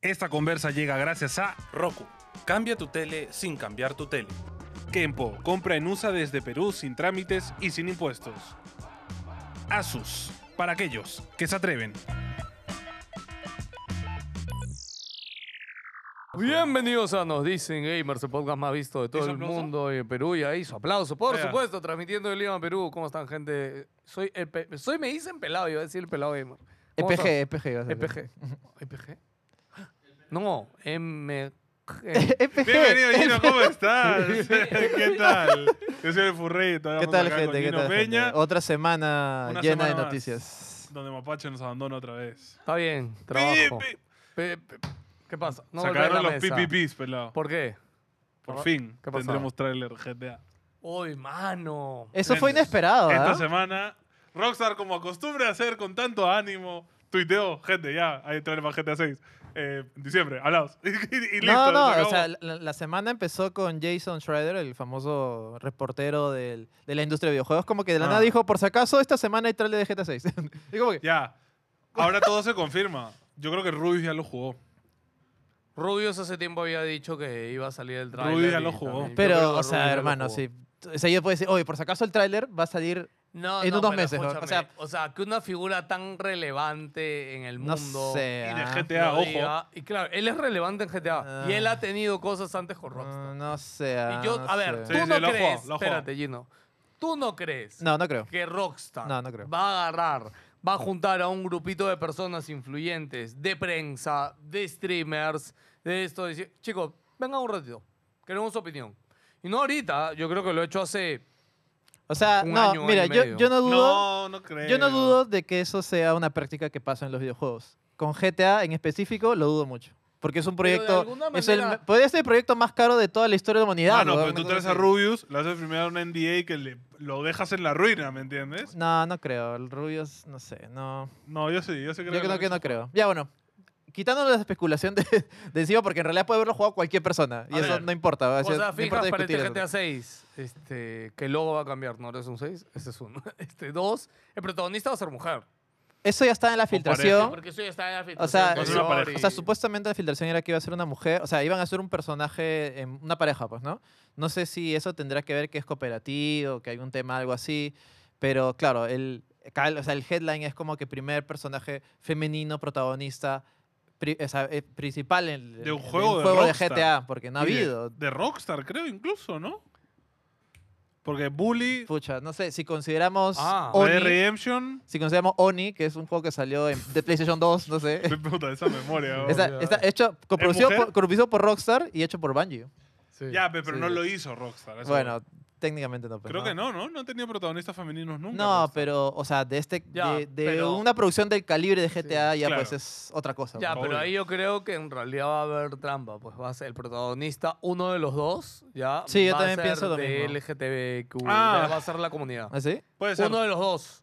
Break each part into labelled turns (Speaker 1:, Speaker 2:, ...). Speaker 1: Esta conversa llega gracias a
Speaker 2: Roku, cambia tu tele sin cambiar tu tele.
Speaker 1: Kempo, compra en USA desde Perú sin trámites y sin impuestos. Asus, para aquellos que se atreven.
Speaker 3: Bienvenidos a Nos Dicen Gamers, el podcast más visto de todo
Speaker 1: ¿Hizo
Speaker 3: el
Speaker 1: aplauso?
Speaker 3: mundo y en Perú. Y ahí su aplauso, por
Speaker 1: Vea.
Speaker 3: supuesto, transmitiendo de Lima, Perú. ¿Cómo están, gente? Soy, el pe- soy me dicen pelado, iba a decir el pelado gamer. ¿Cómo
Speaker 4: EPG,
Speaker 3: estás? E
Speaker 4: EPG. vas a decir.
Speaker 3: EPG. ¿EPG? No, M.
Speaker 4: EPG.
Speaker 1: Bienvenido, Gino, ¿cómo estás? ¿Qué tal? Yo soy el Furrito.
Speaker 4: ¿Qué
Speaker 1: vamos
Speaker 4: tal,
Speaker 1: acá con
Speaker 4: gente? ¿Qué
Speaker 1: Gino
Speaker 4: tal,
Speaker 1: Peña,
Speaker 4: gente? Otra semana
Speaker 1: Una
Speaker 4: llena
Speaker 1: semana
Speaker 4: de
Speaker 1: más.
Speaker 4: noticias.
Speaker 1: donde Mapache nos abandona otra vez.
Speaker 3: Está bien, trabajo.
Speaker 1: Pi, pi.
Speaker 3: Pe- pe- ¿Qué pasa? No golpea
Speaker 1: Sacaron
Speaker 3: la
Speaker 1: los
Speaker 3: mesa.
Speaker 1: PPPs, pelado. Por,
Speaker 3: ¿Por qué? ¿Por-
Speaker 1: fin
Speaker 3: ¿Qué pasaba?
Speaker 1: tendremos trailer GTA.
Speaker 3: Uy, mano.
Speaker 4: Eso fue
Speaker 1: Gente,
Speaker 4: inesperado,
Speaker 1: Esta
Speaker 4: ¿ah?
Speaker 1: semana, Rockstar, como acostumbra hacer con tanto ánimo, tuiteó, gente, ya, hay trailer para GTA 6. Eh, en diciembre, hablaos. y, y listo,
Speaker 4: No,
Speaker 1: se
Speaker 4: no, o
Speaker 1: acabó.
Speaker 4: sea, la, la semana empezó con Jason Schreider, el famoso reportero del- de la industria de videojuegos, como que de la
Speaker 1: Ah.
Speaker 4: nada dijo, por si acaso, esta semana hay trailer de GTA 6. y como que,
Speaker 1: Ya. Ahora todo se confirma. Yo creo que Rubius ya lo jugó.
Speaker 3: Rubius hace tiempo había dicho que iba a salir el trailer.
Speaker 1: Rubius ya
Speaker 3: y
Speaker 1: lo jugó.
Speaker 3: también- yo creo
Speaker 4: pero,
Speaker 3: que
Speaker 4: o
Speaker 3: Rubius
Speaker 4: sea,
Speaker 3: ya lo
Speaker 4: hermano,
Speaker 3: jugó.
Speaker 4: sí. O sea, yo puedo decir, oye, por si acaso el tráiler va a salir...
Speaker 3: No,
Speaker 4: En
Speaker 3: no,
Speaker 4: unos
Speaker 3: pero
Speaker 4: meses, ¿no? O
Speaker 3: escúchame, O sea,
Speaker 4: sea-
Speaker 3: que una figura tan relevante en el
Speaker 4: No
Speaker 3: mundo.
Speaker 4: sé.
Speaker 1: Y de
Speaker 4: ah,
Speaker 1: GTA,
Speaker 3: lo
Speaker 1: ojo.
Speaker 3: diga- Y claro, él es relevante en GTA. Y
Speaker 4: Ah.
Speaker 3: él ha tenido cosas antes con Rockstar.
Speaker 4: mm, No sé. ah,
Speaker 3: y yo,
Speaker 4: no
Speaker 3: a ver,
Speaker 4: sé.
Speaker 3: tú
Speaker 1: Sí, sí,
Speaker 3: no
Speaker 1: lo jugó,
Speaker 3: crees.
Speaker 1: lo jugó.
Speaker 3: espérate, Gino. Tú no crees
Speaker 4: No, no creo.
Speaker 3: que Rockstar
Speaker 4: No, no creo.
Speaker 3: va a agarrar, va a juntar a un grupito de personas influyentes, de prensa, de streamers, de esto. de- Chicos, vengan un ratito. Queremos su opinión. Y no ahorita, yo creo que lo he hecho hace.
Speaker 4: O sea,
Speaker 3: Un
Speaker 4: no,
Speaker 3: año, año
Speaker 4: mira,
Speaker 3: y medio.
Speaker 4: yo, yo no dudo...
Speaker 1: No, no creo.
Speaker 4: Yo no dudo de que eso sea una práctica que pasa en los videojuegos. Con GTA en específico lo dudo mucho. Porque es un
Speaker 3: Pero de
Speaker 4: proyecto.
Speaker 3: alguna
Speaker 4: es el-
Speaker 3: manera-
Speaker 4: podría ser el proyecto más caro de toda la historia de la humanidad.
Speaker 1: Ah, no,
Speaker 4: weón, una
Speaker 1: pero tú
Speaker 4: cosa
Speaker 1: traes a
Speaker 4: así.
Speaker 1: Rubius, le haces primero un NDA y que le- lo dejas en la ruina, ¿me entiendes?
Speaker 4: No, no creo. El Rubius, no sé. No.
Speaker 1: No, yo sí, yo sí creo
Speaker 4: Yo creo
Speaker 1: lo
Speaker 4: que no
Speaker 1: hizo.
Speaker 4: creo. Ya, bueno. Quitándonos la especulación de, de encima, porque en realidad puede haberlo jugado cualquier persona. Y
Speaker 3: A
Speaker 4: eso
Speaker 3: ver.
Speaker 4: no importa. o
Speaker 3: O
Speaker 4: sea,
Speaker 3: sea,
Speaker 4: no importa
Speaker 3: fijas para este
Speaker 4: discutir eso.
Speaker 3: GTA 6, este, que el logo va a cambiar, ¿no? Ahora es un 6, ese es uno. Este, dos, el protagonista va a ser mujer.
Speaker 4: Eso ya está en la filtración.
Speaker 3: Porque eso ya está en la
Speaker 4: O sea,
Speaker 3: filtración.
Speaker 1: Es una pareja.
Speaker 4: O sea, supuestamente la filtración era que iba a ser una mujer, o sea, iban a ser un personaje, en una pareja, pues, ¿no? No sé si eso tendrá que ver que es cooperativo, que hay un tema, algo así, pero claro, el, cal- o sea, el headline es como que primer personaje femenino protagonista pri- o sea, eh, principal en,
Speaker 1: De un
Speaker 4: en
Speaker 1: juego de Rockstar.
Speaker 4: GTA, porque no ha
Speaker 1: Y de-
Speaker 4: habido.
Speaker 1: De, Rockstar, creo, incluso, ¿no? Porque Bully,
Speaker 4: Pucha, no sé, si consideramos
Speaker 3: Ah.
Speaker 1: Red
Speaker 4: Oni,
Speaker 1: Dead Redemption.
Speaker 4: si consideramos Oni, que es un juego que salió en, de PlayStation 2, no sé.
Speaker 1: Puta, esa memoria. oh.
Speaker 4: Está,
Speaker 1: weón.
Speaker 4: está hecho, coproducido
Speaker 1: mujer?
Speaker 4: por, coproducido por Rockstar y hecho por Bungie.
Speaker 1: Ya, pe, pero
Speaker 4: sí.
Speaker 1: no lo hizo Rockstar. eso
Speaker 4: Bueno,
Speaker 1: voy.
Speaker 4: técnicamente no. pero
Speaker 1: creo que no, ¿no? No han tenido protagonistas femeninos nunca. pues,
Speaker 4: No,
Speaker 1: Rockstar.
Speaker 4: pero, o sea, de este,
Speaker 3: Ya,
Speaker 4: de, de
Speaker 3: pero-
Speaker 4: una producción del calibre de GTA ya
Speaker 1: Claro.
Speaker 4: pues es otra cosa.
Speaker 3: Ya,
Speaker 4: ¿no?
Speaker 3: pero
Speaker 1: Obvio.
Speaker 3: ahí yo creo que en realidad va a haber trampa. Pues va a ser el protagonista, uno de los dos, ¿ya?
Speaker 4: Sí, yo
Speaker 3: va
Speaker 4: también
Speaker 3: a ser
Speaker 4: pienso lo
Speaker 3: de
Speaker 4: mismo.
Speaker 3: LGTBQ,
Speaker 1: Ah.
Speaker 3: va a ser la comunidad.
Speaker 4: ¿Ah, sí?
Speaker 1: Puede ser.
Speaker 3: Uno de los dos.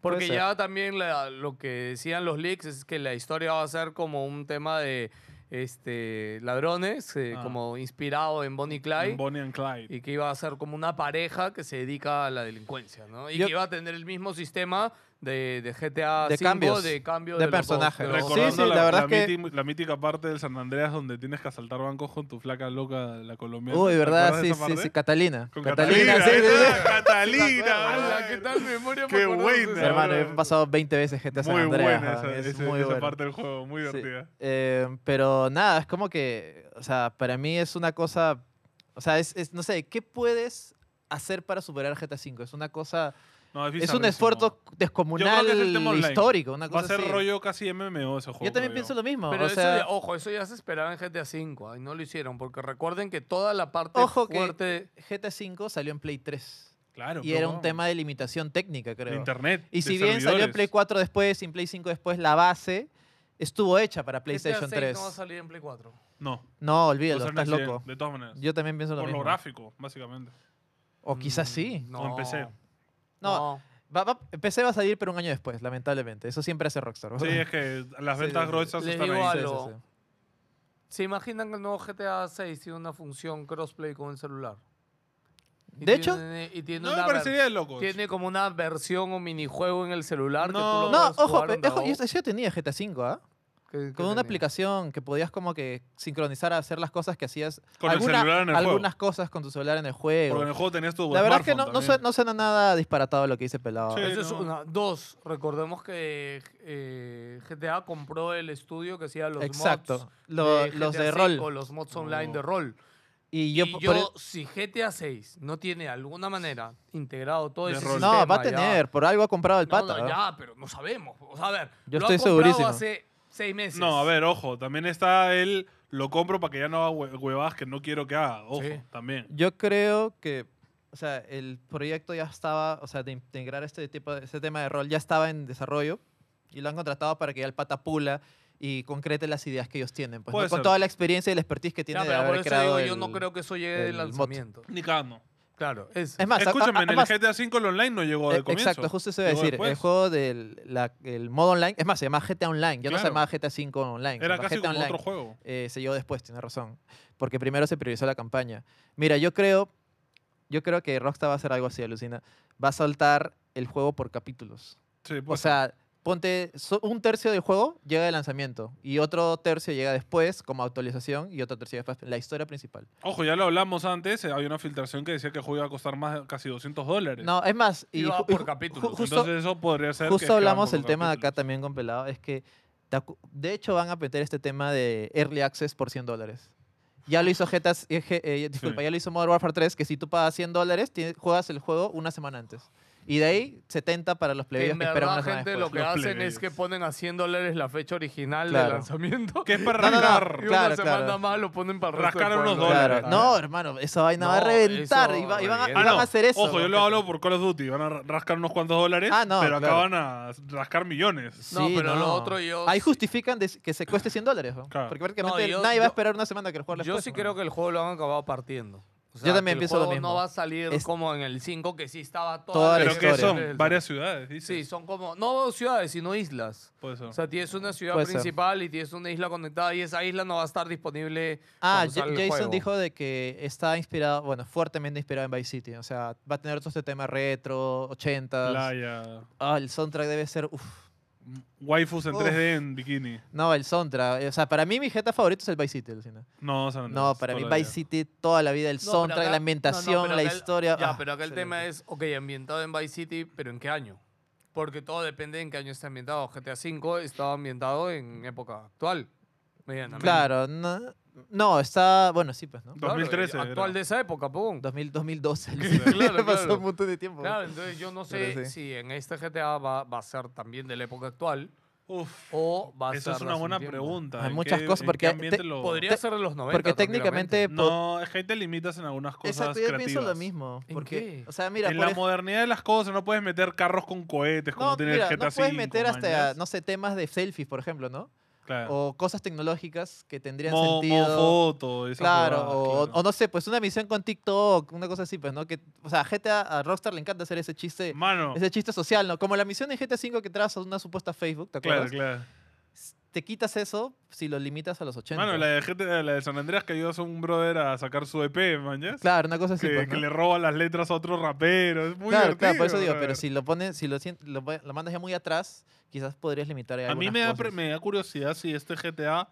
Speaker 3: Porque
Speaker 4: Puede ser.
Speaker 3: ya también la- lo que decían los leaks es que la historia va a ser como un tema de este ladrones, eh,
Speaker 1: Ah.
Speaker 3: como inspirado en Bonnie y Clyde.
Speaker 1: en Bonnie and Clyde.
Speaker 3: y que iba a ser como una pareja que se dedica a la delincuencia, ¿no? Y
Speaker 4: Yo-
Speaker 3: que iba a tener el mismo sistema de, de GTA
Speaker 4: De
Speaker 3: V,
Speaker 4: cambios,
Speaker 3: de cambio
Speaker 4: de
Speaker 3: los dos- los
Speaker 4: personajes.
Speaker 3: dos.
Speaker 1: Recordando
Speaker 4: sí,
Speaker 1: la,
Speaker 4: la verdad
Speaker 1: la
Speaker 4: es que-
Speaker 1: míti- la mítica parte del San Andreas donde tienes que asaltar bancos con tu flaca loca, la colombiana.
Speaker 4: Uy,
Speaker 1: ¿Te
Speaker 4: ¿verdad?
Speaker 1: acuerdas de
Speaker 4: Sí,
Speaker 1: esa
Speaker 4: sí,
Speaker 1: parte?
Speaker 4: sí, Catalina.
Speaker 1: Con
Speaker 4: Catalina,
Speaker 1: Catalina.
Speaker 4: sí, sí, sí.
Speaker 1: ¿verdad? Catalina.
Speaker 3: Ala,
Speaker 1: brother.
Speaker 3: ¿Qué tal memoria?
Speaker 1: Qué
Speaker 3: para acordarnos de
Speaker 1: buena,
Speaker 3: esa
Speaker 4: Hermano,
Speaker 3: broma?
Speaker 4: he pasado 20 veces GTA San
Speaker 1: Muy
Speaker 4: Andreas.
Speaker 1: buena
Speaker 4: ¿no?
Speaker 1: esa,
Speaker 4: es
Speaker 1: esa-
Speaker 4: muy
Speaker 1: esa
Speaker 4: bueno.
Speaker 1: parte del juego, muy
Speaker 4: Sí.
Speaker 1: divertida.
Speaker 4: Eh, pero nada, es como que, o sea, para mí es una cosa, o sea, es, es- no sé, ¿qué puedes hacer para superar GTA V? Es una cosa,
Speaker 1: No, es,
Speaker 4: es un
Speaker 1: bizarrísimo.
Speaker 4: esfuerzo descomunal
Speaker 1: es el tema online.
Speaker 4: histórico, una
Speaker 1: Va
Speaker 4: cosa
Speaker 1: a ser
Speaker 4: así.
Speaker 1: rollo casi MMO ese juego.
Speaker 4: Yo también
Speaker 1: creo
Speaker 4: pienso lo mismo,
Speaker 3: Pero
Speaker 4: o
Speaker 3: eso
Speaker 4: sea,
Speaker 3: ya- ojo, eso ya se esperaba en GTA V, y no lo hicieron, porque recuerden que toda la parte
Speaker 4: Ojo que-
Speaker 3: fuerte...
Speaker 4: GTA V salió en Play 3
Speaker 1: Claro,
Speaker 4: y
Speaker 1: pero
Speaker 4: era
Speaker 1: no.
Speaker 4: un tema de limitación técnica,
Speaker 1: de
Speaker 4: creo.
Speaker 1: internet.
Speaker 4: Y
Speaker 1: de
Speaker 4: si bien salió en
Speaker 1: servidores.
Speaker 4: Play 4 después y en Play 5 después, la base estuvo hecha para PlayStation
Speaker 3: GTA 6
Speaker 4: 3.
Speaker 3: no va a salir en Play 4.
Speaker 1: No.
Speaker 4: No,
Speaker 1: va a
Speaker 4: olvídalo,
Speaker 1: ser
Speaker 4: estás
Speaker 1: next gen,
Speaker 4: loco.
Speaker 1: De todas maneras.
Speaker 4: Yo también pienso lo
Speaker 1: Por lo
Speaker 4: mismo.
Speaker 1: gráfico, básicamente.
Speaker 4: O quizás sí.
Speaker 3: Mm,
Speaker 1: O en PC.
Speaker 4: No, va- va- PC va a salir pero un año después, lamentablemente. Eso siempre hace Rockstar.
Speaker 1: Sí, es que las
Speaker 4: Sí,
Speaker 1: ventas
Speaker 4: sí, sí.
Speaker 1: gruesas
Speaker 3: Les
Speaker 1: están
Speaker 3: digo
Speaker 1: ahí.
Speaker 3: algo. ¿Se imaginan que el nuevo GTA 6 tiene una función crossplay con el celular? Y
Speaker 4: De hecho,
Speaker 3: tiene- y tiene
Speaker 1: No
Speaker 3: una
Speaker 1: me
Speaker 3: ver-
Speaker 1: parecería de locos.
Speaker 3: Tiene como una versión o minijuego en el celular que tú
Speaker 1: No.
Speaker 3: lo
Speaker 4: No,
Speaker 3: puedes
Speaker 4: ojo,
Speaker 3: jugar
Speaker 4: pe-
Speaker 3: on the
Speaker 4: ojo,
Speaker 3: go.
Speaker 4: yo, yo tenía GTA V, ¿ah?
Speaker 3: que- que
Speaker 4: Con una
Speaker 3: tenía.
Speaker 4: aplicación que podías como que sincronizar a hacer las cosas que hacías.
Speaker 1: Con el celular en el juego.
Speaker 4: Algunas cosas con tu celular en el
Speaker 1: Porque en
Speaker 4: juego.
Speaker 1: el juego tenías tu
Speaker 4: La verdad es que no,
Speaker 1: smartphone
Speaker 4: no
Speaker 1: también.
Speaker 4: suena, no suena nada disparatado lo que dice Pelado.
Speaker 1: Sí.
Speaker 3: Esa es
Speaker 1: no.
Speaker 3: una. Dos, recordemos que eh, GTA compró el estudio que hacía los mods.
Speaker 4: Exacto. Lo-
Speaker 3: de
Speaker 4: los
Speaker 3: GTA
Speaker 4: de
Speaker 3: V,
Speaker 4: rol.
Speaker 3: Los mods online de
Speaker 1: Oh.
Speaker 3: rol.
Speaker 4: Y
Speaker 3: Y
Speaker 4: yo,
Speaker 3: yo,
Speaker 4: por-
Speaker 3: si GTA 6 no tiene de alguna manera integrado todo
Speaker 1: De
Speaker 3: ese
Speaker 1: rol.
Speaker 3: sistema,
Speaker 4: No, va a
Speaker 3: ya-
Speaker 4: tener. Por algo ha comprado el
Speaker 3: No, no,
Speaker 4: pata. ¿no?
Speaker 3: ya, pero no sabemos. O sea, a ver,
Speaker 4: Yo
Speaker 3: lo
Speaker 4: estoy
Speaker 3: han comprado
Speaker 4: segurísimo.
Speaker 3: hace seis meses.
Speaker 1: No, a ver, ojo. También está el lo compro para que ya no haga hue- huevadas que no quiero que haga. Ojo,
Speaker 3: Sí.
Speaker 1: también.
Speaker 4: Yo creo que, o sea, el proyecto ya estaba, o sea, de integrar este tipo, de- este tema de rol ya estaba en desarrollo y lo han contratado para que ya el pata pula y concrete las ideas que ellos tienen, pues, ¿no?
Speaker 1: Puede
Speaker 4: con
Speaker 1: ser.
Speaker 4: toda la experiencia y la expertise que tiene
Speaker 3: Ya,
Speaker 4: de
Speaker 3: pero
Speaker 4: haber
Speaker 3: por eso
Speaker 4: creado
Speaker 3: digo, yo no
Speaker 4: el-
Speaker 3: creo que eso llegue de
Speaker 4: el mod.
Speaker 3: lanzamiento.
Speaker 1: Ni cagando.
Speaker 3: Claro, es.
Speaker 4: Es más, a- a-
Speaker 1: Escúchame, en el
Speaker 4: Ah, además-
Speaker 1: GTA V el online no llegó de
Speaker 4: eh,
Speaker 1: comienzo.
Speaker 4: Exacto, justo eso iba a
Speaker 1: Llegó
Speaker 4: decir. El
Speaker 1: después.
Speaker 4: juego del la- el modo online, es más, se llamaba GTA Online, ya no se
Speaker 1: Claro.
Speaker 4: llamaba GTA 5 Online. se
Speaker 1: Era
Speaker 4: llamaba
Speaker 1: casi
Speaker 4: GTA
Speaker 1: como
Speaker 4: Online.
Speaker 1: otro juego.
Speaker 4: eh, se llevó después, tiene razón. Porque primero se priorizó la campaña. Mira, yo creo, yo creo que Rockstar va a hacer algo así, alucina. Va a soltar el juego por capítulos.
Speaker 1: Sí,
Speaker 4: O
Speaker 1: pues.
Speaker 4: sea, ponte so- un tercio del juego llega de lanzamiento y otro tercio llega después como actualización y otro tercio después la historia principal.
Speaker 1: Ojo, ya lo hablamos antes. eh, Había una filtración que decía que el juego iba a costar más de casi 200 dólares.
Speaker 4: No, es más, y,
Speaker 3: Iba
Speaker 4: ju-
Speaker 3: por
Speaker 4: ju-
Speaker 3: capítulos,
Speaker 4: ju- justo,
Speaker 1: Entonces eso podría ser. que
Speaker 4: justo
Speaker 1: escriban
Speaker 4: hablamos
Speaker 1: por
Speaker 4: el tema de acá
Speaker 1: capítulos.
Speaker 4: también con Pelado, es que te acu- de hecho van a meter este tema de Early Access por 100 dólares. Ya lo hizo GTA, s- eh, G- eh, disculpa,
Speaker 1: Sí.
Speaker 4: ya lo hizo Modern Warfare 3, que si tú pagas 100 dólares, tienes- juegas el juego una semana antes. Y de ahí 70 para los plebeyos
Speaker 3: En
Speaker 4: que esperan
Speaker 3: verdad,
Speaker 4: una semana
Speaker 3: gente, lo
Speaker 4: después.
Speaker 3: que
Speaker 1: Los
Speaker 3: hacen
Speaker 1: plebeyos.
Speaker 3: es que ponen a 100 dólares la fecha original
Speaker 4: Claro.
Speaker 3: del lanzamiento.
Speaker 1: Que es para
Speaker 4: No, no, no.
Speaker 1: arrancar.
Speaker 3: Y
Speaker 4: Claro,
Speaker 3: una semana
Speaker 4: claro.
Speaker 3: más lo ponen para el resto
Speaker 1: Rascaron
Speaker 3: del
Speaker 1: unos
Speaker 3: pueblo.
Speaker 1: dólares.
Speaker 4: Claro. No, hermano, esa vaina va a
Speaker 3: No,
Speaker 4: reventar.
Speaker 3: eso
Speaker 4: Y, va- y van, a,
Speaker 3: revienta.
Speaker 4: y van a hacer eso.
Speaker 1: Ah, Ojo, yo lo
Speaker 4: ¿no?
Speaker 1: hablo por Call of Duty. Van a ra- rascar unos cuantos dólares,
Speaker 4: Ah, no,
Speaker 1: pero
Speaker 4: claro.
Speaker 1: acaban a rascar millones.
Speaker 3: No, pero lo otro yo
Speaker 4: Ahí
Speaker 3: sí-
Speaker 4: justifican des- que se cueste 100 dólares. ¿no?
Speaker 1: Claro.
Speaker 4: Porque prácticamente
Speaker 3: yo-
Speaker 4: nadie va a
Speaker 3: yo-
Speaker 4: esperar una semana que el juego
Speaker 3: Yo sí creo que el juego lo han acabado partiendo. O sea,
Speaker 4: Yo
Speaker 3: que
Speaker 4: también
Speaker 3: el
Speaker 4: pienso lo
Speaker 3: juego
Speaker 4: mismo.
Speaker 3: no va a salir
Speaker 4: Es-
Speaker 3: como en el 5, que sí estaba toda,
Speaker 4: Toda la
Speaker 1: Pero que
Speaker 4: historia.
Speaker 1: son varias ciudades,
Speaker 3: Sí,
Speaker 1: dices.
Speaker 3: son como, no ciudades, sino islas.
Speaker 1: Puede ser.
Speaker 3: O sea, tienes una ciudad
Speaker 4: Puede ser.
Speaker 3: principal y tienes una isla conectada y esa isla no va a estar disponible.
Speaker 4: Ah,
Speaker 3: cuando
Speaker 4: Ja-
Speaker 3: salga el
Speaker 4: Jason
Speaker 3: juego.
Speaker 4: dijo de que está inspirado, bueno, fuertemente inspirado en Vice City. O sea, va a tener todo este tema retro, 80s.
Speaker 1: Playa.
Speaker 4: Ah, el soundtrack debe ser. Uf.
Speaker 1: Waifus en
Speaker 4: Uf.
Speaker 1: 3D en bikini.
Speaker 4: No, el soundtrack. eh, O sea, para mí mi jeta favorito es el Vice City. alucina.
Speaker 1: No, San
Speaker 4: No,
Speaker 1: Andreas,
Speaker 4: para mí
Speaker 1: toda la
Speaker 4: Vice
Speaker 1: vida.
Speaker 4: City toda la vida, el
Speaker 3: No, pero
Speaker 4: soundtrack,
Speaker 3: acá- no,
Speaker 4: la
Speaker 3: no,
Speaker 4: ambientación,
Speaker 3: pero
Speaker 4: la
Speaker 3: acá el-
Speaker 4: historia.
Speaker 3: Ya,
Speaker 4: ah,
Speaker 3: pero acá el tema es, ok, ambientado en Vice City, pero ¿en qué año? Porque todo depende en qué año está ambientado. GTA V estaba ambientado en época actual. medianamente.
Speaker 4: Claro, no, no, está. Bueno, sí, pues, ¿no?
Speaker 3: Claro,
Speaker 1: 2013 era.
Speaker 3: actual de esa época, pum.
Speaker 4: 2000, 2012.
Speaker 3: Claro,
Speaker 4: alucina, Pasó
Speaker 3: claro.
Speaker 4: un montón de tiempo.
Speaker 3: Claro, entonces yo no sé
Speaker 4: Pero sí.
Speaker 3: si en este GTA va, va a ser también de la época actual
Speaker 1: Uf,
Speaker 3: o va a
Speaker 1: esa
Speaker 3: ser
Speaker 1: es
Speaker 3: de
Speaker 1: una
Speaker 3: hace
Speaker 1: buena
Speaker 3: un tiempo.
Speaker 1: pregunta.
Speaker 4: Hay
Speaker 1: ¿En
Speaker 4: muchas
Speaker 1: qué-
Speaker 4: cosas,
Speaker 1: en
Speaker 4: porque
Speaker 1: qué
Speaker 4: te-
Speaker 1: ambiente lo-
Speaker 3: Podría
Speaker 4: Te-
Speaker 3: ser de los 90.
Speaker 4: Porque técnicamente.
Speaker 3: tranquilamente.
Speaker 4: por-
Speaker 1: No, es que ahí te limitas en algunas cosas
Speaker 4: Exacto, yo pienso
Speaker 1: creativas.
Speaker 4: lo mismo.
Speaker 3: ¿En
Speaker 4: Porque,
Speaker 3: qué?
Speaker 4: o sea, mira,
Speaker 1: en
Speaker 4: por
Speaker 1: la
Speaker 4: ej-
Speaker 1: modernidad de las cosas no puedes meter carros con cohetes como
Speaker 4: no,
Speaker 1: tiene
Speaker 4: mira,
Speaker 1: el GTA
Speaker 4: no puedes
Speaker 1: V,
Speaker 4: meter hasta,
Speaker 1: mañas.
Speaker 4: no sé, temas de selfies, por ejemplo, ¿no?
Speaker 1: Claro.
Speaker 4: O cosas tecnológicas que tendrían
Speaker 1: Mo- mo
Speaker 4: sentido.
Speaker 1: foto, esas
Speaker 4: claro,
Speaker 1: huevadas,
Speaker 4: o,
Speaker 1: claro.
Speaker 4: o no sé, pues una misión con TikTok, una cosa así, pues, ¿no? Que, o sea, GTA, a Rockstar le encanta hacer ese chiste,
Speaker 1: Mano,
Speaker 4: ese chiste social, ¿no? Como la misión de GTA V que traes a una supuesta Facebook, ¿te
Speaker 1: claro,
Speaker 4: acuerdas?
Speaker 1: claro.
Speaker 4: Te quitas eso si lo limitas a los 80.
Speaker 1: Mano, la de, GTA la de San Andreas que ayudas a un brother a sacar su E EP, mañas.
Speaker 4: Claro, una cosa
Speaker 1: Que,
Speaker 4: así, pues,
Speaker 1: que
Speaker 4: ¿no?
Speaker 1: le roba las letras a otro rapero. Es muy
Speaker 4: claro, claro, por
Speaker 1: divertido,
Speaker 4: eso digo, pero
Speaker 1: brother.
Speaker 4: si lo pones, si lo, sien- lo, pon- lo mandas ya muy atrás, quizás podrías limitar ahí
Speaker 1: A mí
Speaker 4: algunas
Speaker 1: me da,
Speaker 4: cosas.
Speaker 1: pre- me da curiosidad si este GTA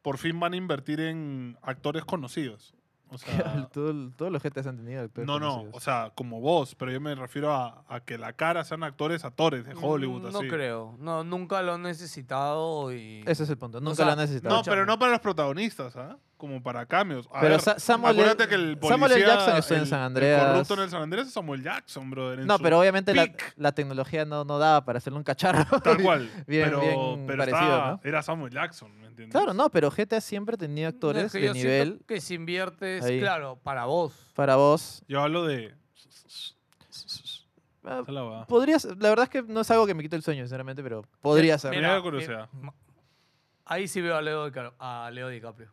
Speaker 1: por fin van a invertir en actores conocidos. O sea,
Speaker 4: Todo- todos los GTAs han tenido actores
Speaker 1: no, no,
Speaker 4: conocidos.
Speaker 1: o sea, como vos, pero yo me refiero a, a que la cara sean actores, actores de Hollywood,
Speaker 4: Mm,
Speaker 3: No
Speaker 1: así.
Speaker 3: creo. No, nunca lo han necesitado y...
Speaker 4: Ese es el punto. Nunca
Speaker 3: sea,
Speaker 4: lo han necesitado.
Speaker 1: No,
Speaker 3: Escúchame.
Speaker 1: pero no para los protagonistas, ¿ah? Como para cambios. A
Speaker 4: Pero
Speaker 1: ver,
Speaker 4: Sa- Samuel L-
Speaker 1: acuérdate que el policía,
Speaker 4: Samuel L. Jackson estuvo en
Speaker 1: el-
Speaker 4: San
Speaker 1: el
Speaker 4: Andreas.
Speaker 1: corrupto en el San Andreas es Samuel Jackson, brother. en
Speaker 4: No,
Speaker 1: su-
Speaker 4: pero obviamente la,
Speaker 1: peak.
Speaker 4: la tecnología no, no daba para hacerle un cacharro.
Speaker 1: Tal cual.
Speaker 4: Bien-
Speaker 1: pero
Speaker 4: bien
Speaker 1: pero
Speaker 4: parecido,
Speaker 1: estaba-
Speaker 4: ¿no?
Speaker 1: era Samuel Jackson, ¿me entiendes?
Speaker 4: Claro, no, pero GTA siempre ha tenido
Speaker 3: No, es
Speaker 4: actores
Speaker 3: que
Speaker 4: de
Speaker 3: yo siento
Speaker 4: nivel
Speaker 3: Que si inviertes,
Speaker 4: Ahí.
Speaker 3: claro, para vos.
Speaker 4: para vos.
Speaker 1: Yo hablo de...
Speaker 4: Ah,
Speaker 1: Esa la va.
Speaker 4: Podrías, la verdad es que no es algo que me quite el sueño, sinceramente, pero podría ser.
Speaker 1: Me
Speaker 3: Mira,
Speaker 1: da curiosidad.
Speaker 3: eh, ma- ahí sí veo a Leo, Dica- a Leo DiCaprio.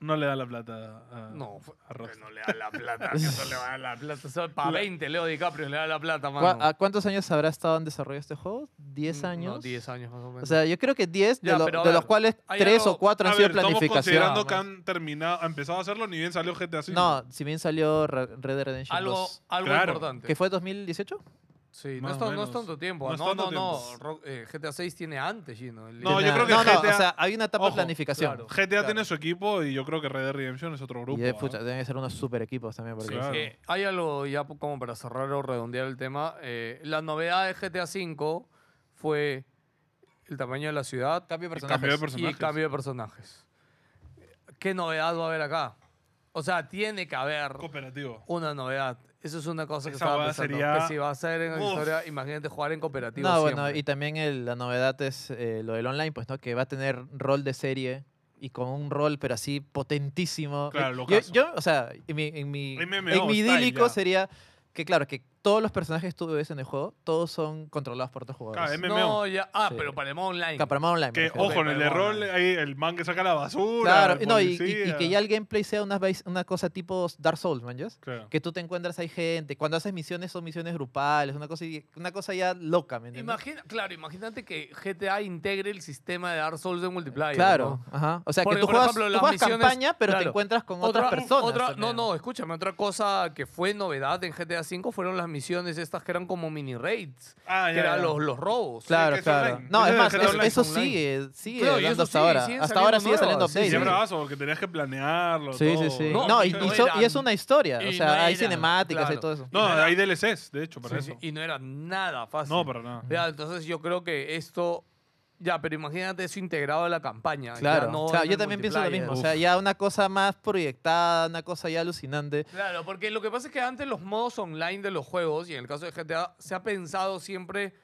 Speaker 1: No le da la plata a,
Speaker 3: No, fue-
Speaker 1: a Rockstar.
Speaker 3: no le da la plata. que no le va a dar la plata. para 20 Leo DiCaprio le da la plata,
Speaker 4: ¿Cu-
Speaker 3: mano.
Speaker 4: ¿A cuántos años habrá estado en desarrollo este juego? ¿10
Speaker 3: Mm,
Speaker 4: años?
Speaker 3: No, 10 años más o menos.
Speaker 4: O sea, yo creo que 10, de,
Speaker 3: Ya,
Speaker 4: lo-
Speaker 3: pero a
Speaker 4: de
Speaker 3: ver,
Speaker 4: los cuales
Speaker 3: hay
Speaker 4: 3 o
Speaker 3: algo-
Speaker 4: 4 han
Speaker 1: A
Speaker 4: sido
Speaker 1: ver, Estamos
Speaker 4: planificación.
Speaker 1: considerando que han terminado, han empezado a hacerlo, ni bien salió GTA V.
Speaker 4: No, si bien salió Re- Red Dead Redemption
Speaker 3: algo
Speaker 4: 2,
Speaker 3: algo
Speaker 1: Claro.
Speaker 3: importante.
Speaker 4: que fue 2018.
Speaker 3: Sí, no
Speaker 1: Más
Speaker 3: es,
Speaker 1: o
Speaker 3: tan- no es
Speaker 1: menos.
Speaker 3: tanto tiempo.
Speaker 1: No
Speaker 3: ah,
Speaker 1: es
Speaker 3: No, no,
Speaker 1: tanto
Speaker 3: no.
Speaker 1: tiempo.
Speaker 3: Ro- eh, GTA 6 tiene antes, Gino. el-
Speaker 1: No, yo
Speaker 4: Tiene-
Speaker 1: creo que
Speaker 4: no, no, o
Speaker 1: GTA
Speaker 4: sea, hay una etapa
Speaker 1: ojo,
Speaker 4: de planificación.
Speaker 3: claro.
Speaker 1: GTA
Speaker 4: Claro.
Speaker 1: tiene su equipo y yo creo que Red Dead Redemption es otro grupo.
Speaker 4: Y de,
Speaker 1: ¿ah?
Speaker 4: pucha, deben ser unos super equipos también. Porque
Speaker 1: Sí, claro.
Speaker 3: Eh, hay algo ya po- como para cerrar o redondear el tema. eh, la novedad de GTA V fue el tamaño de la ciudad
Speaker 4: Cambio de
Speaker 1: Y cambio
Speaker 3: y
Speaker 4: personajes.
Speaker 1: de personajes.
Speaker 3: cambio de personajes. ¿Qué novedad va a haber acá? O sea, tiene que haber
Speaker 1: Cooperativo.
Speaker 3: una novedad. Eso es una cosa que
Speaker 1: Esa
Speaker 3: estaba
Speaker 1: hueá
Speaker 3: pensando.
Speaker 1: sería-
Speaker 3: Que si va a ser en la
Speaker 1: Uf.
Speaker 3: historia, imagínate jugar en cooperativo
Speaker 4: No, bueno,
Speaker 3: siempre.
Speaker 4: y también el- la novedad es eh, lo del online, pues, ¿no? Que va a tener rol de serie y con un rol, pero así potentísimo.
Speaker 1: Claro,
Speaker 4: yo,
Speaker 1: locazo.
Speaker 4: yo, o sea, en mi, en mi,
Speaker 1: MMO
Speaker 4: en mi
Speaker 1: style,
Speaker 4: idílico
Speaker 1: ya.
Speaker 4: sería que, claro, que todos los personajes que tú ves en el juego, todos son controlados por otros jugadores.
Speaker 1: Claro, MMO.
Speaker 3: No, ya. Ah,
Speaker 4: Sí.
Speaker 3: pero para el modo online.
Speaker 4: Ca- para más online. me
Speaker 1: Que,
Speaker 4: refiero.
Speaker 1: ojo, en el de rol, ahí el man que saca la basura.
Speaker 4: Claro,
Speaker 1: el
Speaker 4: no, y, y- y
Speaker 1: policía.
Speaker 4: que ya el gameplay sea una, vais- una cosa tipo Dark Souls, man, ¿ya?
Speaker 1: Claro.
Speaker 4: Que tú te encuentras, hay gente. Cuando haces misiones, son misiones grupales, una cosa, y- una cosa ya loca, ¿me entiendes?
Speaker 3: Imagina, claro, imagínate que GTA integre el sistema de Dark Souls de multiplayer.
Speaker 4: Claro,
Speaker 3: ¿no?
Speaker 4: ajá. O sea,
Speaker 3: Porque,
Speaker 4: que tú
Speaker 3: por
Speaker 4: juegas,
Speaker 3: ejemplo,
Speaker 4: tú
Speaker 3: las
Speaker 4: juegas
Speaker 3: misiones-
Speaker 4: campaña, pero
Speaker 3: claro.
Speaker 4: te encuentras con otras
Speaker 3: Otra-
Speaker 4: personas.
Speaker 3: otra- no,
Speaker 4: también.
Speaker 3: no, escúchame, otra cosa que fue novedad en GTA V fueron las misiones estas que eran como mini raids,
Speaker 1: Ah,
Speaker 3: que eran los, los robos.
Speaker 4: Claro,
Speaker 1: que es
Speaker 4: claro.
Speaker 1: online.
Speaker 4: No,
Speaker 1: Ese
Speaker 4: es
Speaker 1: es
Speaker 4: más,
Speaker 1: el
Speaker 4: eso,
Speaker 1: online,
Speaker 4: eso
Speaker 3: online.
Speaker 4: sigue, sigue
Speaker 3: Claro, y
Speaker 4: dando
Speaker 3: eso
Speaker 4: hasta
Speaker 3: sigue,
Speaker 4: ahora.
Speaker 3: siguen
Speaker 4: Hasta ahora sigue
Speaker 3: saliendo nuevas,
Speaker 4: saliendo
Speaker 3: sí,
Speaker 1: Y
Speaker 4: updates.
Speaker 1: es
Speaker 3: sí.
Speaker 1: bravazo, porque tenías que planearlo.
Speaker 4: Sí, sí,
Speaker 1: todo.
Speaker 4: sí.
Speaker 3: No,
Speaker 4: No, y,
Speaker 3: no
Speaker 4: y so-
Speaker 3: eran-
Speaker 4: y es una historia.
Speaker 3: y
Speaker 4: O
Speaker 3: no
Speaker 4: sea, hay
Speaker 3: eran,
Speaker 4: cinemáticas
Speaker 3: claro.
Speaker 4: y todo eso.
Speaker 1: No,
Speaker 3: Y no era-
Speaker 1: hay DLCs, de hecho, para
Speaker 3: Sí,
Speaker 1: eso.
Speaker 3: sí, y no era nada fácil.
Speaker 1: No, para nada.
Speaker 3: Ya, entonces yo creo que esto, ya, pero imagínate eso integrado a la campaña. ya
Speaker 4: Claro,
Speaker 3: no
Speaker 4: claro,
Speaker 3: en
Speaker 4: yo
Speaker 3: el
Speaker 4: también pienso lo
Speaker 3: multiplayer.
Speaker 4: mismo. O sea, ya una cosa más proyectada, una cosa ya alucinante.
Speaker 3: Claro, porque lo que pasa es que antes los modos online de los juegos, y en el caso de GTA, se ha pensado siempre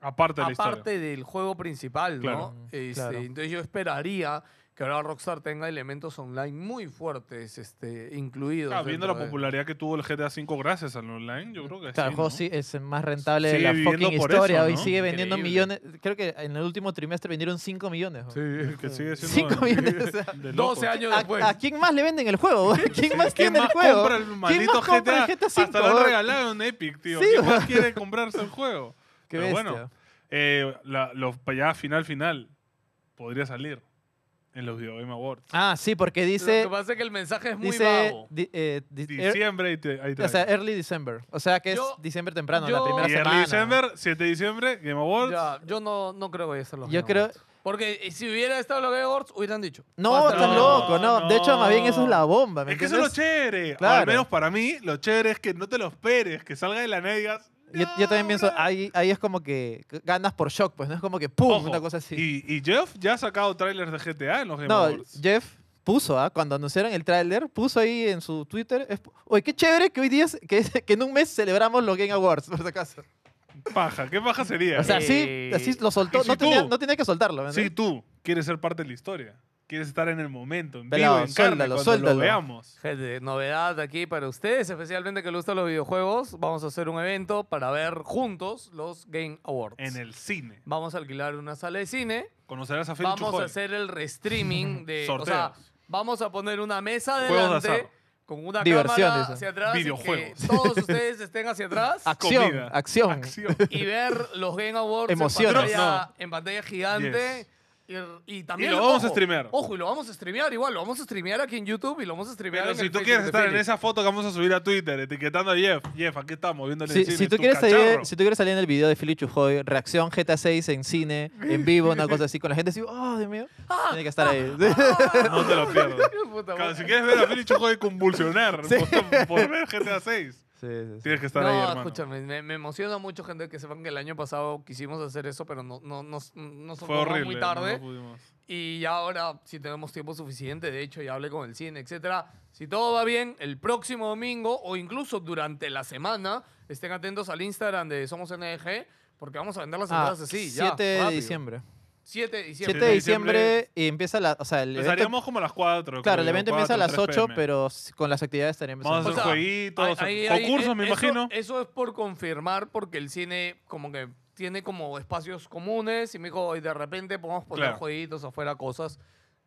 Speaker 1: Aparte de la historia.
Speaker 3: aparte del juego principal,
Speaker 1: Claro.
Speaker 3: ¿no?
Speaker 4: Mm,
Speaker 3: Este,
Speaker 4: claro.
Speaker 3: Entonces yo esperaría que ahora Rockstar tenga elementos online muy fuertes este, incluidos.
Speaker 1: Ah, viendo la
Speaker 3: dentro de-
Speaker 1: popularidad que tuvo el GTA V gracias al online, yo creo que
Speaker 4: eh. Claro,
Speaker 1: sí,
Speaker 4: el juego
Speaker 1: ¿no?
Speaker 4: sí es el más rentable de
Speaker 1: Sigue
Speaker 4: la
Speaker 1: viviendo
Speaker 4: fucking
Speaker 1: por
Speaker 4: historia.
Speaker 1: eso,
Speaker 4: Hoy
Speaker 1: ¿no?
Speaker 4: sigue vendiendo
Speaker 3: Increíble.
Speaker 4: millones. Creo que en el último trimestre vendieron 5 millones. ¿no?
Speaker 1: Sí, es que sigue siendo.
Speaker 4: Cinco
Speaker 1: de-
Speaker 4: millones, o sea,
Speaker 1: de locos.
Speaker 3: 12 años
Speaker 4: ¿A,
Speaker 3: después.
Speaker 4: a quién más le venden el juego? ¿Quién más
Speaker 1: ¿Quién
Speaker 4: tiene
Speaker 1: más
Speaker 4: el juego?
Speaker 1: compra el maldito
Speaker 4: más compra
Speaker 1: GTA?
Speaker 4: el GTA
Speaker 1: Hasta lo han
Speaker 4: cinco?
Speaker 1: regalado en Epic, tío.
Speaker 4: Sí,
Speaker 1: ¿Quién más
Speaker 4: weón.
Speaker 1: quiere comprarse el juego?
Speaker 4: Qué
Speaker 1: Pero
Speaker 4: bestia.
Speaker 1: bueno, eh, la, los, ya final, final, podría salir en los Video Game Awards.
Speaker 4: Ah, sí, porque dice.
Speaker 3: lo que pasa es que el mensaje es muy
Speaker 4: dice
Speaker 3: vago.
Speaker 4: di- eh, di- er-
Speaker 1: Diciembre, y te, ahí te
Speaker 4: o sea, early December. O sea que es
Speaker 3: Yo-
Speaker 4: diciembre temprano,
Speaker 3: yo-
Speaker 4: la primera
Speaker 1: y
Speaker 4: semana.
Speaker 1: early December, 7 de diciembre, Game Awards.
Speaker 3: Ya, yo no, no creo que vaya a ser los
Speaker 4: Yo
Speaker 3: Game
Speaker 4: creo-
Speaker 3: Awards. Porque eh, si hubiera estado los Game Awards, hubieran dicho.
Speaker 4: No,
Speaker 3: Hasta
Speaker 4: estás
Speaker 3: luego.
Speaker 4: loco, no. De hecho, más bien eso es la
Speaker 1: No.
Speaker 4: bomba. ¿me
Speaker 1: Es que eso es lo
Speaker 4: entiendes?
Speaker 1: chévere. O al
Speaker 4: Claro.
Speaker 1: menos para mí, lo chévere es que no te lo esperes, que salga de la nada y digas,
Speaker 4: yo, yo también pienso,
Speaker 1: "No, bro".
Speaker 4: ahí, ahí es como que ganas por shock, pues no es como que ¡pum!
Speaker 1: Ojo,
Speaker 4: una cosa así.
Speaker 1: Y, y Jeff ya ha sacado trailers de GTA en los Game
Speaker 4: No,
Speaker 1: Awards.
Speaker 4: Jeff puso, ah, cuando anunciaron el tráiler, puso ahí en su Twitter, es- oye, qué chévere que hoy día, es- que, es- que en un mes celebramos los Game Awards, por si acaso.
Speaker 1: Paja, ¿qué paja sería?
Speaker 4: O sea, sí,
Speaker 3: Eh,
Speaker 4: así lo soltó,
Speaker 1: y si
Speaker 4: no, tenía,
Speaker 1: tú-
Speaker 4: no tenía que soltarlo. ¿me
Speaker 1: si
Speaker 4: entiendes?
Speaker 1: tú quieres ser parte de la historia, quieres estar en el momento, en
Speaker 4: Pelado,
Speaker 1: vivo, en carne,
Speaker 4: suéltalo,
Speaker 1: cuando
Speaker 4: suéltalo.
Speaker 1: lo veamos.
Speaker 3: Gente, novedad aquí para ustedes, especialmente que les gustan los videojuegos. Vamos a hacer un evento para ver juntos los Game Awards.
Speaker 1: En el cine.
Speaker 3: Vamos a alquilar una sala de cine.
Speaker 1: Conocerás a Felipe
Speaker 3: Vamos a hacer el restreaming de. o sea,
Speaker 1: Sorteos.
Speaker 3: vamos a poner una mesa
Speaker 1: Juegos de
Speaker 3: delante
Speaker 1: azar.
Speaker 3: con una
Speaker 4: Diversión,
Speaker 3: cámara
Speaker 4: dice.
Speaker 3: hacia atrás. y que
Speaker 1: Videojuegos.
Speaker 3: todos ustedes estén hacia atrás
Speaker 4: Acción, acción.
Speaker 1: acción.
Speaker 3: y ver los Game Awards
Speaker 4: Emociones.
Speaker 3: En, pantalla, en pantalla gigante. Y, y también
Speaker 1: Y lo vamos
Speaker 3: ojo,
Speaker 1: a streamear.
Speaker 3: Ojo, y lo vamos a streamear igual. Lo vamos a streamear aquí en YouTube y lo vamos a streamear
Speaker 1: Pero
Speaker 3: en
Speaker 1: si
Speaker 3: el
Speaker 1: tú
Speaker 3: Facebook
Speaker 1: quieres
Speaker 3: de
Speaker 1: estar en
Speaker 3: Felix.
Speaker 1: esa foto que vamos a subir a Twitter etiquetando a Jeff, Jeff, aquí estamos viéndole
Speaker 4: Si,
Speaker 1: en cine,
Speaker 4: si tú
Speaker 1: tu
Speaker 4: quieres salir,
Speaker 1: cacharro.
Speaker 4: si tú quieres salir en el video de Philip Chujoy, reacción GTA 6 en cine, en vivo, una cosa así, con la gente así, oh, Dios mío,
Speaker 3: Ah.
Speaker 4: tiene que estar ahí.
Speaker 1: Ah, No te lo pierdas.
Speaker 3: Puta
Speaker 1: Claro,
Speaker 3: madre.
Speaker 1: si quieres ver a Philip Chocoy convulsionar
Speaker 4: Sí.
Speaker 1: por, por ver GTA 6,
Speaker 4: Sí, sí, sí.
Speaker 1: tienes que estar
Speaker 3: no,
Speaker 1: ahí, hermano.
Speaker 3: escúchame, me, me emociona mucho, gente, que sepan que el año pasado quisimos hacer eso, pero no, no, nos- nos
Speaker 1: Fue
Speaker 3: tocó
Speaker 1: horrible.
Speaker 3: muy
Speaker 1: no
Speaker 3: tarde.
Speaker 1: lo pudimos.
Speaker 3: Y ya ahora, si tenemos tiempo suficiente, de hecho, ya hablé con el cine, etcétera. Si todo va bien, el próximo domingo o incluso durante la semana, estén atentos al Instagram de Somos NG, porque vamos a vender las
Speaker 4: Ah,
Speaker 3: entradas así.
Speaker 4: 7
Speaker 3: ya,
Speaker 4: de
Speaker 3: rápido.
Speaker 4: diciembre.
Speaker 3: 7 de diciembre.
Speaker 4: 7 de diciembre y empieza la, o sea, el
Speaker 1: Pues
Speaker 4: evento,
Speaker 1: Empezaríamos como a las 4.
Speaker 4: claro, el evento empieza a las 8,
Speaker 1: pero
Speaker 4: pero s- con las actividades estaría
Speaker 1: Vamos
Speaker 4: empezando.
Speaker 1: a hacer
Speaker 3: O sea,
Speaker 1: jueguitos,
Speaker 3: Ahí- ahí- ahí,
Speaker 1: concursos,
Speaker 3: eh,
Speaker 1: me
Speaker 3: eso-
Speaker 1: imagino.
Speaker 3: Eso es por confirmar, porque el cine como que tiene como espacios comunes y me dijo, y de repente podemos poner
Speaker 1: Claro.
Speaker 3: jueguitos afuera, cosas.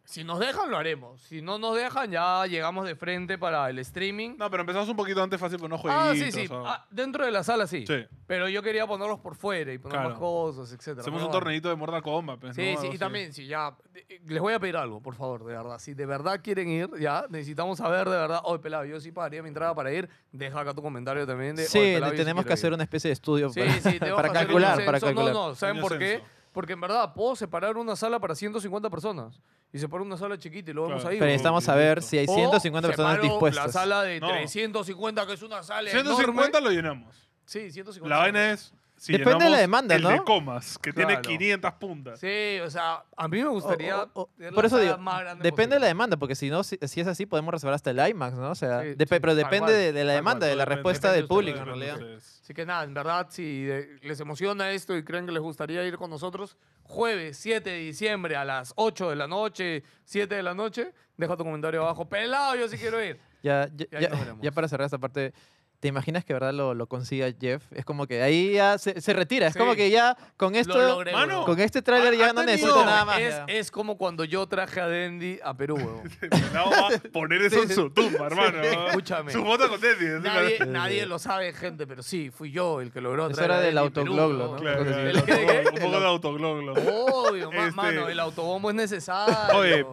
Speaker 3: Si nos dejan, lo haremos. Si no nos dejan, ya llegamos de frente para el streaming.
Speaker 1: No, pero empezamos un poquito antes fácil, pero no jueguitos.
Speaker 3: ah, sí, sí.
Speaker 1: o-
Speaker 3: Ah, dentro de la sala, sí.
Speaker 1: Sí.
Speaker 3: Pero yo quería ponerlos por fuera y poner
Speaker 1: Claro.
Speaker 3: más cosas, etc.
Speaker 1: Hacemos un torneito de Mortal Kombat. pues,
Speaker 3: eh. Sí,
Speaker 1: ¿no?
Speaker 3: sí,
Speaker 1: Algo
Speaker 3: y
Speaker 1: así.
Speaker 3: también, si ya. eh, Les voy a pedir algo, por favor, de verdad. Si de verdad quieren ir, ya, necesitamos saber de verdad. Oye, pelado, yo sí pagaría mi entrada para ir. Deja acá tu comentario también. De,
Speaker 4: Sí,
Speaker 3: "Oye,
Speaker 4: le
Speaker 3: pelado, yo sí
Speaker 4: tenemos que
Speaker 3: quiero ir".
Speaker 4: hacer una especie de estudio
Speaker 3: Sí,
Speaker 4: para,
Speaker 3: sí, tenemos
Speaker 4: para
Speaker 3: que hacer un
Speaker 4: calcular, para
Speaker 3: censo.
Speaker 4: calcular.
Speaker 3: No, no, ¿saben
Speaker 1: Un
Speaker 3: por qué?
Speaker 1: censo.
Speaker 3: Porque en verdad puedo separar una sala para 150 personas. Y separo una sala chiquita y lo vemos
Speaker 1: Claro.
Speaker 3: ahí.
Speaker 4: Pero
Speaker 3: güey.
Speaker 4: necesitamos saber si hay
Speaker 3: O
Speaker 4: 150 personas
Speaker 3: separo
Speaker 4: dispuestas.
Speaker 3: Oh, La sala de
Speaker 1: No.
Speaker 3: 350, que es una sala
Speaker 1: 150
Speaker 3: enorme.
Speaker 1: lo llenamos.
Speaker 3: Sí, 150.
Speaker 1: La vaina es. Si
Speaker 4: Depende de la
Speaker 1: llenamos
Speaker 4: demanda,
Speaker 1: el
Speaker 4: ¿no?
Speaker 1: de comas, que tiene
Speaker 3: Claro.
Speaker 1: 500 puntas.
Speaker 3: Sí, o sea, a mí me
Speaker 4: O-
Speaker 3: gustaría.
Speaker 4: o- o-
Speaker 3: tener
Speaker 4: por
Speaker 3: la
Speaker 4: eso
Speaker 3: sala
Speaker 4: digo,
Speaker 3: más grande
Speaker 4: depende de la
Speaker 3: posible.
Speaker 4: demanda, porque si no, si, si es así, podemos reservar hasta el IMAX, ¿no? O sea,
Speaker 3: Sí,
Speaker 4: depe-
Speaker 3: sí,
Speaker 4: pero
Speaker 3: tal
Speaker 4: depende
Speaker 3: cual,
Speaker 4: de, de la
Speaker 1: tal
Speaker 4: demanda,
Speaker 1: cual,
Speaker 4: de la
Speaker 1: depende,
Speaker 4: respuesta
Speaker 3: depende
Speaker 4: del
Speaker 3: de ustedes,
Speaker 4: público, en
Speaker 1: Depende de
Speaker 4: realidad.
Speaker 1: ustedes.
Speaker 3: Así que nada, en verdad, si de- les emociona esto y creen que les gustaría ir con nosotros, jueves 7 de diciembre a las 8 de la noche, 7 de la noche, deja tu comentario abajo. Pelado, yo sí quiero ir.
Speaker 4: Ya, ya,
Speaker 3: Y ahí
Speaker 4: ya-
Speaker 3: nos veremos.
Speaker 4: ya para cerrar esta parte, ¿te imaginas que verdad lo, lo consiga Jeff? Es como que ahí ya se, se retira, es
Speaker 3: Sí.
Speaker 4: como que ya con esto,
Speaker 3: Lo logré,
Speaker 1: Mano,
Speaker 3: bro.
Speaker 4: con este tráiler
Speaker 1: Ha-
Speaker 4: ya
Speaker 1: ha
Speaker 4: no
Speaker 1: tenido-
Speaker 4: necesito nada más.
Speaker 3: Es,
Speaker 4: ya.
Speaker 3: es como cuando yo traje a Dendy a Perú, weón.
Speaker 1: Pelao va a Ah, poner eso en su tumba, hermano.
Speaker 3: Escúchame.
Speaker 1: Su foto con Teddy. encima.
Speaker 3: Nadie, nadie lo sabe, gente, pero sí, fui yo el que logró
Speaker 4: Eso
Speaker 3: traer
Speaker 4: era
Speaker 3: a
Speaker 4: del
Speaker 3: Dendy a Perú,
Speaker 4: autogloglo,
Speaker 3: weón.
Speaker 4: ¿no?
Speaker 1: Claro, claro,
Speaker 3: ¿El qué?
Speaker 1: claro, Un poco de autogloglo.
Speaker 3: Obvio, ma-
Speaker 1: Este-
Speaker 3: mano, el autobombo es necesario.
Speaker 1: Oye.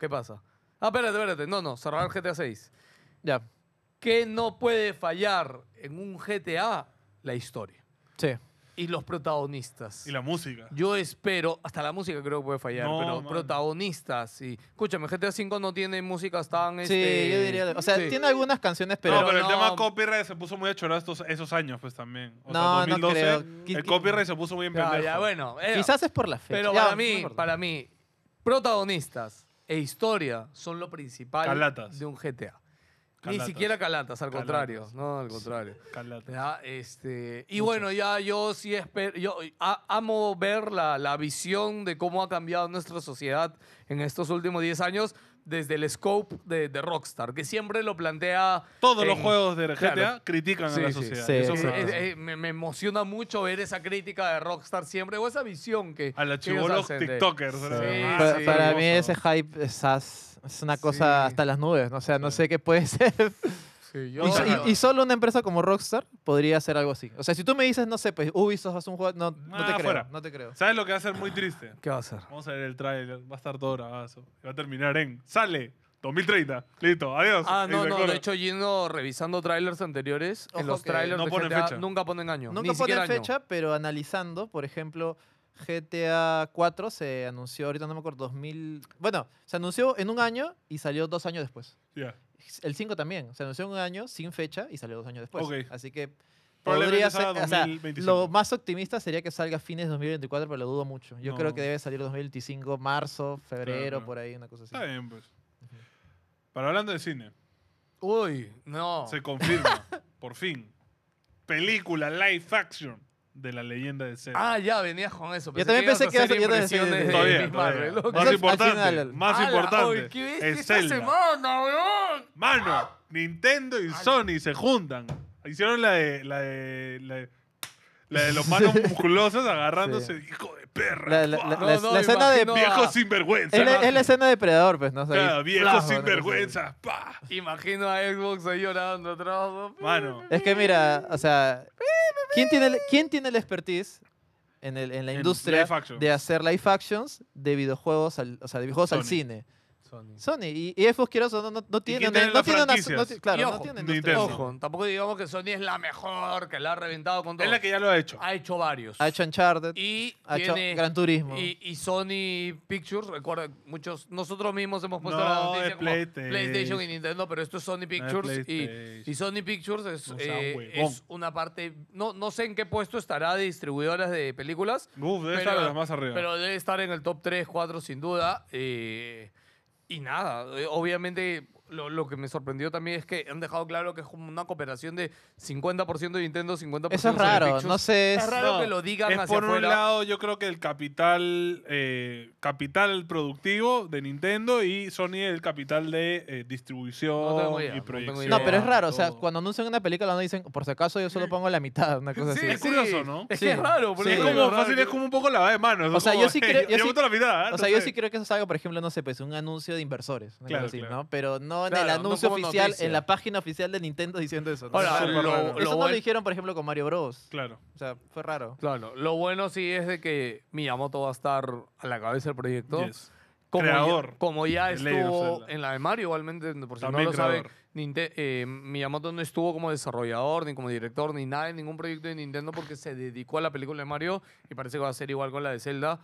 Speaker 3: ¿Qué pasa? Ah, espérate, espérate. No, no, cerrar GTA 6.
Speaker 4: Ya,
Speaker 3: ¿Qué no puede fallar en un GTA? La historia.
Speaker 4: sí.
Speaker 3: Y los protagonistas.
Speaker 1: Y la música.
Speaker 3: Yo espero, hasta la música creo que puede fallar,
Speaker 1: No,
Speaker 3: pero
Speaker 1: mano.
Speaker 3: protagonistas. Y, escúchame, GTA 5 no tiene músicas tan.
Speaker 4: Sí,
Speaker 3: este,
Speaker 4: yo diría, o sea,
Speaker 3: sí.
Speaker 4: tiene algunas canciones, pero...
Speaker 1: no, pero el
Speaker 3: no-
Speaker 1: tema copyright se puso muy achorado estos, esos años, pues también. O
Speaker 4: No, no
Speaker 1: sea, 2012,
Speaker 4: creo. Qui-
Speaker 1: el
Speaker 4: qui-
Speaker 1: copyright se puso muy en
Speaker 3: Ya,
Speaker 1: pendejo.
Speaker 3: ya, bueno. era-
Speaker 4: Quizás es por la fecha.
Speaker 3: Pero
Speaker 4: Ya,
Speaker 3: para
Speaker 4: no me
Speaker 3: mí,
Speaker 4: acuerdo.
Speaker 3: para mí, protagonistas e historia son lo principal
Speaker 1: Calatas.
Speaker 3: de un GTA. Ni
Speaker 1: Calatas.
Speaker 3: siquiera calatas, al
Speaker 1: Calatas.
Speaker 3: contrario. No, al contrario.
Speaker 1: Calata.
Speaker 3: Ya, este, y bueno, ya yo sí espero, yo a- amo ver la, la visión de cómo ha cambiado nuestra sociedad en estos últimos 10 años desde el scope de, de Rockstar, que siempre lo plantea...
Speaker 1: Todos los
Speaker 3: en-
Speaker 1: juegos de GTA
Speaker 3: Claro.
Speaker 1: critican
Speaker 3: Sí,
Speaker 1: a la
Speaker 3: sí,
Speaker 1: sociedad.
Speaker 4: sí.
Speaker 1: Eso
Speaker 3: Eh,
Speaker 1: fue-
Speaker 3: eh, eh, me, me emociona mucho ver esa crítica de Rockstar siempre, o esa visión que...
Speaker 1: a los
Speaker 3: que ellos
Speaker 1: chibolos
Speaker 3: hacen de-
Speaker 1: tiktokers.
Speaker 4: Sí.
Speaker 1: ¿no?
Speaker 3: Sí,
Speaker 4: Pa-
Speaker 3: sí.
Speaker 4: para mí
Speaker 1: hermoso.
Speaker 4: ese hype es, as- es una cosa
Speaker 3: Sí.
Speaker 4: hasta las nubes, ¿no? o sea, no
Speaker 1: Sí.
Speaker 4: sé qué puede ser.
Speaker 3: Sí,
Speaker 4: Y,
Speaker 3: yo-
Speaker 4: so- y-
Speaker 3: yo-
Speaker 4: y solo una empresa como Rockstar podría hacer algo así. O sea, si tú me dices, no sé, pues Ubisoft hace un juego, no, no
Speaker 1: Ah,
Speaker 4: te creo,
Speaker 1: fuera.
Speaker 4: no te creo.
Speaker 1: ¿Sabes lo que va a ser muy triste?
Speaker 3: ¿Qué va a hacer?
Speaker 1: Vamos a ver el trailer. Va a estar todo bravazo. Va a terminar en. Sale 2030. Listo. Adiós.
Speaker 3: Ah,
Speaker 1: Y
Speaker 3: no,
Speaker 1: se
Speaker 3: no,
Speaker 1: corre.
Speaker 3: de hecho Gino revisando trailers anteriores, en
Speaker 4: Ojo
Speaker 3: los
Speaker 4: que
Speaker 3: trailers
Speaker 1: no
Speaker 3: de
Speaker 1: ponen
Speaker 3: GTA
Speaker 1: fecha.
Speaker 3: nunca ponen año,
Speaker 4: Nunca
Speaker 3: ni siquiera
Speaker 4: ponen
Speaker 3: año.
Speaker 4: fecha, pero analizando, por ejemplo, GTA 4 se anunció ahorita, no me acuerdo, 2000. Bueno, se anunció en un año y salió dos años después.
Speaker 1: Ya.
Speaker 4: El 5 también, se anunció en un año sin fecha y salió dos años después.
Speaker 1: Ok.
Speaker 4: Así que
Speaker 1: Probablemente
Speaker 4: podría ser.
Speaker 1: salga
Speaker 4: o sea,
Speaker 1: 2025.
Speaker 4: lo más optimista sería que salga fines de 2024, pero lo dudo mucho. Yo creo
Speaker 1: No.
Speaker 4: que debe salir 2025, marzo, febrero,
Speaker 1: claro.
Speaker 4: por ahí, una cosa así.
Speaker 1: Está bien, pues. Pero hablando de cine,
Speaker 3: Uy, no.
Speaker 1: se confirma, por fin, película live action de la leyenda de Zelda.
Speaker 3: Ah, ya venías con eso.
Speaker 4: también pensé que ibas a- yo
Speaker 3: hacer
Speaker 4: también
Speaker 3: impresiones
Speaker 4: pensé-
Speaker 3: de
Speaker 1: todavía,
Speaker 3: Miss
Speaker 1: todavía.
Speaker 3: Marvel, loco.
Speaker 1: Más
Speaker 4: Eso es
Speaker 1: importante,
Speaker 4: al final.
Speaker 1: más
Speaker 3: ¡Hala!
Speaker 1: importante,
Speaker 3: Uy, ¿qué viste
Speaker 1: es
Speaker 3: esta
Speaker 1: Zelda.
Speaker 3: semana, weón?
Speaker 1: Mano, Nintendo y Sony se juntan. Hicieron la de, la de, la de, la de los manos musculosos agarrándose. Hijo de
Speaker 4: La,
Speaker 1: perra.
Speaker 4: la- la-
Speaker 1: ¡Fua!
Speaker 3: No,
Speaker 4: la-
Speaker 3: no,
Speaker 4: la escena de.
Speaker 3: imagino-
Speaker 1: viejo
Speaker 3: ah.
Speaker 1: sinvergüenza.
Speaker 4: Es la, es la escena de Predador, pues, ¿no? O sea, ahí,
Speaker 1: Claro, viejo
Speaker 4: ¡plah! Una cosa así.
Speaker 1: sinvergüenza. ¡Pah!
Speaker 3: Imagino a Xbox ahí llorando atrás. weón.
Speaker 1: Mano.
Speaker 4: Es que mira, o sea, ¿quién tiene el, quién tiene el expertise en, el- en la
Speaker 1: En
Speaker 4: industria
Speaker 1: live actions.
Speaker 4: de hacer live actions de videojuegos al, o sea, de videojuegos al
Speaker 1: Sony.
Speaker 4: cine?
Speaker 3: Sony.
Speaker 4: Sony y, y Xbox quiero no, no, no tiene,
Speaker 1: quién
Speaker 4: una-
Speaker 1: tiene
Speaker 4: no
Speaker 1: las
Speaker 4: tiene una, no
Speaker 1: franquicias?
Speaker 4: ti- claro,
Speaker 3: Y
Speaker 4: no
Speaker 3: ojo,
Speaker 4: tiene
Speaker 1: Nintendo.
Speaker 4: industria.
Speaker 3: Ojo, tampoco digamos que Sony es la mejor, que la ha reventado con todo.
Speaker 1: Es la que ya lo ha hecho.
Speaker 3: Ha hecho varios.
Speaker 4: Ha hecho Uncharted,
Speaker 3: y
Speaker 4: ha hecho
Speaker 3: tiene
Speaker 4: Gran Turismo.
Speaker 3: Y, y Sony Pictures, recuerda, muchos, nosotros mismos hemos puesto
Speaker 1: No,
Speaker 3: la noticia
Speaker 1: es
Speaker 3: como
Speaker 1: PlayStation.
Speaker 3: PlayStation y Nintendo, pero esto es Sony Pictures y,
Speaker 1: PlayStation.
Speaker 3: y Sony Pictures es,
Speaker 1: No sea
Speaker 3: eh,
Speaker 1: huevón.
Speaker 3: es una parte, no, no sé en qué puesto estará de distribuidoras de películas,
Speaker 1: Uf, debe estar de las más arriba.
Speaker 3: pero debe estar en el top 3, 4 sin duda. eh, y nada, eh, obviamente lo, lo que me sorprendió también es que han dejado claro que es como una cooperación de 50% de Nintendo, 50%
Speaker 4: Eso es
Speaker 3: de
Speaker 4: raro,
Speaker 3: Pictures.
Speaker 4: no sé.
Speaker 3: Es
Speaker 4: es-
Speaker 3: raro
Speaker 1: No,
Speaker 3: que lo digan
Speaker 1: es
Speaker 3: hacia
Speaker 1: por
Speaker 3: afuera.
Speaker 1: un lado, yo creo que el capital eh, capital productivo de Nintendo y Sony el capital de eh, distribución
Speaker 3: No tengo idea,
Speaker 1: y
Speaker 3: no tengo idea.
Speaker 1: proyección.
Speaker 4: No, pero es raro, o sea,
Speaker 1: todo.
Speaker 4: cuando anuncian una película no dicen, por si acaso yo solo pongo la mitad, una cosa
Speaker 3: Sí,
Speaker 4: así.
Speaker 1: Es curioso, ¿no?
Speaker 3: Es
Speaker 4: Sí.
Speaker 3: que es raro, porque
Speaker 1: es
Speaker 4: Sí.
Speaker 1: como
Speaker 3: raro
Speaker 1: fácil,
Speaker 3: que-
Speaker 1: es como un poco lavada de manos. ¿no?
Speaker 4: O sea,
Speaker 1: Como,
Speaker 4: yo sí
Speaker 1: "Hey,
Speaker 4: creo- yo
Speaker 1: Yo
Speaker 4: sí-
Speaker 1: meto la mitad. ¿eh?
Speaker 4: O sea, yo
Speaker 1: Entonces,
Speaker 4: sí creo que eso salga, por ejemplo, no sé, pues un anuncio de inversores, una
Speaker 1: Claro,
Speaker 4: cosa así,
Speaker 1: claro.
Speaker 4: ¿no? Pero no en
Speaker 3: Claro,
Speaker 4: el
Speaker 3: no
Speaker 4: anuncio
Speaker 3: como
Speaker 4: oficial,
Speaker 3: noticia.
Speaker 4: en la página oficial de Nintendo diciendo eso. ¿no?
Speaker 3: Ahora,
Speaker 4: Eso
Speaker 1: lo-
Speaker 4: raro.
Speaker 1: lo
Speaker 4: eso no
Speaker 3: bueno-
Speaker 4: lo dijeron, por ejemplo, con Mario Bros.
Speaker 1: Claro.
Speaker 4: O sea, fue raro.
Speaker 3: Claro, lo bueno sí es de que Miyamoto va a estar a la cabeza del proyecto.
Speaker 1: Yes.
Speaker 3: Como
Speaker 1: Creador
Speaker 3: Ya, como ya
Speaker 1: de Legend of
Speaker 3: estuvo
Speaker 1: Zelda.
Speaker 3: en la de Mario, igualmente, por si
Speaker 1: También
Speaker 3: no lo saben,
Speaker 1: creador.
Speaker 3: Ninte- eh, Miyamoto no estuvo como desarrollador, ni como director, ni nada en ningún proyecto de Nintendo porque se dedicó a la película de Mario y parece que va a ser igual con la de Zelda.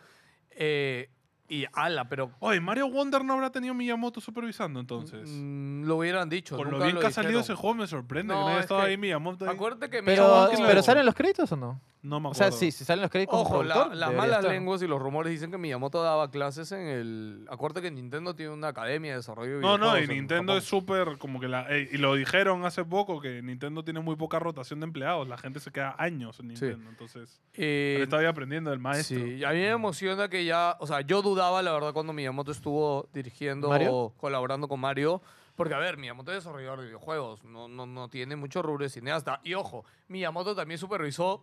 Speaker 3: Eh, y ala, pero
Speaker 1: Oye, Mario Wonder no habrá tenido Miyamoto supervisando entonces.
Speaker 3: mm, lo hubieran dicho.
Speaker 1: Con lo
Speaker 3: nunca
Speaker 1: bien que ha
Speaker 3: dijeron.
Speaker 1: salido ese juego me sorprende que
Speaker 3: No,
Speaker 1: no haya
Speaker 3: es
Speaker 1: estado
Speaker 3: que-
Speaker 1: ahí Miyamoto. ahí.
Speaker 3: Acuérdate que
Speaker 4: Pero,
Speaker 3: Miyamoto-
Speaker 4: pero ¿salen los créditos o no?
Speaker 1: No me
Speaker 4: O
Speaker 1: acuerdo.
Speaker 4: sea, sí, si salen los créditos. como
Speaker 3: Ojo, la-
Speaker 4: productor,
Speaker 3: las
Speaker 4: debería
Speaker 3: malas
Speaker 4: estar.
Speaker 3: lenguas y los rumores dicen que Miyamoto daba clases en el... Acuérdate que Nintendo tiene una academia de desarrollo de
Speaker 1: No, no, y
Speaker 3: videojuegos en
Speaker 1: Nintendo
Speaker 3: Japón.
Speaker 1: es súper como que la... ey, y lo dijeron hace poco que Nintendo tiene muy poca rotación de empleados. La gente se queda años en
Speaker 3: Sí.
Speaker 1: Nintendo. Entonces,
Speaker 3: Eh,
Speaker 1: pero estaba ahí aprendiendo del maestro.
Speaker 3: Sí, a mí me emociona que ya, o sea, yo dudaba la verdad cuando Miyamoto estuvo dirigiendo
Speaker 4: ¿Mario?
Speaker 3: o colaborando con Mario, porque a ver, Miyamoto es desarrollador de videojuegos, no, no, no tiene mucho rubro de cineasta. Y ojo, Miyamoto también supervisó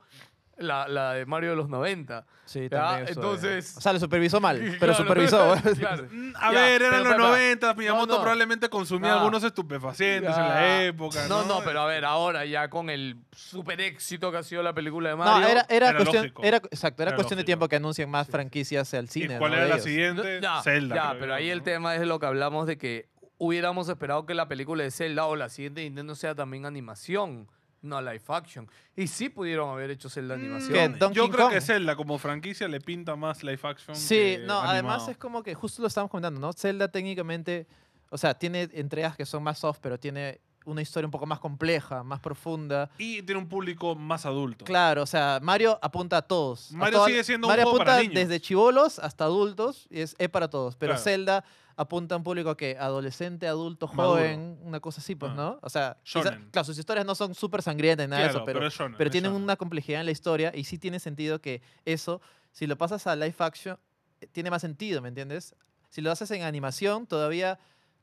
Speaker 3: la, la de Mario de los 90.
Speaker 1: Ah,
Speaker 4: Sí,
Speaker 3: Ya,
Speaker 4: también. eso, eh.
Speaker 3: entonces-
Speaker 4: O sea, lo supervisó mal,
Speaker 3: Claro.
Speaker 4: pero supervisó.
Speaker 3: Claro.
Speaker 1: Mm, A
Speaker 3: Ya,
Speaker 1: ver, eran
Speaker 3: pero,
Speaker 1: los
Speaker 3: pero,
Speaker 1: 90, Miyamoto
Speaker 3: no.
Speaker 1: probablemente consumía
Speaker 3: No.
Speaker 1: algunos estupefacientes en
Speaker 3: Ya.
Speaker 1: la época.
Speaker 3: No,
Speaker 1: No,
Speaker 3: no, pero a ver, ahora ya con el super éxito que ha sido la película de
Speaker 4: No,
Speaker 3: Mario.
Speaker 4: era, era,
Speaker 1: Era
Speaker 4: cuestión,
Speaker 1: lógico.
Speaker 4: era, exacto, era,
Speaker 1: Era
Speaker 4: cuestión de
Speaker 1: lógico.
Speaker 4: tiempo que anuncien más franquicias al
Speaker 1: ¿Y
Speaker 4: cine.
Speaker 1: cuál
Speaker 4: ¿no?
Speaker 1: era
Speaker 4: de
Speaker 1: la
Speaker 4: ellos.
Speaker 1: siguiente?
Speaker 3: Ya,
Speaker 1: Zelda.
Speaker 3: ya,
Speaker 1: creo
Speaker 3: pero
Speaker 1: yo,
Speaker 3: ahí el
Speaker 1: ¿no?
Speaker 3: tema es lo que hablamos de que hubiéramos esperado que la película de Zelda o la siguiente de Nintendo sea también animación, no live action. Y sí pudieron haber hecho Zelda animación.
Speaker 4: Mm. ¿Qué?
Speaker 1: Yo
Speaker 4: Donkey
Speaker 1: creo que
Speaker 4: Kong.
Speaker 1: Zelda como franquicia le pinta más live action.
Speaker 4: Sí,
Speaker 1: que
Speaker 4: no, además
Speaker 1: animado.
Speaker 4: es como que justo lo estábamos comentando, ¿no? Zelda técnicamente, o sea, tiene entregas que son más soft, pero tiene una historia un poco más compleja, más profunda.
Speaker 1: Y tiene un público más adulto.
Speaker 4: Claro, o sea, Mario apunta a todos. a
Speaker 1: Mario
Speaker 4: todas-
Speaker 1: sigue siendo un
Speaker 4: Mario
Speaker 1: juego
Speaker 4: apunta
Speaker 1: para niños.
Speaker 4: desde chivolos hasta adultos, y es, es para todos. Pero
Speaker 1: Claro.
Speaker 4: Zelda apunta a un público que adolescente, adulto,
Speaker 1: Maduro.
Speaker 4: joven, una cosa así, pues,
Speaker 1: Ah.
Speaker 4: ¿no? O sea, quizá-
Speaker 1: Shonen.
Speaker 4: claro, sus historias no son súper sangrientas ni nada de
Speaker 1: Claro,
Speaker 4: eso, pero,
Speaker 1: es shonen,
Speaker 4: pero
Speaker 1: es
Speaker 4: tienen
Speaker 1: shonen.
Speaker 4: una complejidad en la historia y sí tiene sentido que eso, si lo pasas a live action, eh, tiene más sentido, ¿me entiendes? Si lo haces en animación, todavía,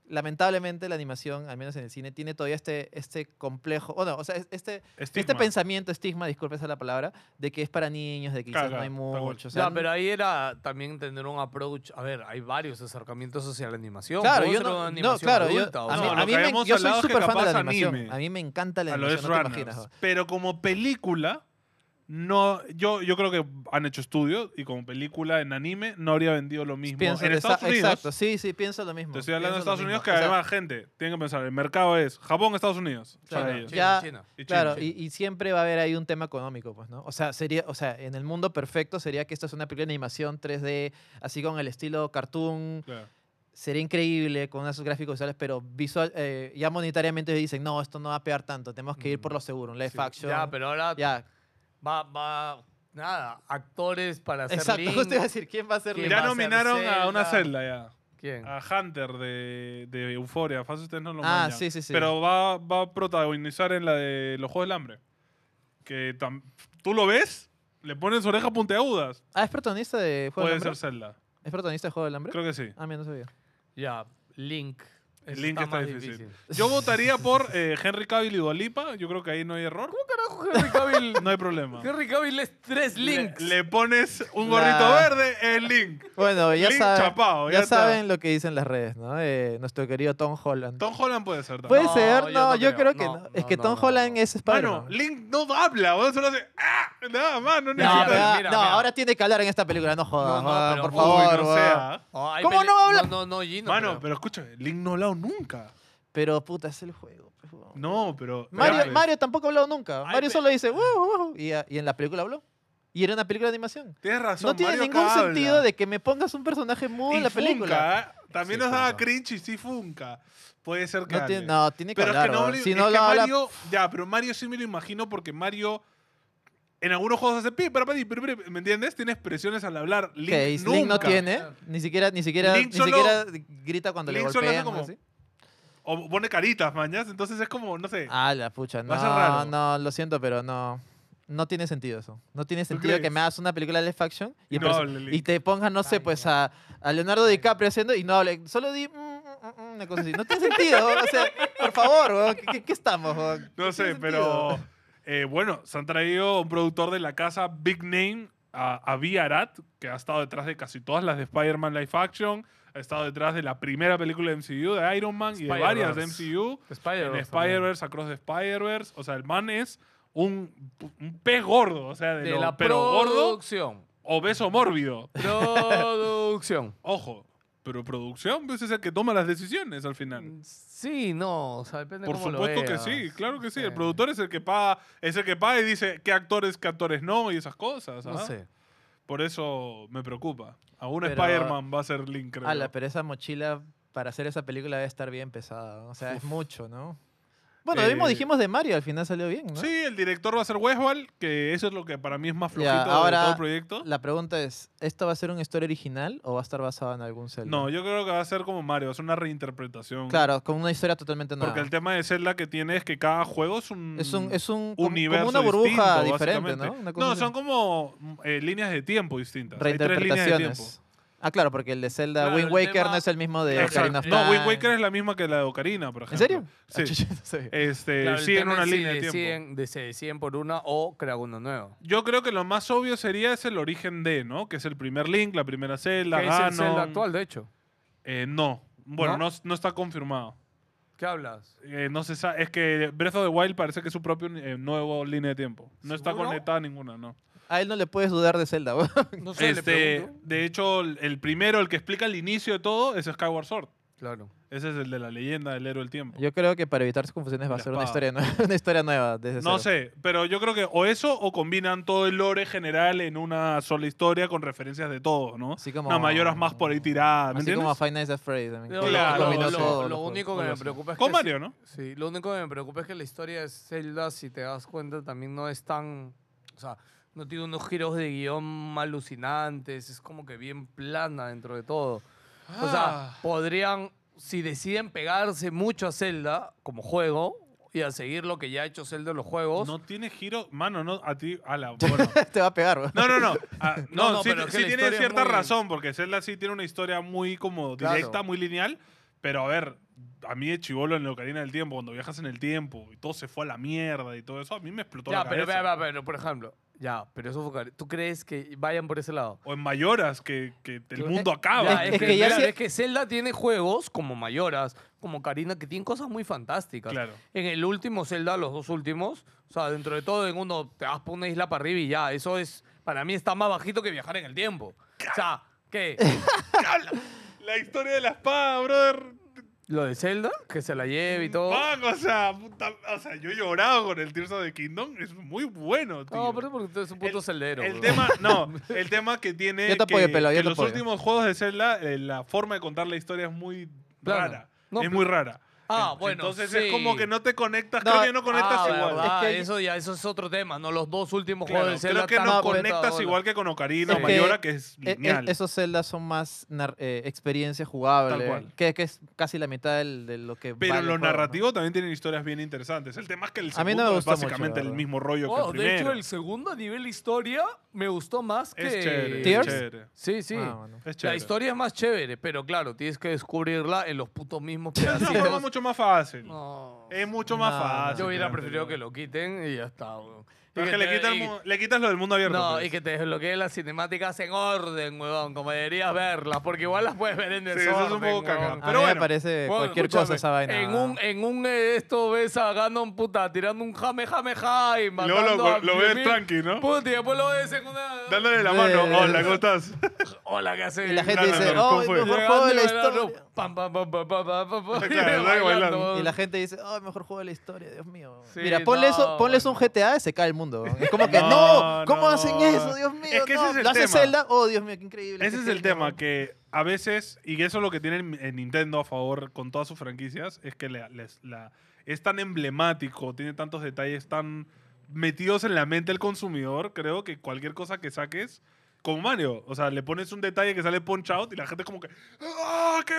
Speaker 4: lamentablemente, la animación, al menos en el cine, tiene todavía este, este complejo, o no, o sea, es- este, este
Speaker 1: Estigma.
Speaker 4: pensamiento, estigma, disculpe esa es la palabra, de que es para niños, de que quizás
Speaker 1: Claro,
Speaker 4: no hay
Speaker 1: claro, tal cual.
Speaker 4: mucho. O sea,
Speaker 3: Ya, pero ahí era también tener un approach. A ver, hay varios acercamientos hacia la animación.
Speaker 4: Claro,
Speaker 3: Puedo
Speaker 4: yo
Speaker 3: hacer
Speaker 4: no,
Speaker 3: una
Speaker 4: no,
Speaker 3: animación
Speaker 4: claro, yo-
Speaker 3: adulta, o
Speaker 4: a mí,
Speaker 1: No,
Speaker 3: sea,
Speaker 1: lo
Speaker 4: a mí
Speaker 1: que
Speaker 4: me,
Speaker 1: habíamos
Speaker 4: yo soy
Speaker 1: hablado es que
Speaker 4: súper fan de la
Speaker 1: capaz
Speaker 4: animación.
Speaker 1: anime.
Speaker 4: A mí me encanta la
Speaker 1: a lo de
Speaker 4: animación, no te imaginas.
Speaker 1: Runners. Pero como película, no, yo, yo creo que han hecho estudios y como película en anime no habría vendido lo mismo.
Speaker 4: Pienso
Speaker 1: en
Speaker 4: que
Speaker 1: Estados
Speaker 4: está-
Speaker 1: Unidos,
Speaker 4: Exacto, sí, sí, pienso lo mismo.
Speaker 1: te estoy hablando de
Speaker 4: pienso lo
Speaker 1: Estados Unidos, que
Speaker 4: mismo. O sea,
Speaker 1: además, gente, tienen que pensar, el mercado es Japón, Estados Unidos.
Speaker 3: China,
Speaker 1: para
Speaker 3: China,
Speaker 1: ellos.
Speaker 4: Ya-
Speaker 3: China.
Speaker 1: Y China.
Speaker 4: Claro, y, y siempre va a haber ahí un tema económico, pues, ¿no? O sea, sería, o sea, en el mundo perfecto sería que esto es una película de animación 3D, así con el estilo cartoon,
Speaker 1: Claro.
Speaker 4: sería increíble con esos gráficos visuales, pero visual, eh, ya monetariamente dicen, no, esto no va a pegar tanto, tenemos que ir por lo seguro, un live
Speaker 3: Sí.
Speaker 4: action.
Speaker 3: Ya, pero ahora
Speaker 4: ya.
Speaker 3: va, va, nada, actores para hacer
Speaker 4: Exacto,
Speaker 3: Link.
Speaker 4: justo iba a decir, ¿quién va a ser
Speaker 3: ¿Quién
Speaker 4: Link?
Speaker 3: va
Speaker 1: Ya
Speaker 3: a ser
Speaker 1: nominaron a una
Speaker 3: Zelda?
Speaker 1: celda ya.
Speaker 3: ¿Quién?
Speaker 1: A Hunter de, de Euforia. Fácil ustedes no lo
Speaker 4: Ah,
Speaker 1: mañan.
Speaker 4: sí, sí, sí.
Speaker 1: Pero va, va a protagonizar en la de los Juegos del Hambre. Que tam- tú lo ves, le pones orejas puntiagudas.
Speaker 4: Ah, ¿es protagonista de Juego
Speaker 1: Puede
Speaker 4: del
Speaker 1: ser
Speaker 4: Hambre?
Speaker 1: Zelda.
Speaker 4: ¿Es protagonista de Juego del Hambre?
Speaker 1: Creo que sí.
Speaker 4: Ah, mira, no sabía.
Speaker 3: Ya, Link.
Speaker 1: El
Speaker 3: Ese
Speaker 1: link está,
Speaker 3: más
Speaker 1: difícil. Yo votaría por eh, Henry Cavill y Dualipa. Yo creo que ahí no hay error.
Speaker 3: Carajo, Henry Cavill.
Speaker 1: No hay problema.
Speaker 3: Henry Cavill es tres links.
Speaker 1: Le, le pones un gorrito
Speaker 4: La-
Speaker 1: verde, el link.
Speaker 4: Bueno, ya,
Speaker 1: Link
Speaker 4: saben,
Speaker 1: chapao,
Speaker 4: ya,
Speaker 1: ya está.
Speaker 4: saben lo que dicen las redes, ¿no? Eh, nuestro querido Tom Holland.
Speaker 1: Tom Holland puede ser
Speaker 4: Puede
Speaker 1: también.
Speaker 3: No,
Speaker 4: ser,
Speaker 3: yo
Speaker 4: no,
Speaker 3: no
Speaker 4: yo
Speaker 3: creo.
Speaker 4: creo, que
Speaker 3: No,
Speaker 4: no.
Speaker 3: no,
Speaker 4: Es que
Speaker 3: no,
Speaker 4: Tom
Speaker 3: no,
Speaker 4: Holland
Speaker 3: no.
Speaker 4: es spider
Speaker 1: Mano, Link no habla. weón, Solo hace. ¡Ah! Nada más, no
Speaker 4: No,
Speaker 1: necesita.
Speaker 4: pero-
Speaker 3: mira, mira,
Speaker 4: no,
Speaker 3: mira.
Speaker 4: ahora tiene que hablar en esta película, no jodas,
Speaker 3: No, no,
Speaker 4: weón,
Speaker 3: pero-
Speaker 4: por
Speaker 3: Uy,
Speaker 4: favor.
Speaker 1: no
Speaker 4: weón.
Speaker 1: sea.
Speaker 3: Oh, hay
Speaker 4: ¿Cómo
Speaker 3: pele-
Speaker 4: no habla?
Speaker 3: No, no, no, Gino.
Speaker 1: Mano,
Speaker 3: pero-
Speaker 1: pero escucha, Link no ha hablado nunca.
Speaker 4: Pero puta, es el juego. pues, weón.
Speaker 1: No, pero.
Speaker 4: Mario,
Speaker 1: pero-
Speaker 4: Mario tampoco ha hablado nunca.
Speaker 1: Ay,
Speaker 4: Mario
Speaker 1: pe- Ah.
Speaker 4: solo dice, "Wow, wow", y, a- y en la película habló. Y era una película de animación.
Speaker 1: Tienes razón.
Speaker 4: No tiene
Speaker 1: Mario
Speaker 4: ningún
Speaker 1: acá
Speaker 4: sentido
Speaker 1: habla.
Speaker 4: de que me pongas un personaje mudo
Speaker 1: Y
Speaker 4: en la película.
Speaker 1: Funka, ¿eh? También
Speaker 3: Sí,
Speaker 1: nos daba
Speaker 3: Funka.
Speaker 1: cringe y sí funca. Puede ser que.
Speaker 4: No tiene,
Speaker 1: hable.
Speaker 4: no, tiene que
Speaker 1: Pero
Speaker 4: hablar.
Speaker 1: es que no,
Speaker 4: weón.
Speaker 1: me-
Speaker 4: si
Speaker 1: es
Speaker 4: no
Speaker 1: que
Speaker 4: lo habla,
Speaker 1: Mario, ya, pero Mario sí me lo imagino porque Mario en algunos juegos hace pi, para pi, pi, pi, pi", ¿me entiendes? Tiene expresiones al hablar. Link,
Speaker 4: que
Speaker 1: nunca.
Speaker 4: Link no tiene, ni siquiera, ni siquiera,
Speaker 1: Link
Speaker 4: ni
Speaker 1: solo-
Speaker 4: siquiera grita cuando
Speaker 1: Link
Speaker 4: le
Speaker 1: solo hace
Speaker 4: golpean.
Speaker 1: como-
Speaker 4: así.
Speaker 1: o pone caritas, mañas. Entonces es como, no sé.
Speaker 4: Ah, la pucha.
Speaker 1: Va
Speaker 4: No,
Speaker 1: a ser raro.
Speaker 4: no, lo siento, pero no. No tiene sentido eso. No tiene sentido que
Speaker 1: crees?
Speaker 4: me hagas una película de live action y, el
Speaker 1: No
Speaker 4: perso-
Speaker 1: hable, Lili.
Speaker 4: y te pongas, no sé,
Speaker 3: Ay,
Speaker 4: pues
Speaker 3: ya.
Speaker 4: a, a Leonardo DiCaprio haciendo y no hable. Solo di mm, mm, mm, una cosa así. No tiene sentido. o sea, por favor, weón, ¿qué, qué- qué estamos? weón?
Speaker 1: No
Speaker 4: tiene
Speaker 1: sé,
Speaker 4: sentido.
Speaker 1: pero eh, bueno, se han traído un productor de la casa, Big Name, a, a Vi Arat, que ha estado detrás de casi todas las de Spider-Man Live Action, ha estado detrás de la primera película de MCU, de Iron Man y de varias de
Speaker 3: Spider-Verse.
Speaker 1: MCU. En
Speaker 3: Spider-Verse.
Speaker 1: Spider-Verse, Across the Spider-Verse. O sea, el man es un, un pez gordo, o sea, de,
Speaker 3: también.
Speaker 1: lo-
Speaker 3: De la
Speaker 1: pero gordo,
Speaker 3: producción.
Speaker 1: obeso mórbido.
Speaker 3: Producción.
Speaker 1: Ojo, pero producción pues, es el que toma las decisiones al final.
Speaker 3: Sí, no, o sea, depende
Speaker 1: Por
Speaker 3: cómo lo
Speaker 1: supuesto que
Speaker 3: veas. Eh,
Speaker 1: sí, claro que sí. El
Speaker 3: Sí.
Speaker 1: productor es el que paga, es el que paga y dice qué actores, qué actores no y esas cosas.
Speaker 3: No
Speaker 1: ¿ah?
Speaker 3: sé.
Speaker 1: Por eso me preocupa. Aún
Speaker 4: Pero-
Speaker 1: Spider-Man va a ser Link, creo.
Speaker 4: Ala, pero esa mochila para hacer esa película debe estar bien pesada. O sea, es mucho, ¿no? Bueno, lo mismo
Speaker 1: Eh,
Speaker 4: dijimos de Mario, al final salió bien, ¿no?
Speaker 1: Sí, el director va a ser Westworld, que eso es lo que para mí es más flojito
Speaker 4: Ya, ahora-
Speaker 1: de todo el proyecto.
Speaker 4: La pregunta es, ¿esto va a ser una historia original o va a estar basada en algún cel?
Speaker 1: No, yo creo que va a ser como Mario, es una reinterpretación.
Speaker 4: Claro, con una historia totalmente nueva.
Speaker 1: Porque el tema de Zelda que tiene es que cada juego es un,
Speaker 4: es un, es un como-
Speaker 1: universo.
Speaker 4: como una burbuja
Speaker 1: distinto,
Speaker 4: diferente, ¿no?
Speaker 1: básicamente.
Speaker 4: Una cosa
Speaker 1: No,
Speaker 4: así.
Speaker 1: son como mm, eh, líneas de tiempo distintas. Hay tres líneas de tiempo.
Speaker 4: reinterpretaciones. Ah, claro, porque el de Zelda
Speaker 3: Claro,
Speaker 4: Wind
Speaker 3: el
Speaker 4: Waker
Speaker 3: tema-
Speaker 4: no es el mismo de
Speaker 1: Exacto.
Speaker 4: Ocarina of
Speaker 1: No, Wind
Speaker 4: Time.
Speaker 1: Waker es la misma que la de Ocarina, por ejemplo.
Speaker 4: ¿En serio? Ah,
Speaker 1: Sí.
Speaker 4: chucha, no sabía.
Speaker 1: Este,
Speaker 3: Claro, el
Speaker 1: siguen
Speaker 3: tema
Speaker 1: una
Speaker 3: es
Speaker 1: línea
Speaker 3: si
Speaker 1: de tiempo.
Speaker 3: deciden- de- se deciden por una o crean una nueva.
Speaker 1: Yo creo que lo más obvio sería es el origen de, ¿no? Que es el primer Link, la primera celda,
Speaker 3: que es el Zelda
Speaker 1: Ganon.
Speaker 3: actual, de hecho.
Speaker 1: Eh, no. Bueno,
Speaker 3: ¿No?
Speaker 1: ¿No? no está confirmado.
Speaker 3: ¿Qué hablas?
Speaker 1: Eh, no se sa- Es que Breath of the Wild parece que es su propio eh, nuevo línea de tiempo. No está
Speaker 3: ¿Seguro?
Speaker 1: conectada a ninguna, ¿no.
Speaker 4: A él no le puedes dudar de Zelda. weón.
Speaker 3: No sé, le
Speaker 1: Este,
Speaker 3: pregunto.
Speaker 1: de hecho, el el primero, el que explica el inicio de todo, es Skyward Sword.
Speaker 3: Claro.
Speaker 1: Ese es el de la leyenda del héroe del tiempo.
Speaker 4: Yo creo que para evitar sus confusiones va a
Speaker 1: La
Speaker 4: ser una
Speaker 1: espada.
Speaker 4: historia, nueva, una historia nueva desde
Speaker 1: No
Speaker 4: cero.
Speaker 1: sé, pero yo creo que o eso o combinan todo el lore general en una sola historia con referencias de todo, ¿no?
Speaker 4: Así como-
Speaker 1: Una mayoras más por ahí tirada, ¿me
Speaker 4: Así como a
Speaker 1: entiendes?
Speaker 4: Five Nights at Freddy's. también, que
Speaker 3: Lo,
Speaker 1: Claro,
Speaker 4: lo-
Speaker 3: lo-
Speaker 4: combinó
Speaker 3: lo-
Speaker 4: todo,
Speaker 3: lo
Speaker 4: los
Speaker 3: único que me
Speaker 4: juegos. Bueno, sí.
Speaker 3: preocupa es
Speaker 1: Con
Speaker 3: que
Speaker 1: Mario, ¿no?
Speaker 3: Sí, lo único que me preocupa es que la historia de Zelda, si te das cuenta, también no es tan. O sea, no tiene unos giros de guión alucinantes, es como que bien plana dentro de todo. O
Speaker 1: Ah.
Speaker 3: sea, podrían, si deciden pegarse mucho a Zelda como juego y a seguir lo que ya ha hecho Zelda en los juegos.
Speaker 1: no tiene giro, mano, no a ti, a la bueno.
Speaker 4: Te va a pegar, weón.
Speaker 1: No, no, no. Ah, no,
Speaker 3: No, no,
Speaker 1: sí,
Speaker 3: pero es que
Speaker 1: sí
Speaker 3: la
Speaker 1: tiene
Speaker 3: historia es
Speaker 1: cierta
Speaker 3: muy-
Speaker 1: razón, porque Zelda sí tiene una historia muy como
Speaker 3: Claro.
Speaker 1: directa, muy lineal. Pero a ver, a mí de chivolo en la Ocarina del Tiempo, cuando viajas en el tiempo y todo se fue a la mierda y todo eso, a mí me explotó
Speaker 3: ya,
Speaker 1: la
Speaker 3: pero,
Speaker 1: cabeza.
Speaker 3: pero, pero, por ejemplo, ya, pero eso fue- ¿Tú crees que vayan por ese lado?
Speaker 1: O en Mayoras, que, que el
Speaker 4: Yo-
Speaker 1: mundo
Speaker 4: eh,
Speaker 1: acaba.
Speaker 3: Ya,
Speaker 4: es
Speaker 3: Ah, es,
Speaker 4: que
Speaker 3: que
Speaker 4: ya
Speaker 3: mira,
Speaker 4: se-
Speaker 3: es que Zelda tiene juegos como Mayoras, como Karina, que tienen cosas muy fantásticas.
Speaker 1: Claro.
Speaker 3: En el último Zelda, los dos últimos, o sea, dentro de todo, en uno te vas por una isla para arriba y ya. Eso es, para mí, está más bajito que viajar en el tiempo. O sea, ¿qué?
Speaker 1: La historia de la espada, brother.
Speaker 3: Lo de Zelda, que se la lleve y todo.
Speaker 1: Man, o sea, puta- o sea, yo he llorado con el Tears of the Kingdom. Es muy bueno, tío.
Speaker 3: No, pero es porque tú eres un puto
Speaker 1: El-
Speaker 3: celdero.
Speaker 1: el
Speaker 3: bro.
Speaker 1: tema, no, el tema que tiene
Speaker 4: Yo te
Speaker 1: que,
Speaker 4: apoyo, Pelo, yo
Speaker 1: que
Speaker 4: te
Speaker 1: los
Speaker 4: apoyo.
Speaker 1: últimos juegos de Zelda, eh, la forma de contar la historia es muy
Speaker 3: Claro.
Speaker 1: rara.
Speaker 3: No,
Speaker 1: es
Speaker 3: pero-
Speaker 1: muy rara.
Speaker 3: Ah,
Speaker 1: En-
Speaker 3: bueno,
Speaker 1: Entonces
Speaker 3: sí.
Speaker 1: es como que no te conectas,
Speaker 4: No,
Speaker 1: creo que no conectas
Speaker 3: Ah,
Speaker 1: igual.
Speaker 3: verdad,
Speaker 4: Es que-
Speaker 3: eso ya, eso es otro tema, ¿no? Los dos últimos
Speaker 1: Claro,
Speaker 3: juegos de Zelda.
Speaker 1: creo que
Speaker 3: tan
Speaker 4: tan-
Speaker 1: no conectas
Speaker 3: puta
Speaker 1: igual que con Ocarina
Speaker 4: Es
Speaker 1: o
Speaker 4: que-
Speaker 1: Mayora, que es
Speaker 4: Eh, eh,
Speaker 1: lineal.
Speaker 4: esos celdas son más nar- eh, experiencia jugable,
Speaker 1: Tal cual.
Speaker 4: Que, que es casi la mitad del- de lo que
Speaker 1: pero
Speaker 4: vale el
Speaker 1: los
Speaker 4: juego, ¿no?
Speaker 1: narrativos también tienen historias bien interesantes. El tema es que el
Speaker 4: A mí no me
Speaker 1: segundo es
Speaker 4: gusta mucho,
Speaker 1: básicamente
Speaker 4: la
Speaker 1: el
Speaker 4: verdad.
Speaker 1: mismo rollo
Speaker 3: Wow,
Speaker 1: que el
Speaker 3: Oh, de
Speaker 1: primero.
Speaker 3: hecho, el segundo a nivel historia me gustó más que.
Speaker 1: Es chévere. es
Speaker 4: ¿Tears?
Speaker 1: chévere,
Speaker 3: Sí, sí.
Speaker 4: Ah, bueno.
Speaker 1: es
Speaker 3: La
Speaker 1: chévere.
Speaker 3: historia es más chévere, pero claro, tienes que descubrirla en los putos mismos
Speaker 1: Es una forma
Speaker 3: pedacitos.
Speaker 1: mucho más fácil.
Speaker 3: No.
Speaker 1: Es mucho más
Speaker 4: No, no.
Speaker 1: fácil.
Speaker 3: Yo hubiera
Speaker 1: realmente,
Speaker 3: preferido
Speaker 1: ¿no?
Speaker 3: que lo quiten y ya está. weón. Y
Speaker 1: Pero es que le,
Speaker 3: te-
Speaker 1: quita el
Speaker 3: y-
Speaker 1: mu- le quitas lo del mundo abierto.
Speaker 3: No,
Speaker 1: pues.
Speaker 3: y que te desbloqueen las cinemáticas en orden, huevón, como deberías verlas, porque igual las puedes ver en
Speaker 1: Sí,
Speaker 3: desorden.
Speaker 1: eso es un poco caca.
Speaker 3: huevón.
Speaker 4: A
Speaker 1: Pero
Speaker 4: mí
Speaker 1: bueno.
Speaker 4: me parece
Speaker 3: Huevón,
Speaker 4: cualquier
Speaker 3: escúchame,
Speaker 4: cosa esa vaina.
Speaker 3: En un, en un eh, esto ves a Ganon puta tirando un jame, jame, jame.
Speaker 1: Y luego lo-
Speaker 3: matando a
Speaker 1: lo ves
Speaker 3: 10.000
Speaker 1: tranqui, ¿no?
Speaker 3: Puta, y después lo ves en una.
Speaker 1: Dándole la
Speaker 4: Eh,
Speaker 1: mano.
Speaker 4: eh,
Speaker 1: Hola,
Speaker 4: eh.
Speaker 1: ¿cómo estás?
Speaker 3: Hola, ¿qué haces?
Speaker 4: Y la gente
Speaker 1: No, no,
Speaker 4: dice,
Speaker 1: no, ¿cómo
Speaker 4: "Ay,
Speaker 1: fue?"
Speaker 4: mejor
Speaker 3: Llegando
Speaker 4: juego de la
Speaker 3: y bailando,
Speaker 4: historia.
Speaker 3: pam, pam, pam, pam, pam, pam, pam, pam,
Speaker 1: Claro,
Speaker 3: y
Speaker 1: luego bailando.
Speaker 3: bailando.
Speaker 4: Y la gente dice, "Ay, mejor juego de la historia, Dios mío.
Speaker 3: Sí,
Speaker 4: Mira, ponle eso,
Speaker 3: no,
Speaker 4: ponles un
Speaker 3: bueno.
Speaker 4: GTA y se cae el mundo. weón. Es como que,
Speaker 1: No,
Speaker 4: no, ¿cómo
Speaker 1: no.
Speaker 4: hacen eso, Dios mío?
Speaker 1: Es que ese
Speaker 4: no,
Speaker 1: es el
Speaker 4: ¿Lo hace
Speaker 1: tema.
Speaker 4: Zelda? Oh, Dios mío, qué increíble.
Speaker 1: Ese
Speaker 4: qué
Speaker 1: es el
Speaker 4: genio".
Speaker 1: tema, que a veces, y eso es lo que tiene en Nintendo a favor con todas sus franquicias, es que la- les- la- es tan emblemático, tiene tantos detalles tan metidos en la mente del consumidor, creo que cualquier cosa que saques como Mario. O sea, le pones un detalle que sale Punch Out y la gente es como que ¡Ah, qué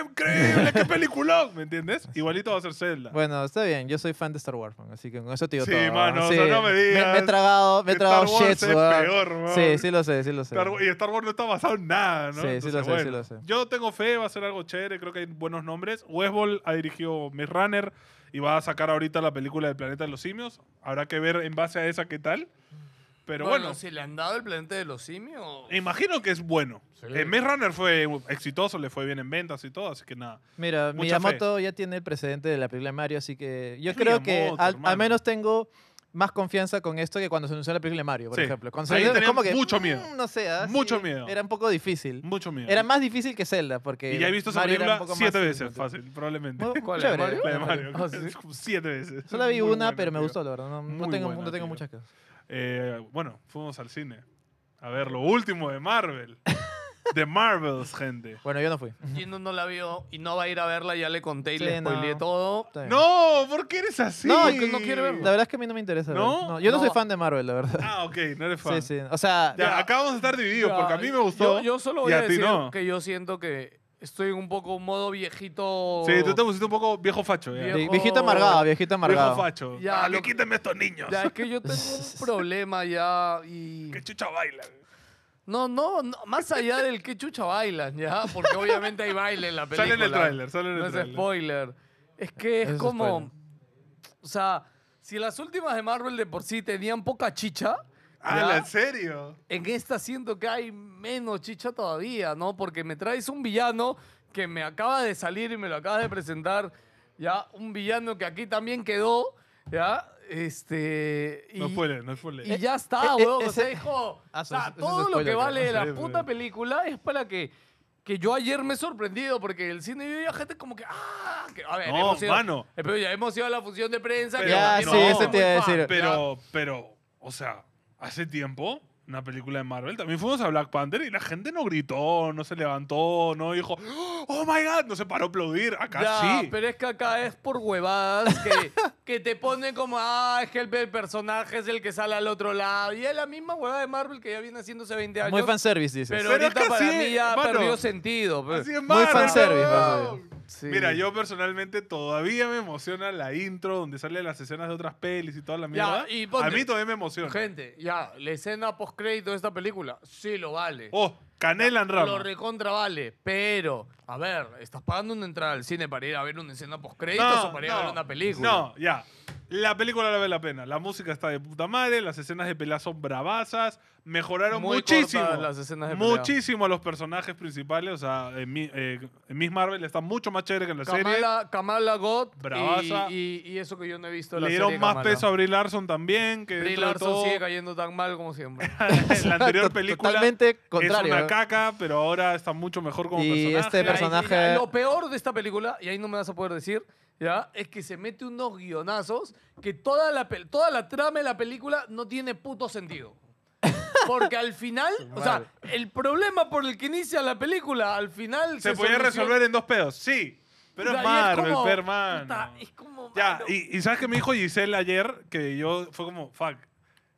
Speaker 1: increíble! ¡Qué peliculón! ¿Me entiendes? Igualito va a ser Zelda.
Speaker 4: Bueno, está bien. Yo soy fan de Star Wars, man, así que con eso te digo
Speaker 1: Sí,
Speaker 4: todo.
Speaker 1: mano, o sea, no me
Speaker 4: Me, he
Speaker 1: digas
Speaker 4: tragado, me he
Speaker 1: que
Speaker 4: tragado
Speaker 1: Star Wars
Speaker 4: shits,
Speaker 1: es
Speaker 4: weón.
Speaker 1: peor, weón.
Speaker 4: Sí, sí lo sé, sí lo sé.
Speaker 1: Star Wars- y Star Wars no está basado en nada, ¿no?
Speaker 4: Sí, sí lo sé, sí lo sé.
Speaker 1: Yo tengo fe, va a ser algo chévere, creo que hay buenos nombres. Westworld ha dirigido Miss Runner y va a sacar ahorita la película del Planeta de los Simios. Habrá que ver en base a esa qué tal. Pero
Speaker 3: bueno,
Speaker 1: bueno,
Speaker 3: si le han dado el planeta de los simios.
Speaker 1: imagino que es bueno.
Speaker 3: Sí.
Speaker 1: Eh, Maze Runner fue exitoso, le fue bien en ventas y todo, así que nada.
Speaker 4: Mira,
Speaker 1: Mucha
Speaker 4: Miyamoto ya tiene el precedente de la película de Mario, así que yo
Speaker 1: Es
Speaker 4: creo que
Speaker 1: Miyamoto,
Speaker 4: al,
Speaker 1: hermano.
Speaker 4: al menos tengo más confianza con esto que cuando se anunció la película de Mario, por
Speaker 1: Sí.
Speaker 4: ejemplo. Cuando se
Speaker 1: Ahí
Speaker 4: anunció-
Speaker 1: tenía
Speaker 4: es como que,
Speaker 1: mucho miedo.
Speaker 4: mm, no sé, ah,
Speaker 1: Mucho miedo.
Speaker 4: Era un poco difícil.
Speaker 1: Mucho miedo.
Speaker 4: Era más difícil que Zelda, porque
Speaker 1: y ya he visto esa
Speaker 4: Mario era
Speaker 1: película
Speaker 4: un poco más
Speaker 1: siete veces,
Speaker 4: infantil.
Speaker 1: fácil, probablemente.
Speaker 4: Muy-
Speaker 3: ¿Cuál, la de
Speaker 4: chévere.
Speaker 1: La de Mario.
Speaker 3: Ah, ¿sí?
Speaker 1: siete veces.
Speaker 4: Solo vi
Speaker 1: Muy
Speaker 4: una,
Speaker 1: buena,
Speaker 4: pero me
Speaker 1: tío.
Speaker 4: gustó, la verdad. No, no
Speaker 1: Muy
Speaker 4: tengo,
Speaker 1: buena,
Speaker 4: no tengo
Speaker 1: tío.
Speaker 4: muchas cosas.
Speaker 1: Eh, bueno, fuimos al cine. A ver, lo último de Marvel. De Marvels, gente.
Speaker 4: Bueno, yo no fui.
Speaker 3: Gino no la vio y no va a ir a verla, ya le conté y
Speaker 4: Sí,
Speaker 3: le spoileé
Speaker 4: no.
Speaker 3: todo.
Speaker 4: Está bien.
Speaker 1: No, ¿por qué eres así?
Speaker 4: No,
Speaker 3: que no quiere verlo.
Speaker 4: La verdad es que a mí no me interesa. ver.
Speaker 1: ¿No?
Speaker 4: yo no,
Speaker 3: No.
Speaker 4: soy fan de Marvel, la verdad.
Speaker 1: Ah, ok, no eres fan.
Speaker 4: Sí, sí. O sea,
Speaker 1: Ya, acá vamos a estar divididos
Speaker 3: Ya,
Speaker 1: porque a mí me gustó.
Speaker 3: Yo, yo solo
Speaker 1: y
Speaker 3: voy a,
Speaker 1: a ti
Speaker 3: decir
Speaker 1: no.
Speaker 3: que yo siento que estoy en un poco un modo viejito.
Speaker 1: Sí, tú te pusiste un poco viejo facho. Ya.
Speaker 3: Viejo-
Speaker 4: vi- viejito amargado, viejito amargado.
Speaker 1: Viejo facho.
Speaker 3: Ya,
Speaker 1: ah, que
Speaker 3: lo-
Speaker 1: quítenme estos niños.
Speaker 3: Ya, es que yo tengo un problema ya y...
Speaker 1: Que chucha bailan.
Speaker 3: No, no, no, más allá del que chucha bailan, ya, porque obviamente hay baile en la película.
Speaker 1: Sale en el tráiler, sale en el
Speaker 3: No es
Speaker 1: tráiler.
Speaker 3: spoiler. Es que es
Speaker 4: Eso es
Speaker 3: como...
Speaker 4: spoiler.
Speaker 3: O sea, si las últimas de Marvel de por sí tenían poca chicha,
Speaker 1: Ah,
Speaker 3: ya,
Speaker 1: ¿en serio?
Speaker 3: en esta siento que hay menos chicha todavía, ¿no? Porque me traes un villano que me acaba de salir y me lo acabas de presentar, ya, un villano que aquí también quedó, ya, este...
Speaker 1: No
Speaker 3: y-
Speaker 1: spoiler, no spoiler.
Speaker 3: y ya está,
Speaker 4: eh,
Speaker 3: weón. O
Speaker 4: ese-
Speaker 3: sea, hijo,
Speaker 4: Ah,
Speaker 3: o sea,
Speaker 4: eso es- eso es
Speaker 3: todo lo que
Speaker 4: spoiler,
Speaker 3: vale de
Speaker 1: creo.
Speaker 3: la
Speaker 1: Sí,
Speaker 3: puta
Speaker 1: sí.
Speaker 3: película es para que, que yo ayer me he sorprendido porque el cine yo veía gente como que, ah, que- a ver,
Speaker 1: No,
Speaker 3: hemos ido,
Speaker 1: mano.
Speaker 3: eh, pero ya hemos ido a la función de prensa.
Speaker 1: Pero
Speaker 3: que
Speaker 1: ya,
Speaker 3: también
Speaker 1: sí,
Speaker 3: soy
Speaker 1: ese
Speaker 3: muy
Speaker 4: Ah, te iba
Speaker 3: fan,
Speaker 4: a decir.
Speaker 3: ya.
Speaker 1: Pero, pero, o sea, hace tiempo, una película de Marvel, también fuimos a Black Panther y la gente no gritó, no se levantó, no dijo, oh my god, no se paró a aplaudir. Acá
Speaker 3: Ya,
Speaker 1: sí.
Speaker 3: pero es que acá es por huevadas que, que te ponen como, ah, es que el, el personaje es el que sale al otro lado. Y es la misma huevada de Marvel que ya viene haciendo hace 20 años.
Speaker 4: muy fanservice, dices.
Speaker 3: pero
Speaker 1: Pero es
Speaker 3: ahorita
Speaker 1: que
Speaker 3: para
Speaker 1: así es,
Speaker 3: mí ya
Speaker 1: mano.
Speaker 3: perdió sentido. pues.
Speaker 1: Así es
Speaker 4: muy
Speaker 1: Marvel,
Speaker 4: fanservice,
Speaker 1: weón.
Speaker 3: Sí.
Speaker 1: Mira, yo personalmente todavía me emociona la intro donde salen las escenas de otras pelis y toda la mierda.
Speaker 3: y
Speaker 1: a
Speaker 3: ponte-
Speaker 1: mí todavía me emociona.
Speaker 3: Gente, ya, la escena postcrédito de esta película, sí lo vale.
Speaker 1: Oh, Canela en
Speaker 3: lo
Speaker 1: Rama.
Speaker 3: recontra vale, pero, a ver, ¿estás pagando una entrada al cine para ir a ver una escena postcréditos o para ir a ver una película?
Speaker 1: No, ya. La película la vale la pena. La música está de puta madre, las escenas de pelea son bravasas, mejoraron
Speaker 3: Muy
Speaker 1: muchísimo.
Speaker 3: cortas las escenas de pelea.
Speaker 1: muchísimo a los personajes principales. O sea, en mi- eh, en Miss Marvel está mucho más chévere que en la
Speaker 3: Kamala, Kamala God
Speaker 1: Bravaza.
Speaker 3: y, y- y eso que yo no he visto. de
Speaker 1: serie. Le
Speaker 3: la
Speaker 1: dieron
Speaker 3: serie
Speaker 1: más
Speaker 3: Kamala.
Speaker 1: peso a Brie Larson también, que
Speaker 3: Brie
Speaker 1: dentro de
Speaker 3: Larson
Speaker 1: todo,
Speaker 3: sigue cayendo tan mal como siempre.
Speaker 1: en la anterior
Speaker 4: To-
Speaker 1: película
Speaker 4: Totalmente contrario.
Speaker 1: es una
Speaker 4: ¿no?
Speaker 1: caca, pero ahora está mucho mejor como
Speaker 4: Y
Speaker 1: personaje.
Speaker 4: este personaje-
Speaker 3: Mira, y- y lo peor de esta película, y ahí no me vas a poder decir, ¿ya? Es que se mete unos guionazos que toda la, pel- toda la trama de la película no tiene puto sentido. Porque al final, o sea, el problema por el que inicia la película, al final
Speaker 1: Se podía
Speaker 3: soluciona-
Speaker 1: resolver en dos pedos, sí. Pero
Speaker 3: Puta,
Speaker 1: es
Speaker 3: y
Speaker 1: Marvel,
Speaker 3: como,
Speaker 1: perman.
Speaker 3: puta, es como,
Speaker 1: Ya,
Speaker 3: mano,
Speaker 1: y, y ¿sabes qué me dijo Giselle ayer? Que yo fue como, fuck.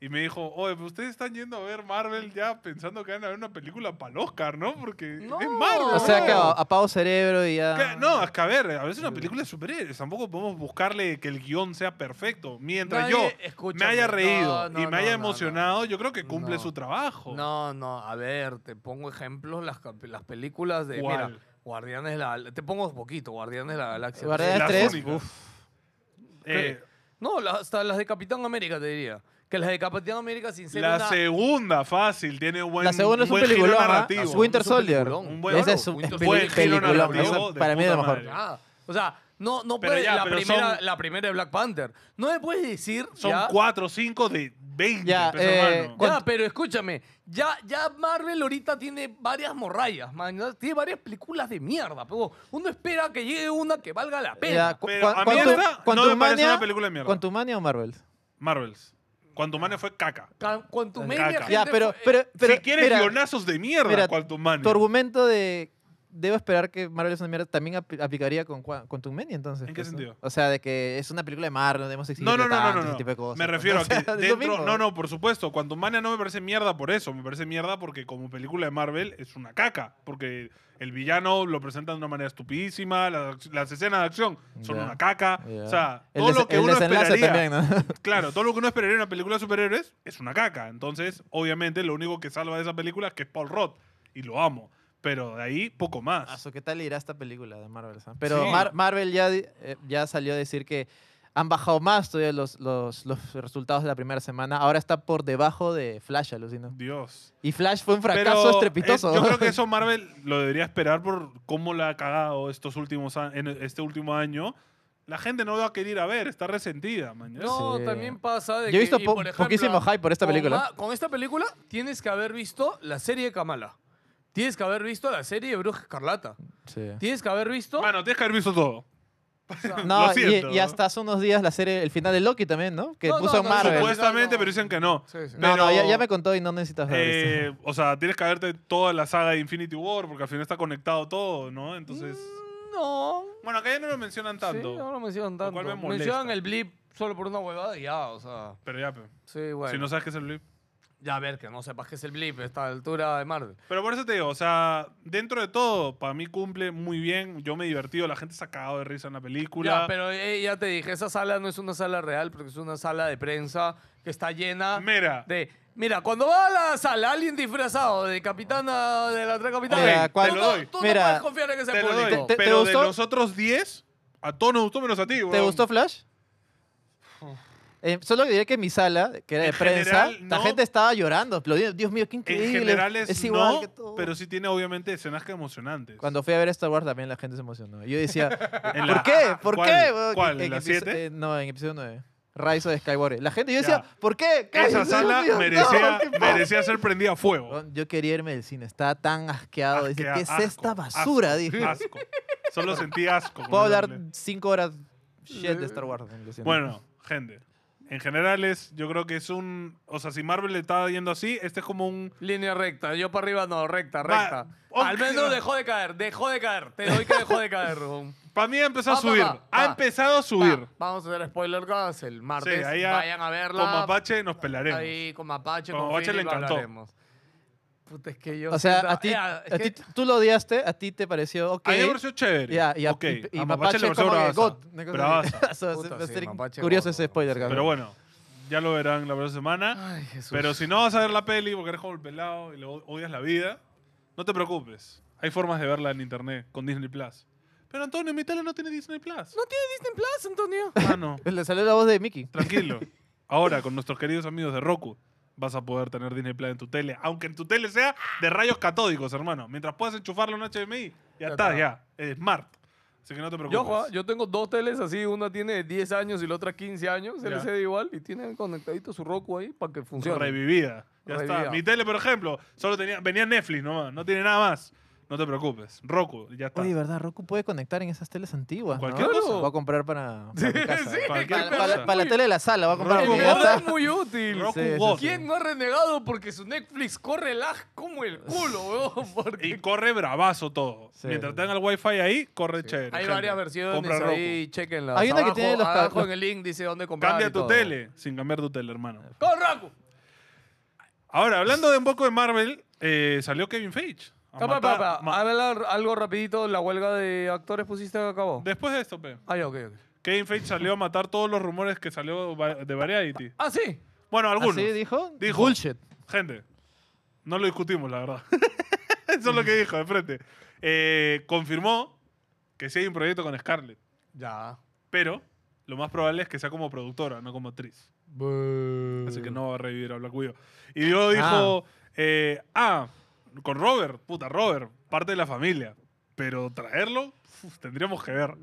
Speaker 1: Y me dijo, oye, pero ustedes están yendo a ver Marvel ya pensando que van a ver una película para el Oscar, ¿no? Porque
Speaker 3: No.
Speaker 1: es Marvel.
Speaker 4: O sea,
Speaker 1: ¿no?
Speaker 4: que a- apago cerebro y ya.
Speaker 1: Que- No, es que a ver, a veces una película de superhéroes. Tampoco podemos buscarle que el guión sea perfecto. Mientras
Speaker 3: Nadie-
Speaker 1: yo
Speaker 3: escúchame,
Speaker 1: me haya
Speaker 3: no,
Speaker 1: reído
Speaker 3: no,
Speaker 1: y
Speaker 3: no,
Speaker 1: me haya
Speaker 3: no,
Speaker 1: emocionado, yo creo que cumple
Speaker 3: No.
Speaker 1: su trabajo.
Speaker 3: No, no, a ver, te pongo ejemplos, las, cap- las películas de...
Speaker 1: ¿Cuál?
Speaker 3: Mira, Guardianes de la... Te pongo poquito, Guardianes de la Galaxia.
Speaker 4: Guardianes
Speaker 1: Las
Speaker 4: 3.
Speaker 1: únicas. Eh,
Speaker 3: No, la- hasta las de Capitán América te diría. Que las de Capitán América, sin ser
Speaker 1: la
Speaker 3: una-
Speaker 1: segunda, fácil, tiene un buen,
Speaker 4: la segunda es un
Speaker 1: buen giro
Speaker 4: peliculón. ¿ah?
Speaker 1: narrativo.
Speaker 3: La segunda
Speaker 4: Winter
Speaker 3: es un
Speaker 4: Soldier.
Speaker 3: peliculón.
Speaker 1: Un buen-
Speaker 4: Ese es un
Speaker 3: Buen
Speaker 4: peliculón.
Speaker 1: giro narrativo
Speaker 4: o sea,
Speaker 1: de
Speaker 4: para mí es lo
Speaker 1: puta
Speaker 4: mejor.
Speaker 1: madre.
Speaker 3: nada. O sea, no, no
Speaker 1: Pero
Speaker 3: puede,
Speaker 1: ya,
Speaker 3: la,
Speaker 1: pero
Speaker 3: primera,
Speaker 1: son-
Speaker 3: la primera de Black Panther. No me puedes decir.
Speaker 1: Son
Speaker 3: ya,
Speaker 1: cuatro o cinco de 20,
Speaker 4: Ya,
Speaker 1: pues,
Speaker 4: eh,
Speaker 1: hermano.
Speaker 4: ¿cuál-
Speaker 3: Ya, pero escúchame, ya, ya Marvel ahorita tiene varias morrayas, man, ya tiene varias películas de mierda. Pero uno espera que llegue una que valga la
Speaker 4: Ya,
Speaker 3: pena.
Speaker 4: cu-
Speaker 1: Pero a mí
Speaker 4: cu-
Speaker 1: la
Speaker 4: Quantum-
Speaker 1: verdad, no
Speaker 4: Quantumania-
Speaker 1: me parece una película de mierda.
Speaker 4: ¿Quantumania o Marvel?
Speaker 1: Marvels. Cuando Mane fue caca.
Speaker 3: Con tu
Speaker 1: Caca.
Speaker 3: media
Speaker 4: Ya, pero, pero, pero
Speaker 1: si quieres
Speaker 4: mira,
Speaker 1: guionazos de mierda,
Speaker 4: mira,
Speaker 1: Cuantumania.
Speaker 4: tu argumento de debo esperar que Marvel es una mierda también apl- aplicaría con, Qua- con Tum Mania, entonces.
Speaker 1: ¿En qué
Speaker 4: pues, ¿no?
Speaker 1: sentido?
Speaker 4: O sea, de que es una película de Marvel, no debemos exigirle
Speaker 1: No, no, no, no,
Speaker 4: tanto,
Speaker 1: no,
Speaker 4: ese
Speaker 1: no.
Speaker 4: tipo de cosas,
Speaker 1: Me
Speaker 4: pues,
Speaker 1: refiero
Speaker 4: ¿no? O
Speaker 1: a que
Speaker 4: sea, es lo
Speaker 1: dentro,
Speaker 4: mismo.
Speaker 1: no, no, por supuesto, Quantumania no me parece mierda por eso, me parece mierda porque como película de Marvel es una caca, porque el villano lo presentan de una manera estupidísima, las, las escenas de acción son
Speaker 4: Ya,
Speaker 1: una caca,
Speaker 4: Ya.
Speaker 1: o sea,
Speaker 4: El
Speaker 1: todo
Speaker 4: des-
Speaker 1: lo que
Speaker 4: el
Speaker 1: uno
Speaker 4: desenlace
Speaker 1: esperaría,
Speaker 4: también, ¿no?
Speaker 1: claro, todo lo que uno esperaría en una película de superhéroes es una caca, entonces obviamente lo único que salva de esa película es que es Paul Roth y lo amo, pero de ahí poco más.
Speaker 4: Aso, Ah, ¿qué tal irá esta película de Marvel? ah? Pero
Speaker 1: Sí.
Speaker 4: Mar- Marvel ya, di- eh, ya salió a decir que han bajado más todavía los, los, los resultados de la primera semana. Ahora está por debajo de Flash, alucino.
Speaker 1: Dios.
Speaker 4: Y Flash fue un fracaso
Speaker 1: Pero
Speaker 4: estrepitoso.
Speaker 1: es- yo creo que eso Marvel lo debería esperar por cómo la ha cagado estos últimos a- en este último año. La gente no lo va a querer ir a ver, está resentida, man. ¿ya?
Speaker 3: No,
Speaker 4: Sí.
Speaker 3: también pasa de que,
Speaker 4: Yo he visto
Speaker 3: y
Speaker 4: po-
Speaker 3: por ejemplo,
Speaker 4: poquísimo hype por esta
Speaker 3: con
Speaker 4: película.
Speaker 3: ma- con esta película tienes que haber visto la serie de Kamala. Tienes que haber visto la serie de Bruja Escarlata.
Speaker 4: Sí.
Speaker 3: Tienes que haber visto...
Speaker 1: Mano, tienes que haber visto todo.
Speaker 4: No,
Speaker 1: Lo
Speaker 4: y,
Speaker 1: siento.
Speaker 4: y hasta hace unos días la serie, el final de Loki también, ¿no? Que
Speaker 3: No,
Speaker 4: puso
Speaker 3: no, no,
Speaker 4: Marvel.
Speaker 3: supuesto.
Speaker 1: Supuestamente,
Speaker 3: No, no.
Speaker 1: pero dicen que no.
Speaker 3: Sí, sí.
Speaker 4: no, no, ya,
Speaker 1: pero-
Speaker 4: ya me contó y no necesitas ver
Speaker 1: Eh, o sea, tienes que verte toda la saga de Infinity War porque al final está conectado todo, ¿no? Entonces.
Speaker 3: No,
Speaker 1: Bueno, acá ya no lo mencionan tanto.
Speaker 3: Mm. Sí, no lo mencionan
Speaker 1: Lo
Speaker 3: tanto.
Speaker 1: cual me molesta.
Speaker 3: mencionan el blip solo por una huevada y ya, o sea.
Speaker 1: Pero ya, pe.
Speaker 3: Sí, bueno.
Speaker 1: si no sabes qué es el blip.
Speaker 3: Ya a ver, que no sepas que es el blip a esta altura de Marvel.
Speaker 1: Pero por eso te digo, o sea, dentro de todo, para mí cumple muy bien. Yo me he divertido, la gente se ha cagado de risa en la película.
Speaker 3: Ya, pero eh, ya te dije, esa sala no es una sala real porque es una sala de prensa que está llena
Speaker 1: Mira,
Speaker 3: de. Mira, cuando va a la sala alguien disfrazado de capitana de la tres capitana,
Speaker 1: Mira,
Speaker 3: tú,
Speaker 1: ¿cuál-
Speaker 3: no-
Speaker 1: te lo doy.
Speaker 3: tú no
Speaker 4: Mira,
Speaker 3: puedes confiar en ese
Speaker 1: te lo doy.
Speaker 3: público.
Speaker 4: Te- te
Speaker 1: pero
Speaker 4: gustó?
Speaker 1: de los otros 10, a todos nos gustó menos a ti,
Speaker 4: eso. ¿Te
Speaker 1: weón.
Speaker 4: gustó Flash? Eh, solo diré que en mi sala, que era de
Speaker 1: En
Speaker 4: prensa,
Speaker 1: general,
Speaker 4: la
Speaker 1: no.
Speaker 4: gente estaba llorando. aplaudiendo. Dios mío, qué increíble.
Speaker 1: En general es,
Speaker 4: igual
Speaker 1: no,
Speaker 4: que todo.
Speaker 1: pero sí tiene obviamente escenas que emocionantes.
Speaker 4: Cuando fui a ver Star Wars también la gente se emocionó. Yo decía,
Speaker 1: En
Speaker 4: ¿por
Speaker 1: la-
Speaker 4: qué? ¿Por
Speaker 1: ¿cuál?
Speaker 4: qué? weón?
Speaker 1: ¿Cuál?
Speaker 4: En
Speaker 1: ¿La
Speaker 4: episo-
Speaker 1: 7?
Speaker 4: eh, no, en episodio 9. Rise of Skywalker. La gente, yo
Speaker 1: Ya.
Speaker 4: decía, ¿por qué? Cállate,
Speaker 1: Esa
Speaker 4: Dios
Speaker 1: sala
Speaker 4: mío, no,
Speaker 1: merecía,
Speaker 4: ¿qué pasa?".
Speaker 1: merecía ser prendida a fuego.
Speaker 4: Weón, Yo quería irme del cine, estaba tan asqueado. Dice,
Speaker 1: Asquea-
Speaker 4: ¿qué es
Speaker 1: asco,
Speaker 4: esta basura?
Speaker 1: asco,
Speaker 4: Dije.
Speaker 1: Asco. Solo sentí asco. con
Speaker 4: Puedo
Speaker 1: esa
Speaker 4: hablar
Speaker 1: pelea.
Speaker 4: cinco horas
Speaker 3: Eh,
Speaker 4: shit de Star Wars. lo siento.
Speaker 1: Bueno, gente. En general es, yo creo que es un, o sea, si Marvel le está yendo así, este es como un
Speaker 3: Línea recta, yo para arriba no, recta,
Speaker 1: Va,
Speaker 3: recta.
Speaker 1: ok.
Speaker 3: Al menos dejó de caer, dejó de caer. Te doy que dejó de caer, Rubén.
Speaker 1: Para mí ha empezado
Speaker 3: Va,
Speaker 1: a
Speaker 3: va,
Speaker 1: subir.
Speaker 3: va,
Speaker 1: ha
Speaker 3: va.
Speaker 1: empezado a subir.
Speaker 3: Va, vamos a hacer spoiler gas el
Speaker 1: Sí,
Speaker 3: martes.
Speaker 1: ahí ya
Speaker 3: Vayan a verla.
Speaker 1: Con Mapache nos pelaremos.
Speaker 3: Ahí con Mapache,
Speaker 1: Con
Speaker 3: con,
Speaker 1: Mapache le
Speaker 3: Philip
Speaker 1: encantó.
Speaker 3: hablaremos. Puta, es que yo...
Speaker 4: o sea,
Speaker 3: siento-
Speaker 4: a ti,
Speaker 3: Ya, es
Speaker 4: a
Speaker 3: que-
Speaker 4: ti- tú lo odiaste, a ti te pareció, ok.
Speaker 1: A mí me pareció chévere.
Speaker 4: Ya, y a-
Speaker 1: Ok,
Speaker 4: y- y Mapache
Speaker 1: a Mapache le
Speaker 4: es
Speaker 1: pareció
Speaker 4: como que
Speaker 1: bravaza.
Speaker 4: God, una cosa así.
Speaker 1: Bravaza.
Speaker 4: O sea,
Speaker 3: Puta,
Speaker 4: va a
Speaker 3: sí,
Speaker 4: ser
Speaker 3: Mapache
Speaker 4: curioso
Speaker 3: God,
Speaker 4: ese spoiler,
Speaker 3: sí.
Speaker 4: cabrón.
Speaker 1: Pero bueno, ya lo verán la próxima semana.
Speaker 3: Ay, Jesús.
Speaker 1: Pero si no vas a ver la peli porque eres como el pelado y le od- odias la vida, no te preocupes. Hay formas de verla en internet con Disney Plus. Pero Antonio, mi tele no tiene Disney Plus.
Speaker 3: No tiene Disney Plus, Antonio.
Speaker 1: Ah, no.
Speaker 4: Le salió la voz de Mickey.
Speaker 1: Tranquilo. Ahora, con nuestros queridos amigos de Roku, vas a poder tener Disney Plus en tu tele, aunque en tu tele sea de rayos catódicos, hermano. Mientras puedas enchufarlo en HDMI, ya,
Speaker 3: Ya
Speaker 1: estás,
Speaker 3: está.
Speaker 1: ya. Es smart. Así que no te preocupes.
Speaker 3: Yo, ojo, ah, yo tengo dos teles así, una tiene 10 años y la otra 15 años,
Speaker 1: Ya.
Speaker 3: LCD igual, y tienen conectadito su Roku ahí para que funcione.
Speaker 1: Revivida. Ya está.
Speaker 3: Revivida.
Speaker 1: Mi tele, por ejemplo, solo tenía, venía Netflix nomás. No tiene nada más. No te preocupes. Roku, ya está.
Speaker 4: Oye, ¿verdad? Roku puede conectar en esas teles antiguas.
Speaker 1: Cualquier
Speaker 4: ¿no?
Speaker 1: cosa.
Speaker 4: Voy a comprar para, para mi casa.
Speaker 3: sí,
Speaker 4: para, para-
Speaker 1: cualquier
Speaker 4: para la-
Speaker 1: cosa.
Speaker 4: para la tele de la sala, voy a comprar.
Speaker 1: Roku
Speaker 4: porque
Speaker 3: Porque
Speaker 4: ya
Speaker 1: God.
Speaker 3: ahora
Speaker 4: está.
Speaker 3: es muy útil.
Speaker 1: Roku
Speaker 4: Sí, sí,
Speaker 1: God.
Speaker 3: ¿Quién no ha renegado porque su Netflix corre lag como el culo, weón? Porque
Speaker 1: Y corre bravazo todo.
Speaker 4: Sí,
Speaker 1: Mientras
Speaker 4: sí.
Speaker 1: tengan el wifi ahí, corre chévere.
Speaker 3: Hay
Speaker 1: gente.
Speaker 3: varias versiones
Speaker 1: Compra Roku.
Speaker 3: ahí, chequenlas.
Speaker 4: Hay una que
Speaker 3: Abajo-
Speaker 4: tiene los ca-
Speaker 3: abajo
Speaker 4: los-
Speaker 3: en el link dice dónde comprar.
Speaker 1: Cambia
Speaker 3: y
Speaker 1: tu
Speaker 3: todo.
Speaker 1: tele sin cambiar tu tele, hermano.
Speaker 3: Con Roku.
Speaker 1: Ahora, hablando de un poco de Marvel, eh, salió Kevin Feige. A
Speaker 3: Papá,
Speaker 1: matar-
Speaker 3: papá,
Speaker 1: ma-
Speaker 3: habla algo rapidito, la huelga de actores pusiste que acabó.
Speaker 1: Después de esto, pe.
Speaker 3: Ah, ya, ok, ok.
Speaker 1: Kevin Feige salió a matar todos los rumores que salió va- de Variety.
Speaker 3: Ah, sí.
Speaker 1: Bueno, algunos.
Speaker 4: ¿Así dijo?
Speaker 1: Dijo.
Speaker 4: Bullshit.
Speaker 1: Gente, no lo discutimos, la verdad. Eso es lo que dijo, de frente. Eh, confirmó que sí hay un proyecto con Scarlett,
Speaker 3: Ya.
Speaker 1: pero lo más probable es que sea como productora, no como actriz. Así
Speaker 4: Mm.
Speaker 1: que no va a revivir a Black Widow. Y
Speaker 4: Ah.
Speaker 1: Diego dijo, eh, ah, con Robert, puta, Robert, parte de la familia. Pero traerlo, uf, tendríamos que ver.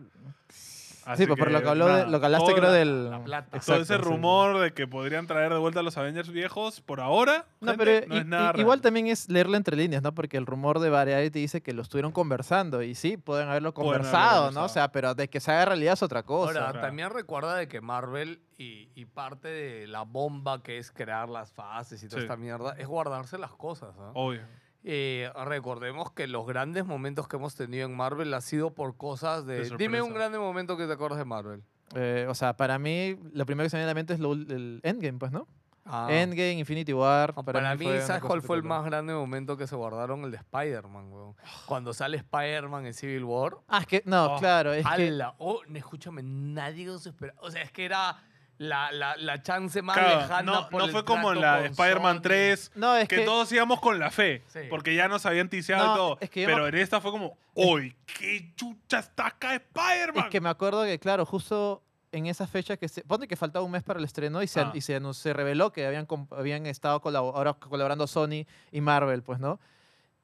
Speaker 1: Así
Speaker 4: sí, pues por lo que, habló
Speaker 1: nada,
Speaker 4: de- lo que hablaste
Speaker 1: todo
Speaker 4: creo
Speaker 1: la-
Speaker 4: del...
Speaker 3: la plata.
Speaker 4: Exacto,
Speaker 1: Todo ese
Speaker 4: sí.
Speaker 1: rumor de que podrían traer de vuelta a los Avengers viejos, por ahora,
Speaker 4: No,
Speaker 1: gente,
Speaker 4: pero
Speaker 1: no
Speaker 4: i-
Speaker 1: es nada
Speaker 4: i- igual
Speaker 1: real.
Speaker 4: también es leerlo entre líneas, ¿no? Porque el rumor de Variety dice que lo estuvieron conversando y sí, pueden haberlo
Speaker 1: Pueden haberlo
Speaker 4: conversado, ¿no?
Speaker 1: conversado.
Speaker 4: O sea, pero de que se haga realidad es otra cosa.
Speaker 3: Ahora,
Speaker 1: claro.
Speaker 3: también recuerda de que Marvel y, y parte de la bomba que es crear las fases y toda
Speaker 1: Sí. Oh.
Speaker 3: esta mierda es guardarse las cosas. ¿ah?
Speaker 1: Obvio.
Speaker 3: eh, recordemos que los grandes momentos que hemos tenido en Marvel ha sido por cosas
Speaker 1: De
Speaker 3: de...
Speaker 1: sorpresa.
Speaker 3: Dime un grande momento que te acuerdas de Marvel.
Speaker 4: Eh, o sea, para mí, lo primero que se me viene a la mente es lo ul- el Endgame, pues, ¿no?
Speaker 3: Ah.
Speaker 4: Endgame, Infinity War.
Speaker 3: Ah, Para, mí,
Speaker 4: fue una
Speaker 3: ¿sabes
Speaker 4: cosa
Speaker 3: cuál fue el
Speaker 4: espectacular.
Speaker 3: más grande momento que se guardaron? El de Spider-Man, weón. Cuando sale Spider-Man en Civil War.
Speaker 4: Ah, es que, no,
Speaker 1: Oh,
Speaker 4: claro. Es que,
Speaker 3: ala, oh, no, escúchame, nadie se esperaba. O sea, es que era la, la, la chance más
Speaker 1: Claro,
Speaker 3: lejana.
Speaker 1: no,
Speaker 3: por
Speaker 1: no
Speaker 3: el
Speaker 1: fue como
Speaker 3: trato
Speaker 1: en la de
Speaker 3: con
Speaker 1: Spider-Man
Speaker 3: Sony.
Speaker 1: 3,
Speaker 4: no, es
Speaker 1: que,
Speaker 4: que,
Speaker 1: todos íbamos con la fe,
Speaker 3: Sí.
Speaker 1: porque ya nos habían tiseado
Speaker 4: No,
Speaker 1: y todo.
Speaker 4: es que yo
Speaker 1: pero
Speaker 4: me-
Speaker 1: en esta fue como, ¡Uy, qué chucha está acá Spider-Man!
Speaker 4: es que me acuerdo que, claro, justo en esa fecha que se. Ponte que faltaba un mes para el estreno y se,
Speaker 1: Ah.
Speaker 4: y se, anun- se reveló que habían, com- habían estado colabo- ahora colaborando Sony y Marvel, pues, ¿no?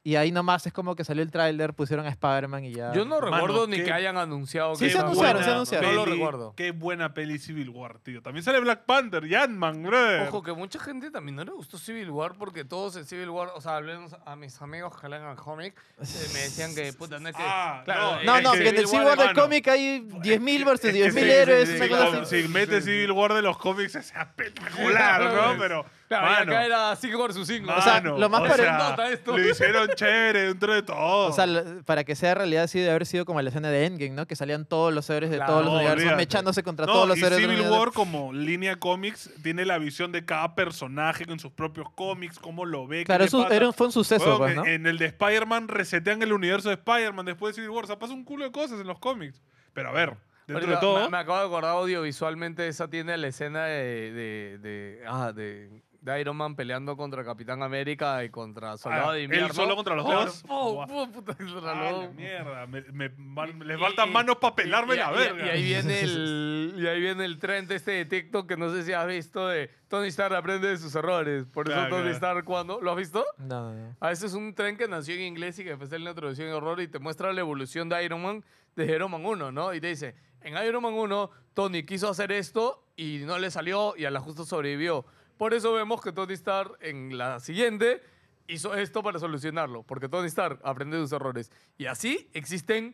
Speaker 4: Y ahí nomás es como que salió el tráiler, pusieron a Spider-Man y ya.
Speaker 3: Yo no
Speaker 1: Mano,
Speaker 3: recuerdo ni
Speaker 1: qué-
Speaker 3: que hayan anunciado
Speaker 4: Sí,
Speaker 3: que
Speaker 4: se
Speaker 3: iba a-
Speaker 4: anunciaron,
Speaker 1: buena
Speaker 4: se anunciaron.
Speaker 3: No lo
Speaker 1: peli-
Speaker 3: recuerdo.
Speaker 1: Qué buena peli Civil War, tío. También sale Black Panther y Ant-Man, brother.
Speaker 3: Ojo, que mucha gente también no le gustó Civil War porque todos en Civil War, o sea, hablemos a mis amigos que leen el cómic, eh, me decían que puta, no es que.
Speaker 1: Ah, no,
Speaker 3: eh,
Speaker 4: No,
Speaker 1: Es
Speaker 4: no,
Speaker 1: que
Speaker 4: que en el
Speaker 1: Civil
Speaker 4: Civil
Speaker 1: War
Speaker 4: War
Speaker 1: de
Speaker 4: del
Speaker 1: mano.
Speaker 4: cómic hay 10.000 versus
Speaker 1: Es que
Speaker 4: 10.000
Speaker 1: sí,
Speaker 4: héroes.
Speaker 1: sí,
Speaker 4: una
Speaker 1: sí,
Speaker 4: cosa
Speaker 1: claro,
Speaker 4: así.
Speaker 1: Si mete Civil War de los cómics es espectacular, ¿no? Pero,
Speaker 3: Claro, y
Speaker 1: mano,
Speaker 3: acá era 5 versus 5.
Speaker 4: sea,
Speaker 1: mano,
Speaker 4: lo más
Speaker 1: o
Speaker 4: parecido-
Speaker 1: sea,
Speaker 3: Nota esto.
Speaker 1: Lo hicieron chévere dentro de todo.
Speaker 4: O sea, la- para que sea realidad, sí debe haber sido como la escena de Endgame, ¿no? Que salían todos los héroes de
Speaker 3: Claro,
Speaker 4: todos los
Speaker 1: no,
Speaker 4: universos
Speaker 1: olvídate.
Speaker 4: mechándose contra
Speaker 1: No,
Speaker 4: todos los
Speaker 1: y
Speaker 4: héroes del
Speaker 1: Civil
Speaker 4: universo.
Speaker 1: War como línea cómics tiene la visión de cada personaje con sus propios cómics, cómo lo ve. qué
Speaker 4: Claro,
Speaker 1: le
Speaker 4: eso
Speaker 1: pasa.
Speaker 4: era un- fue un suceso,
Speaker 1: Huevón,
Speaker 4: pues,
Speaker 1: en-
Speaker 4: ¿no?
Speaker 1: En el de Spider-Man resetean el universo de Spider-Man después de Civil War. O sea, pasa un culo de cosas en los cómics. Pero a ver, dentro
Speaker 3: Ahorita
Speaker 1: de todo...
Speaker 3: Me, me acabo de acordar audiovisualmente, esa tiene la escena de, de, de- ah, de- de Iron Man peleando contra Capitán América y contra Soldado
Speaker 1: Ah,
Speaker 3: de
Speaker 1: él
Speaker 3: Invierno.
Speaker 1: solo contra los
Speaker 3: Claro,
Speaker 1: dos.
Speaker 3: ¡pum!
Speaker 1: Guau.
Speaker 3: ¡pum! puta, contra
Speaker 1: Ah,
Speaker 3: los
Speaker 1: la
Speaker 3: dos.
Speaker 1: mierda, me- me- man-
Speaker 3: Y-
Speaker 1: les
Speaker 3: y-
Speaker 1: faltan
Speaker 3: y-
Speaker 1: manos para
Speaker 3: y-
Speaker 1: pelarme
Speaker 3: y-
Speaker 1: la
Speaker 3: y-
Speaker 1: verga.
Speaker 3: Y, ahí viene el, y ahí viene el trend este de TikTok que no sé si has visto de Tony Stark aprende de sus errores. Por eso
Speaker 1: Claro,
Speaker 3: Tony
Speaker 1: claro.
Speaker 3: Stark cuando... ¿Lo has visto?
Speaker 4: No, no, no.
Speaker 3: A veces Ah, es un tren que nació en inglés y que después él la traducción en horror y te muestra la evolución de Iron Man desde Iron Man 1, ¿no? Y te dice, en Iron Man 1, Tony quiso hacer esto y no le salió y a la justa sobrevivió. Por eso vemos que Tony Stark en la siguiente hizo esto para solucionarlo, porque Tony Stark aprende de sus errores. Y así existen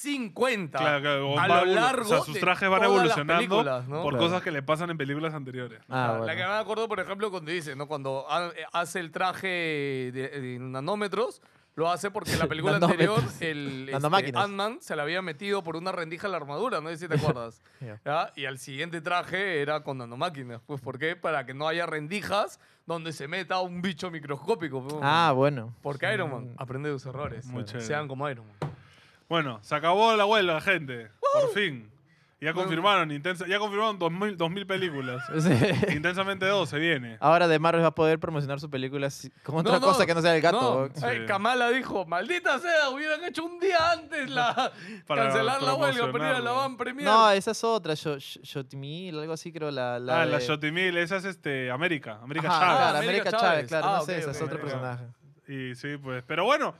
Speaker 3: 50
Speaker 1: Claro, claro,
Speaker 3: a
Speaker 1: va
Speaker 3: lo
Speaker 1: evolu-
Speaker 3: largo
Speaker 1: o sea, sus
Speaker 3: de
Speaker 1: trajes van
Speaker 3: todas las
Speaker 1: evolucionando
Speaker 3: películas, ¿no?
Speaker 1: por
Speaker 4: Claro.
Speaker 1: cosas que le pasan en películas anteriores.
Speaker 4: Ah,
Speaker 3: La que
Speaker 4: bueno.
Speaker 3: me acuerdo, por ejemplo, cuando dice, ¿no? Cuando ha- eh, hace el traje de, de nanómetros, lo hace porque en la película anterior
Speaker 4: Nanómetros.
Speaker 3: el este,
Speaker 4: Nanomáquinas.
Speaker 3: Ant-Man se le había metido por una rendija a la armadura, no sé si te acuerdas.
Speaker 4: Ya.
Speaker 3: ¿Ya? Y al siguiente traje era con nanomáquinas. Pues, ¿por qué? Para que no haya rendijas donde se meta un bicho microscópico. pues.
Speaker 4: Ah, bueno.
Speaker 3: porque Iron Man aprende de sus errores. eh,
Speaker 1: Muy chévere.
Speaker 3: Sean como Iron Man.
Speaker 1: Bueno, se acabó la huelga, gente. Por fin. Ya confirmaron, intensa, ya confirmaron 2000 2000 películas.
Speaker 4: Sí.
Speaker 1: Intensamente 2 se viene.
Speaker 4: Ahora de Marvel va a poder promocionar su película si- con otra
Speaker 3: No, no,
Speaker 4: cosa que no sea el gato.
Speaker 3: no. Ay,
Speaker 1: Sí.
Speaker 3: Kamala dijo, maldita sea, hubieran hecho un día antes la
Speaker 1: Para
Speaker 3: cancelar la huelga, pero ir a la
Speaker 1: promocionarlo.
Speaker 3: van
Speaker 4: No, eh.
Speaker 3: premier.
Speaker 4: esa es otra. Sho- Sho- Shotimil, algo así creo. La, la
Speaker 1: ah, la
Speaker 4: de-
Speaker 1: Shotimil, esa es este, América. América
Speaker 4: Ajá,
Speaker 1: Chávez.
Speaker 4: Claro,
Speaker 3: América
Speaker 4: América
Speaker 3: Chávez.
Speaker 4: Chávez, claro.
Speaker 3: Ah,
Speaker 4: no sé,
Speaker 3: ok,
Speaker 4: esa es
Speaker 3: ok,
Speaker 4: otro
Speaker 1: ok.
Speaker 4: personaje.
Speaker 1: Y sí, pues. Pero bueno,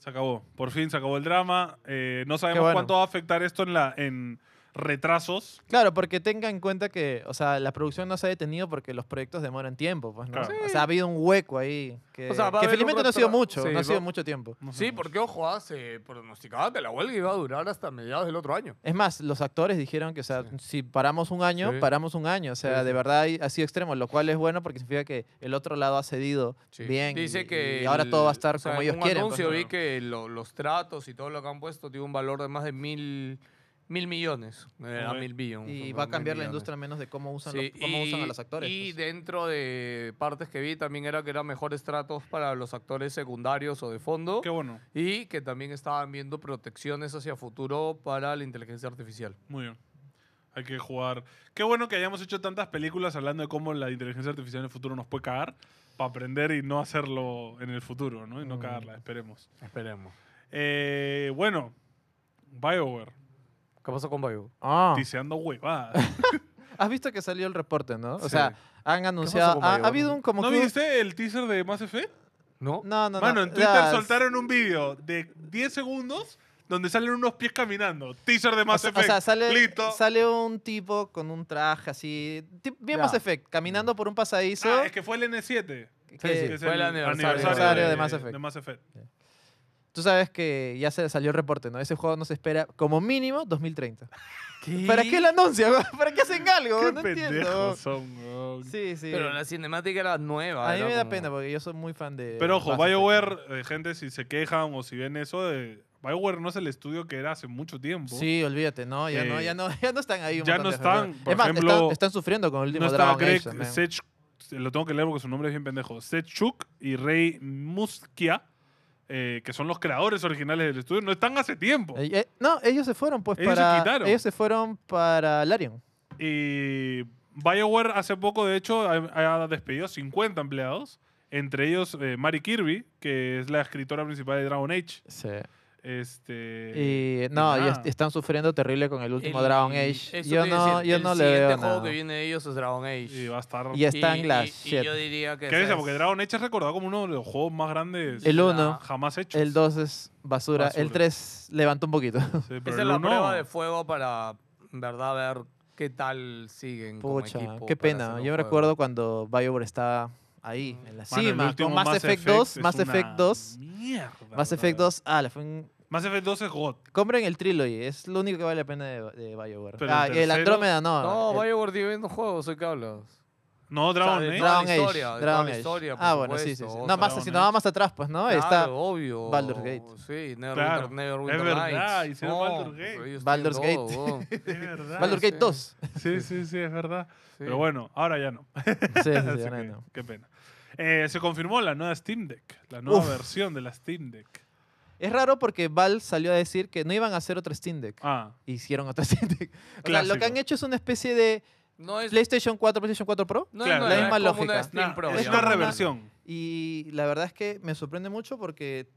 Speaker 1: se acabó. Por fin se acabó el drama. Eh, no sabemos
Speaker 4: bueno.
Speaker 1: cuánto va a afectar esto en, la, en retrasos.
Speaker 4: Claro, porque tenga en cuenta que, o sea, la producción no se ha detenido porque los proyectos demoran tiempo, pues, ¿no?
Speaker 1: Claro.
Speaker 4: O sea, ha habido un hueco ahí. Que,
Speaker 3: O sea, va a
Speaker 4: que
Speaker 3: haber un
Speaker 4: felizmente no ha sido
Speaker 3: retraso.
Speaker 4: mucho,
Speaker 3: Sí,
Speaker 4: no ha sido
Speaker 3: va-
Speaker 4: mucho tiempo.
Speaker 1: No
Speaker 3: Sí,
Speaker 1: sabemos.
Speaker 3: porque ojo, ah, se pronosticaba que la huelga iba a durar hasta mediados del otro año.
Speaker 4: Es más, los actores dijeron que, o sea,
Speaker 3: Sí.
Speaker 4: si paramos un año,
Speaker 3: Sí.
Speaker 4: paramos un año. O sea,
Speaker 3: Sí,
Speaker 4: de
Speaker 3: sí.
Speaker 4: verdad hay- ha sido extremo, lo cual es bueno porque significa que el otro lado ha cedido
Speaker 3: Sí.
Speaker 4: bien.
Speaker 3: Dice
Speaker 4: y-
Speaker 3: que
Speaker 4: y ahora
Speaker 3: el-
Speaker 4: todo va a estar
Speaker 3: o sea,
Speaker 4: como ellos
Speaker 3: en un
Speaker 4: quieren. pues,
Speaker 3: anuncio
Speaker 4: ¿no?
Speaker 3: vi que lo- los tratos y todo lo que han puesto tiene un valor de más de mil, mil millones. eh, a
Speaker 1: Ok.
Speaker 3: mil billones.
Speaker 4: Y va a cambiar la industria al menos de cómo usan, los- cómo usan a los actores.
Speaker 3: Y
Speaker 4: pues.
Speaker 3: dentro de partes que vi también era que eran mejores tratos para los actores secundarios o de fondo.
Speaker 1: Qué bueno.
Speaker 3: Y que también estaban viendo protecciones hacia futuro para la inteligencia artificial.
Speaker 1: Muy bien. Hay que jugar. Qué bueno que hayamos hecho tantas películas hablando de cómo la inteligencia artificial en el futuro nos puede cagar para aprender y no hacerlo en el futuro, ¿no? Y no
Speaker 4: Mm.
Speaker 1: cagarla, esperemos.
Speaker 3: Esperemos.
Speaker 1: Eh, bueno, BioWare,
Speaker 3: ¿Qué pasó con Bayo?
Speaker 4: Ah.
Speaker 1: tiseando huevadas.
Speaker 4: Has visto que salió el reporte, ¿no? O
Speaker 3: Sí.
Speaker 4: sea, han anunciado.
Speaker 3: con
Speaker 4: Ha, ha
Speaker 3: Mayor?
Speaker 4: habido un como.
Speaker 1: ¿No
Speaker 4: que un-
Speaker 1: viste el teaser de Mass Effect?
Speaker 3: ¿No?
Speaker 4: No, no, no.
Speaker 1: Mano, en Twitter
Speaker 4: Ya,
Speaker 1: soltaron un vídeo de 10 segundos donde salen unos pies caminando. Teaser de
Speaker 4: O
Speaker 1: Mass
Speaker 4: sea, o
Speaker 1: Effect.
Speaker 4: sea, sale,
Speaker 1: Listo.
Speaker 4: sale un tipo con un traje así, tip- bien
Speaker 3: Ya. Mm.
Speaker 4: Mass Effect, caminando por un pasadizo.
Speaker 1: Ah, es que fue el N7.
Speaker 4: que-
Speaker 3: sí, sí.
Speaker 1: que es
Speaker 3: Fue el aniversario
Speaker 4: de Mass Effect.
Speaker 1: de Mass Effect.
Speaker 4: Tú sabes que ya se salió el reporte, ¿no? Ese juego nos espera como mínimo 2030. ¿Para qué lo anuncian? ¿Para qué hacen algo?
Speaker 1: Qué
Speaker 4: no entiendo.
Speaker 1: pendejos son, weón.
Speaker 4: Sí, sí.
Speaker 3: Pero la cinemática era nueva.
Speaker 4: a mí
Speaker 3: era
Speaker 4: me da
Speaker 3: como-
Speaker 4: pena porque yo soy muy fan de.
Speaker 1: Pero ojo,
Speaker 4: Mass Effect.
Speaker 1: BioWare, eh, gente, si se quejan o si ven eso, eh, BioWare no es el estudio que era hace mucho tiempo.
Speaker 4: Sí, olvídate, no, ya no,
Speaker 1: Eh,
Speaker 4: ya no, ya no están ahí. un
Speaker 1: ya
Speaker 4: montón
Speaker 1: no
Speaker 4: de
Speaker 1: están,
Speaker 4: juegos.
Speaker 1: por
Speaker 4: es más,
Speaker 1: ejemplo,
Speaker 4: están, están sufriendo con el último
Speaker 1: No estaba
Speaker 4: Dragon Age
Speaker 1: Greg
Speaker 4: también.
Speaker 1: Sech, lo tengo que leer porque su nombre es bien pendejo. Sechuk y Rey Muskia, eh, que son los creadores originales del estudio, no están hace tiempo.
Speaker 4: Eh, eh, no, ellos se fueron pues
Speaker 1: Ellos se
Speaker 4: para.
Speaker 1: quitaron.
Speaker 4: Ellos se fueron para Larian.
Speaker 1: Y BioWare hace poco, de hecho, ha, ha despedido 50 empleados, entre ellos eh, Mari Kirby, que es la escritora principal de Dragon Age.
Speaker 4: Sí.
Speaker 1: Este,
Speaker 4: Y no, ya
Speaker 1: nada.
Speaker 4: est- están sufriendo terrible con el último
Speaker 3: El-
Speaker 4: Dragon
Speaker 3: eso
Speaker 4: Age. Yo
Speaker 3: te iba a
Speaker 4: no,
Speaker 3: decir,
Speaker 4: yo
Speaker 3: el
Speaker 4: no le
Speaker 3: siguiente
Speaker 4: veo
Speaker 3: juego
Speaker 4: nada.
Speaker 3: que viene de ellos es Dragon Age.
Speaker 1: y va a estar...
Speaker 4: Y están
Speaker 3: Y-
Speaker 4: las
Speaker 3: y- y yo
Speaker 4: 7.
Speaker 3: diría que...
Speaker 1: ¿Qué
Speaker 3: ese
Speaker 1: dice?
Speaker 3: es-
Speaker 1: Porque Dragon Age es recordado como uno de los juegos más grandes
Speaker 4: El 1,
Speaker 1: jamás hechos.
Speaker 4: el 2 es basura, el
Speaker 1: Basura.
Speaker 4: 3 levantó un poquito.
Speaker 1: Sí, pero
Speaker 3: Esa es
Speaker 1: el
Speaker 3: la
Speaker 1: uno-
Speaker 3: prueba de fuego para, en verdad, ver qué tal siguen como
Speaker 4: Pucha,
Speaker 3: equipo
Speaker 4: qué
Speaker 3: para
Speaker 4: pena.
Speaker 3: hacer un
Speaker 4: Yo me
Speaker 3: juego.
Speaker 4: recuerdo cuando BioWare estaba ahí,
Speaker 3: Mm.
Speaker 4: en la
Speaker 1: Mano, el
Speaker 4: cima,
Speaker 1: último
Speaker 4: con Mass Effect 2,
Speaker 1: es
Speaker 4: Mass Effect
Speaker 1: una
Speaker 4: 2,
Speaker 1: Mierda.
Speaker 4: Mass Effect
Speaker 1: brother.
Speaker 4: 2, ah, le fue un...
Speaker 1: Mass Effect 2 es God.
Speaker 4: Compren el Trilogy, es lo único que vale la pena de, de BioWare.
Speaker 1: Pero
Speaker 4: ah,
Speaker 1: el
Speaker 4: y el
Speaker 1: tercero-
Speaker 4: Andrómeda no.
Speaker 3: No,
Speaker 4: el-
Speaker 3: vaya BioWare tiene viendo juegos, soy que hablas.
Speaker 1: No, Dragon
Speaker 3: O sea, de
Speaker 1: Age.
Speaker 3: Dragon-
Speaker 4: Dragon
Speaker 3: la
Speaker 4: Age.
Speaker 3: historia, de toda
Speaker 4: Dragon
Speaker 3: la
Speaker 4: Age.
Speaker 3: historia, por
Speaker 4: ah, bueno, sí, sí.
Speaker 3: supuesto,
Speaker 4: sí.
Speaker 3: o
Speaker 4: No,
Speaker 3: sea,
Speaker 4: más,
Speaker 1: Dragon
Speaker 4: si no va
Speaker 1: Age.
Speaker 4: más atrás, pues, ¿no?
Speaker 3: Claro,
Speaker 4: Está
Speaker 3: obvio.
Speaker 4: Baldur's Gate.
Speaker 3: Sí,
Speaker 1: Claro,
Speaker 3: Neverwinter,
Speaker 1: es
Speaker 3: Neverwinter
Speaker 1: verdad,
Speaker 3: Nights.
Speaker 1: hicieron
Speaker 3: No,
Speaker 1: Baldur's Gate.
Speaker 3: pero ellos
Speaker 4: Baldur's
Speaker 3: tienen
Speaker 4: Gate.
Speaker 3: todo, weón. Sí.
Speaker 1: Es verdad.
Speaker 4: Baldur's Gate
Speaker 3: sí.
Speaker 4: 2.
Speaker 1: Sí, sí, sí, es verdad. Pero
Speaker 3: bueno.
Speaker 1: bueno, ahora ya no.
Speaker 4: Sí, sí, sí,
Speaker 1: Así
Speaker 4: ahora
Speaker 1: que,
Speaker 4: no.
Speaker 1: Qué pena. Eh, se confirmó la nueva Steam Deck, la nueva
Speaker 4: Uf.
Speaker 1: versión de la Steam Deck.
Speaker 4: Es raro porque Valve salió a decir que no iban a hacer otro Steam Deck.
Speaker 1: Ah,
Speaker 4: Hicieron otro Steam Deck. O sea, lo que
Speaker 1: Clásico.
Speaker 4: han hecho es una especie de
Speaker 3: No es,
Speaker 4: PlayStation 4, PlayStation 4 Pro.
Speaker 3: no
Speaker 1: Claro,
Speaker 3: es
Speaker 1: la
Speaker 3: nueva,
Speaker 4: misma
Speaker 3: es como
Speaker 4: lógica.
Speaker 3: Una Steam
Speaker 1: nah,
Speaker 3: Pro,
Speaker 1: es
Speaker 4: digamos,
Speaker 1: una
Speaker 4: ¿no?
Speaker 1: reversión.
Speaker 4: Y la verdad es que me sorprende mucho porque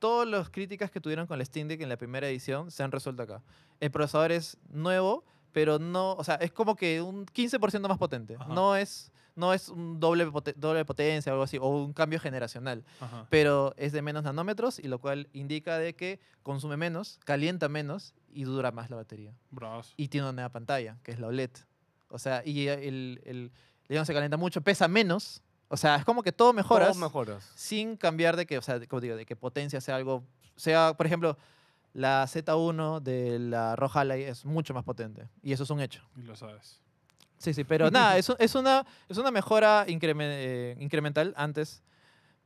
Speaker 4: todas las críticas que tuvieron con el Steam Deck en la primera edición se han resuelto acá. El procesador es nuevo, pero no, o sea, es como que un 15% más potente.
Speaker 1: Ajá.
Speaker 4: No es no es un doble pote- doble potencia o algo así o un cambio generacional,
Speaker 1: Ajá.
Speaker 4: pero es de menos nanómetros y lo cual indica de que consume menos, calienta menos y dura más la batería.
Speaker 1: Bravos.
Speaker 4: Y tiene una nueva pantalla, que es la OLED. O sea, y el, el, el no se calienta mucho, pesa menos. O sea, es como que todo mejoras
Speaker 3: Todos mejoras.
Speaker 4: sin cambiar de que, o sea, de- como digo, de que potencia sea algo, sea, por ejemplo, la Z1 de la Roja Ally es mucho más potente y eso es un hecho.
Speaker 1: Y lo sabes.
Speaker 4: Sí, sí, pero nada, es, un- es una es una mejora incremen- eh, incremental antes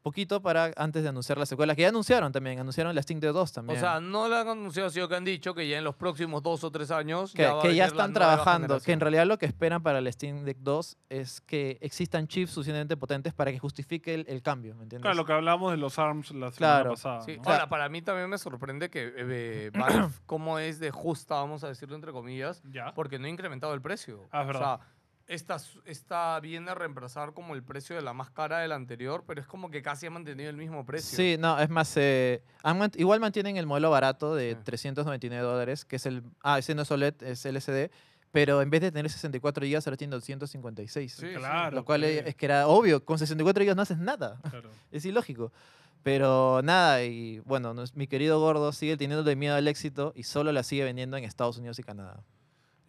Speaker 4: poquito para antes de anunciar la secuela que ya anunciaron también, anunciaron la Sting de 2
Speaker 3: O
Speaker 4: también.
Speaker 3: sea, no la han anunciado, sino que han dicho que ya en los próximos dos o tres años.
Speaker 4: que que
Speaker 3: va
Speaker 4: ya,
Speaker 3: a venir la
Speaker 4: están
Speaker 3: nueva
Speaker 4: trabajando, que en
Speaker 3: generación.
Speaker 4: realidad lo que esperan para el Steam Deck 2 es que existan chips suficientemente potentes para que justifique el, el cambio, ¿me entiendes?
Speaker 1: Claro, lo que hablamos de los ARMS la semana
Speaker 4: Claro.
Speaker 1: pasada.
Speaker 3: Sí,
Speaker 1: ¿no?
Speaker 4: sea-
Speaker 3: Ahora, para mí también me sorprende que eh, Valve, como es de justa, vamos a decirlo entre comillas,
Speaker 1: Ya.
Speaker 3: porque no ha incrementado el precio.
Speaker 1: Ah, es
Speaker 3: O
Speaker 1: verdad.
Speaker 3: sea, esta, s- esta viene a reemplazar como el precio de la más cara del anterior, pero es como que casi ha mantenido el mismo precio.
Speaker 4: Sí, no, es más, eh, han mant- igual mantienen el modelo barato de
Speaker 3: Sí.
Speaker 4: 399 dólares, que es el, ah, ese no es OLED, es LCD, pero en vez de tener 64 GB ahora tiene 256.
Speaker 3: Sí, sí.
Speaker 1: claro.
Speaker 4: lo cual
Speaker 1: pues.
Speaker 4: es, es que era obvio, con 64 GB no haces nada,
Speaker 1: Claro.
Speaker 4: es ilógico. Pero nada, y bueno, nos- mi querido gordo sigue teniéndole miedo al éxito y solo la sigue vendiendo en Estados Unidos y Canadá.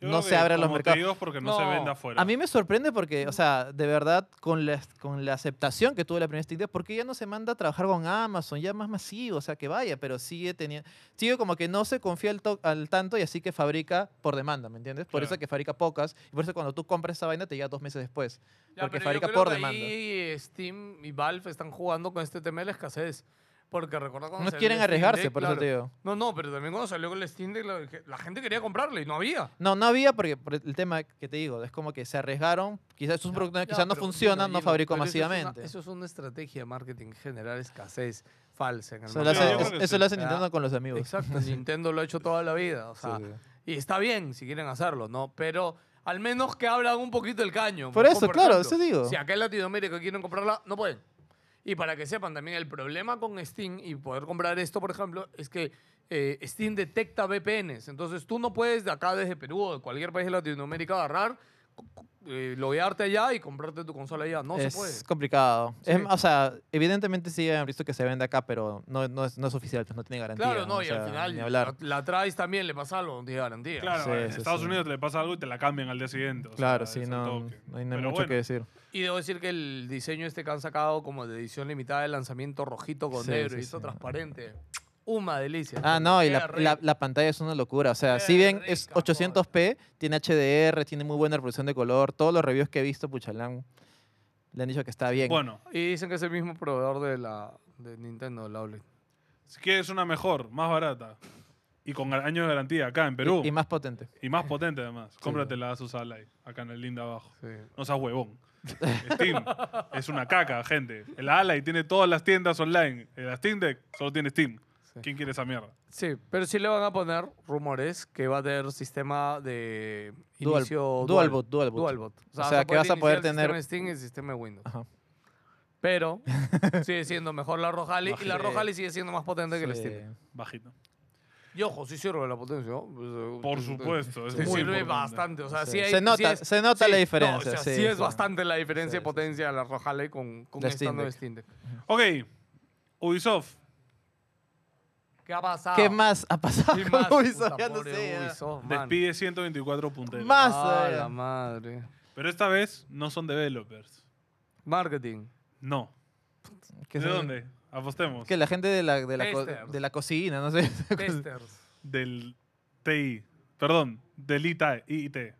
Speaker 1: Yo
Speaker 4: No
Speaker 1: creo
Speaker 4: se
Speaker 1: que,
Speaker 4: abren los
Speaker 1: como te
Speaker 4: mercados.
Speaker 1: digo, es porque no, se
Speaker 3: No,
Speaker 1: vende afuera.
Speaker 4: A mí me sorprende porque, o sea, de verdad, con la, con la aceptación que tuvo la primera Steam Deck, porque ya no se manda a trabajar con Amazon, ya más masivo, o sea, que vaya, pero sigue teniendo, sigue como que no se confía al, to- al tanto y así que fabrica por demanda, ¿me entiendes? Por eso
Speaker 1: Claro.
Speaker 4: que fabrica pocas y por eso cuando tú compras esa vaina te llega dos meses después.
Speaker 3: Ya,
Speaker 4: porque
Speaker 3: pero yo
Speaker 4: fabrica
Speaker 3: creo
Speaker 4: por
Speaker 3: que
Speaker 4: demanda.
Speaker 3: ahí Steam y Valve están jugando con este tema de la escasez. Porque recuerda cuando
Speaker 4: No
Speaker 3: salió
Speaker 4: quieren
Speaker 3: el Steam
Speaker 4: arriesgarse,
Speaker 3: Deck,
Speaker 4: por eso
Speaker 3: claro.
Speaker 4: te digo.
Speaker 3: No, no, pero también cuando salió con el Steam Deck, la, la gente quería comprarlo y no había.
Speaker 4: No, no había porque por el tema que te digo, es como que se arriesgaron, quizás sus productos
Speaker 3: Ya,
Speaker 4: quizás no
Speaker 3: pero, bueno,
Speaker 4: funcionan, no
Speaker 3: Gino,
Speaker 4: fabricó
Speaker 3: pero eso es una-
Speaker 4: masivamente.
Speaker 3: Eso es, una estrategia de marketing, generar escasez falsa en el
Speaker 4: Eso lo
Speaker 1: Sí, yo
Speaker 4: hace,
Speaker 1: creo
Speaker 4: es-
Speaker 1: que
Speaker 4: eso
Speaker 1: sí.
Speaker 4: lo hace
Speaker 3: Ya.
Speaker 4: Nintendo con los amigos.
Speaker 3: Exacto, Nintendo lo ha hecho toda la vida. O
Speaker 4: Sí,
Speaker 3: sea,
Speaker 4: sí.
Speaker 3: Y está bien si quieren hacerlo, ¿no? Pero al menos que abran un poquito el caño.
Speaker 4: Por
Speaker 3: Como,
Speaker 4: eso, claro,
Speaker 3: ejemplo,
Speaker 4: eso digo.
Speaker 3: Si acá en Latinoamérica quieren comprarla, no pueden. Y para que sepan también, el problema con Steam y poder comprar esto, por ejemplo, es que eh, Steam detecta VPNs. Entonces tú no puedes de acá, desde Perú o de cualquier país de Latinoamérica, agarrar, cu- cu- eh, loguearte allá y comprarte tu consola allá. No
Speaker 4: es
Speaker 3: se puede.
Speaker 4: complicado. Es-
Speaker 3: Sí.
Speaker 4: o sea, evidentemente sí han visto que se vende acá, pero no, no, es, no es oficial, pues no tiene garantía.
Speaker 3: Claro, no,
Speaker 4: o
Speaker 3: y
Speaker 4: sea,
Speaker 3: al final
Speaker 4: ni hablar.
Speaker 3: La, la traes también, le pasa algo, no tiene garantía.
Speaker 1: Claro,
Speaker 4: Sí,
Speaker 1: en
Speaker 4: sí,
Speaker 1: Estados
Speaker 4: sí.
Speaker 1: Unidos le pasa algo y te la cambian al día siguiente. o
Speaker 4: Claro,
Speaker 1: sea,
Speaker 4: sí,
Speaker 1: es al
Speaker 4: no,
Speaker 1: toque.
Speaker 4: no hay no hay
Speaker 1: Pero
Speaker 4: mucho
Speaker 1: bueno,
Speaker 4: que decir.
Speaker 3: Y debo decir que el diseño este que han sacado como de edición limitada de lanzamiento rojito con
Speaker 4: Sí,
Speaker 3: negro
Speaker 4: sí,
Speaker 3: y esto
Speaker 4: sí.
Speaker 3: transparente. una delicia.
Speaker 4: Ah, no, y
Speaker 3: Qué
Speaker 4: la,
Speaker 3: rico.
Speaker 4: la- la pantalla es una locura. O sea,
Speaker 3: Qué
Speaker 4: si bien es
Speaker 3: rica,
Speaker 4: 800p, tiene HDR, tiene muy buena reproducción de color. Todos los reviews que he visto, Puchalán, le han dicho que está bien.
Speaker 1: Bueno,
Speaker 3: Y dicen que es el mismo proveedor de la de Nintendo, la OLED.
Speaker 1: si quieres una mejor, más barata y con gar- años de garantía acá en Perú
Speaker 4: Y, y más potente.
Speaker 1: y más potente además, cómpratela a Susalai, acá en el link de abajo.
Speaker 3: Sí.
Speaker 1: No seas huevón. Steam es una caca, gente. El Alay tiene todas las tiendas online. El Steam Deck solo tiene Steam.
Speaker 3: Sí.
Speaker 1: ¿Quién quiere esa mierda?
Speaker 3: Sí, pero sí le van a poner rumores que va a tener sistema de
Speaker 4: Dual,
Speaker 3: inicio
Speaker 4: dual boot, dual boot.
Speaker 3: Dual bot.
Speaker 4: O sea, que vas a poder
Speaker 3: iniciar
Speaker 4: tener-
Speaker 3: El sistema Steam y el sistema de Windows.
Speaker 4: Ajá.
Speaker 3: Pero sigue siendo mejor la Rojali y la
Speaker 4: Imagínate.
Speaker 3: Rojali sigue siendo más potente que el
Speaker 4: Sí.
Speaker 3: Steam.
Speaker 1: Bajito.
Speaker 3: Y ojo, sí sirve la potencia. ¿no?
Speaker 1: Por supuesto. Es
Speaker 3: Sí,
Speaker 1: muy
Speaker 3: sirve
Speaker 1: importante.
Speaker 3: bastante. O sea,
Speaker 4: Sí.
Speaker 3: sí hay-
Speaker 4: Se
Speaker 3: sí
Speaker 4: nota-
Speaker 3: es-
Speaker 4: se nota
Speaker 3: sí,
Speaker 4: la
Speaker 3: no,
Speaker 4: diferencia,
Speaker 3: o sea,
Speaker 4: sí,
Speaker 3: sí, es
Speaker 4: sí.
Speaker 3: bastante la diferencia
Speaker 4: Sí,
Speaker 3: de
Speaker 4: sí,
Speaker 3: potencia de la Rojale con, con
Speaker 4: La
Speaker 3: esta
Speaker 4: Steam
Speaker 3: nueva
Speaker 4: Deck.
Speaker 3: Steam Deck.
Speaker 1: Ok. Ubisoft.
Speaker 3: ¿Qué ha pasado?
Speaker 4: ¿Qué más ha pasado
Speaker 3: ¿Qué
Speaker 4: con
Speaker 3: más?
Speaker 4: Ubisoft?
Speaker 3: Puta,
Speaker 4: Ya no
Speaker 3: pobre
Speaker 4: sé, ya.
Speaker 3: Ubisoft, man.
Speaker 1: Despide 124 punteros.
Speaker 4: Más. eh,
Speaker 3: Ah, la
Speaker 4: todavía.
Speaker 3: madre.
Speaker 1: Pero esta vez no son developers.
Speaker 3: Marketing.
Speaker 1: No.
Speaker 4: Que
Speaker 1: ¿De
Speaker 4: son-
Speaker 1: dónde? Apostemos.
Speaker 4: Que la gente de la, de la, co-
Speaker 3: Testers.
Speaker 4: de la cocina, no sé.
Speaker 3: Testers.
Speaker 1: Del TI. Perdón, del ITA, IIT.
Speaker 3: De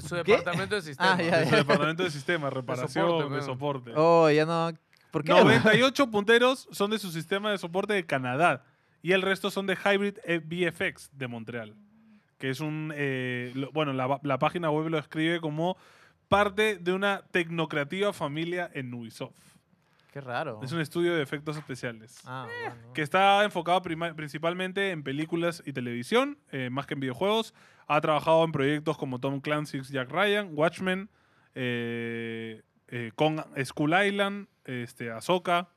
Speaker 3: su
Speaker 4: ¿Qué?
Speaker 3: departamento de sistemas.
Speaker 4: Ah, ya,
Speaker 1: Del Departamento de Sistemas, Reparación,
Speaker 3: soporte,
Speaker 1: de
Speaker 3: man.
Speaker 1: Soporte.
Speaker 4: Oh, ya no. ¿Por qué?
Speaker 1: 98 punteros son de su sistema de soporte de Canadá y el resto son de Hybrid eh, VFX de Montreal, que es un... eh, lo- bueno, la, la página web lo escribe como parte de una tecnocrativa familia en Ubisoft.
Speaker 4: Qué raro.
Speaker 1: Es un Eh. estudio de efectos especiales.
Speaker 4: Ah, bueno.
Speaker 1: Que está enfocado prima- principalmente en películas y televisión, eh, más que en videojuegos. Ha trabajado en proyectos como Tom Clancy's Jack Ryan, Watchmen, eh, eh, con Skull Island, este, Ahsoka,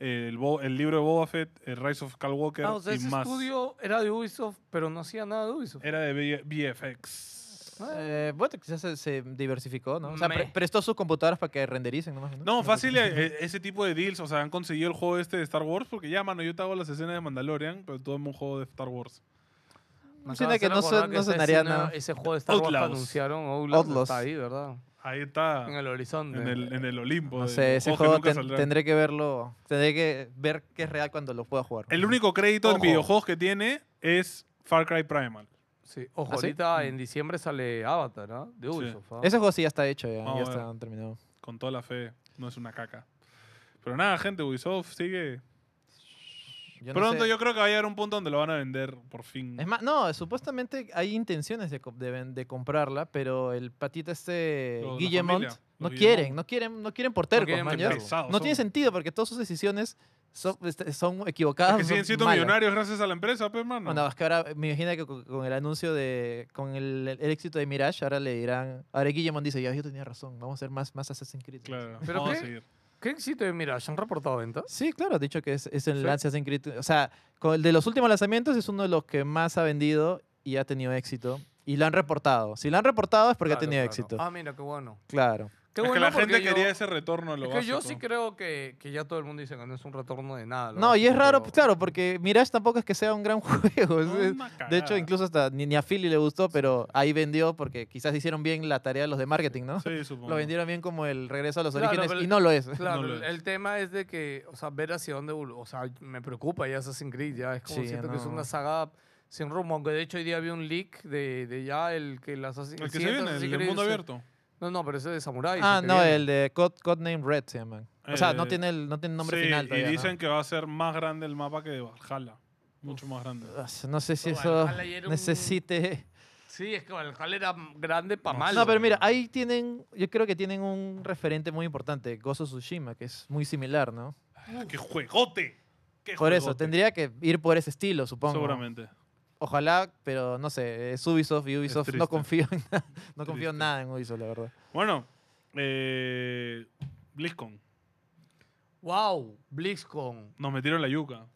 Speaker 1: eh, el, Bo- el libro de Boba Fett, el Rise of Skywalker
Speaker 3: Ah, o sea,
Speaker 1: y
Speaker 3: ese
Speaker 1: más.
Speaker 3: estudio era de Ubisoft, pero no hacía nada de Ubisoft.
Speaker 1: Era de V- VFX.
Speaker 4: Eh, bueno, quizás se, se diversificó, ¿no? O sea, pre-
Speaker 3: Meh.
Speaker 4: prestó sus computadoras para que rendericen nomás.
Speaker 1: No, fácil eh, eh, ese tipo de deals. O sea, han conseguido el juego este de Star Wars porque ya, mano, yo te hago las escenas de Mandalorian, pero todo en un juego de Star Wars.
Speaker 3: Me acabas
Speaker 4: Suena
Speaker 3: de
Speaker 4: que no
Speaker 3: recordar
Speaker 4: suena- no
Speaker 3: esa
Speaker 4: sonaría
Speaker 3: escena-
Speaker 4: nada.
Speaker 3: Ese juego de Star Wars que
Speaker 1: Outlaws.
Speaker 3: anunciaron, Outlaws,
Speaker 4: Outlaws.
Speaker 3: está ahí, ¿verdad?
Speaker 1: Ahí está.
Speaker 3: En el horizonte.
Speaker 1: Ah. En el, en Pues, el Olimpo.
Speaker 4: No
Speaker 1: de
Speaker 4: sé, ese
Speaker 1: juegos que
Speaker 4: juego
Speaker 1: nunca
Speaker 4: ten-
Speaker 1: saldrán.
Speaker 4: tendré que verlo. Tendré que ver que es real cuando lo pueda jugar.
Speaker 1: El único crédito en
Speaker 3: Ojo.
Speaker 1: videojuegos que tiene es Far Cry Primal.
Speaker 3: Sí. Ojo,
Speaker 4: ¿Ah, sí?
Speaker 3: ahorita en diciembre sale Avatar, ¿ah? De
Speaker 1: Mm. Sí.
Speaker 3: Ubisoft. ¿ah?
Speaker 4: Ese juego sí ya está hecho, ya,
Speaker 1: Ah,
Speaker 4: ya
Speaker 1: bueno.
Speaker 4: está terminado.
Speaker 1: Con toda la fe, no es una caca. Pero nada, gente, Ubisoft sigue.
Speaker 4: Yo no
Speaker 1: Pronto
Speaker 4: sé.
Speaker 1: yo creo que va a llegar un punto donde lo van a vender por fin.
Speaker 4: Es más, no, supuestamente hay intenciones de, co- de, ven- de comprarla, pero el patita este
Speaker 1: Lo- la
Speaker 4: Guillemont
Speaker 1: familia,
Speaker 4: no
Speaker 1: los
Speaker 4: quieren, no quieren, no quieren por tercos,
Speaker 3: quieren
Speaker 4: man,
Speaker 1: Qué
Speaker 4: ya.
Speaker 3: vender.
Speaker 1: pesados
Speaker 4: No tiene
Speaker 1: son.
Speaker 4: sentido porque todas sus decisiones son, este, son
Speaker 1: Es
Speaker 4: equivocadas.
Speaker 1: que siguen
Speaker 4: son
Speaker 1: siendo
Speaker 4: malas.
Speaker 1: millonarios gracias a la empresa, pues, mano.
Speaker 4: Bueno, es que ahora me imagino que con, con el anuncio de. con el, el éxito de Mirage, ahora le dirán. Ahora Guillemont dice, ya yo tenía razón, vamos a hacer más, más Assassin's Creed.
Speaker 1: claro,
Speaker 3: ¿Pero
Speaker 1: vamos
Speaker 3: qué?
Speaker 1: a seguir.
Speaker 3: ¿Qué éxito de Mirage? ¿Han reportado ventas?
Speaker 4: Sí, claro, ha dicho que es, es el
Speaker 3: Sí.
Speaker 4: lance Assassin's Creed. O sea, con el de los últimos lanzamientos es uno de los que más ha vendido y ha tenido éxito. Y lo han reportado. Si lo han reportado es porque ha
Speaker 3: Claro,
Speaker 4: tenido
Speaker 3: claro.
Speaker 4: éxito.
Speaker 3: Ah, mira, qué bueno.
Speaker 4: Claro.
Speaker 3: Qué
Speaker 1: es que
Speaker 3: bueno
Speaker 1: la
Speaker 3: porque
Speaker 1: gente
Speaker 3: yo-
Speaker 1: quería ese retorno a lo
Speaker 3: Es que yo
Speaker 1: básico.
Speaker 3: sí creo que, que ya todo el mundo dice que no es un retorno de nada. lo
Speaker 4: No, y
Speaker 3: básico,
Speaker 4: es raro, pues,
Speaker 3: pero-
Speaker 4: claro, porque Mirage tampoco es que sea un gran juego. es-
Speaker 1: No,
Speaker 4: es-
Speaker 1: una
Speaker 4: de hecho,
Speaker 1: cagada.
Speaker 4: incluso hasta ni, ni a Philly le gustó, pero ahí vendió porque quizás hicieron bien la tarea de los de marketing, ¿no?
Speaker 1: Sí, supongo.
Speaker 4: Lo vendieron bien como el regreso a los
Speaker 3: Claro,
Speaker 4: orígenes
Speaker 3: pero-
Speaker 4: y no lo es.
Speaker 3: Claro,
Speaker 1: No lo
Speaker 3: el-
Speaker 1: es.
Speaker 3: el tema es de que, o sea, ver hacia dónde, evolu- o sea, me preocupa ya Assassin's Creed, ya es como
Speaker 4: Sí,
Speaker 3: siento que es
Speaker 4: no.
Speaker 3: una saga sin rumbo, aunque de hecho hoy día había un leak de, de ya el que el Assassin's
Speaker 1: El que se
Speaker 3: siguiente
Speaker 1: viene, el
Speaker 3: Assassin's
Speaker 1: de
Speaker 3: Creed
Speaker 1: mundo
Speaker 3: es-
Speaker 1: abierto.
Speaker 3: No, no, pero ese es de Samurai.
Speaker 4: Ah, no, el de Cod- Codename Red se llaman. O sea, no
Speaker 1: Eh,
Speaker 4: tiene el, no tiene nombre
Speaker 1: Sí,
Speaker 4: final todavía.
Speaker 1: Y
Speaker 4: ¿no?
Speaker 1: dicen que va a ser más grande el mapa que de Valhalla. Mucho más grande.
Speaker 4: Ah, No, sé si
Speaker 3: Pero
Speaker 4: eso
Speaker 3: Valhalla ya era un-
Speaker 4: necesite.
Speaker 3: Sí, es que Valhalla era grande para
Speaker 1: No,
Speaker 3: mal.
Speaker 4: No, pero mira, ahí tienen. Yo creo que tienen un referente muy importante, Gozo Tsushima, que es muy similar, ¿no?
Speaker 1: ¡Qué juegote! ¡Qué
Speaker 4: Por eso,
Speaker 1: juegote!
Speaker 4: tendría que ir por ese estilo, supongo.
Speaker 1: Seguramente.
Speaker 4: Ojalá, pero no sé, es Ubisoft y Ubisoft no
Speaker 1: triste.
Speaker 4: confío en nada. No confío
Speaker 1: Triste.
Speaker 4: en nada en Ubisoft, la verdad.
Speaker 1: Bueno, eh, BlizzCon.
Speaker 3: Wow, BlizzCon.
Speaker 1: Nos metieron la yuca.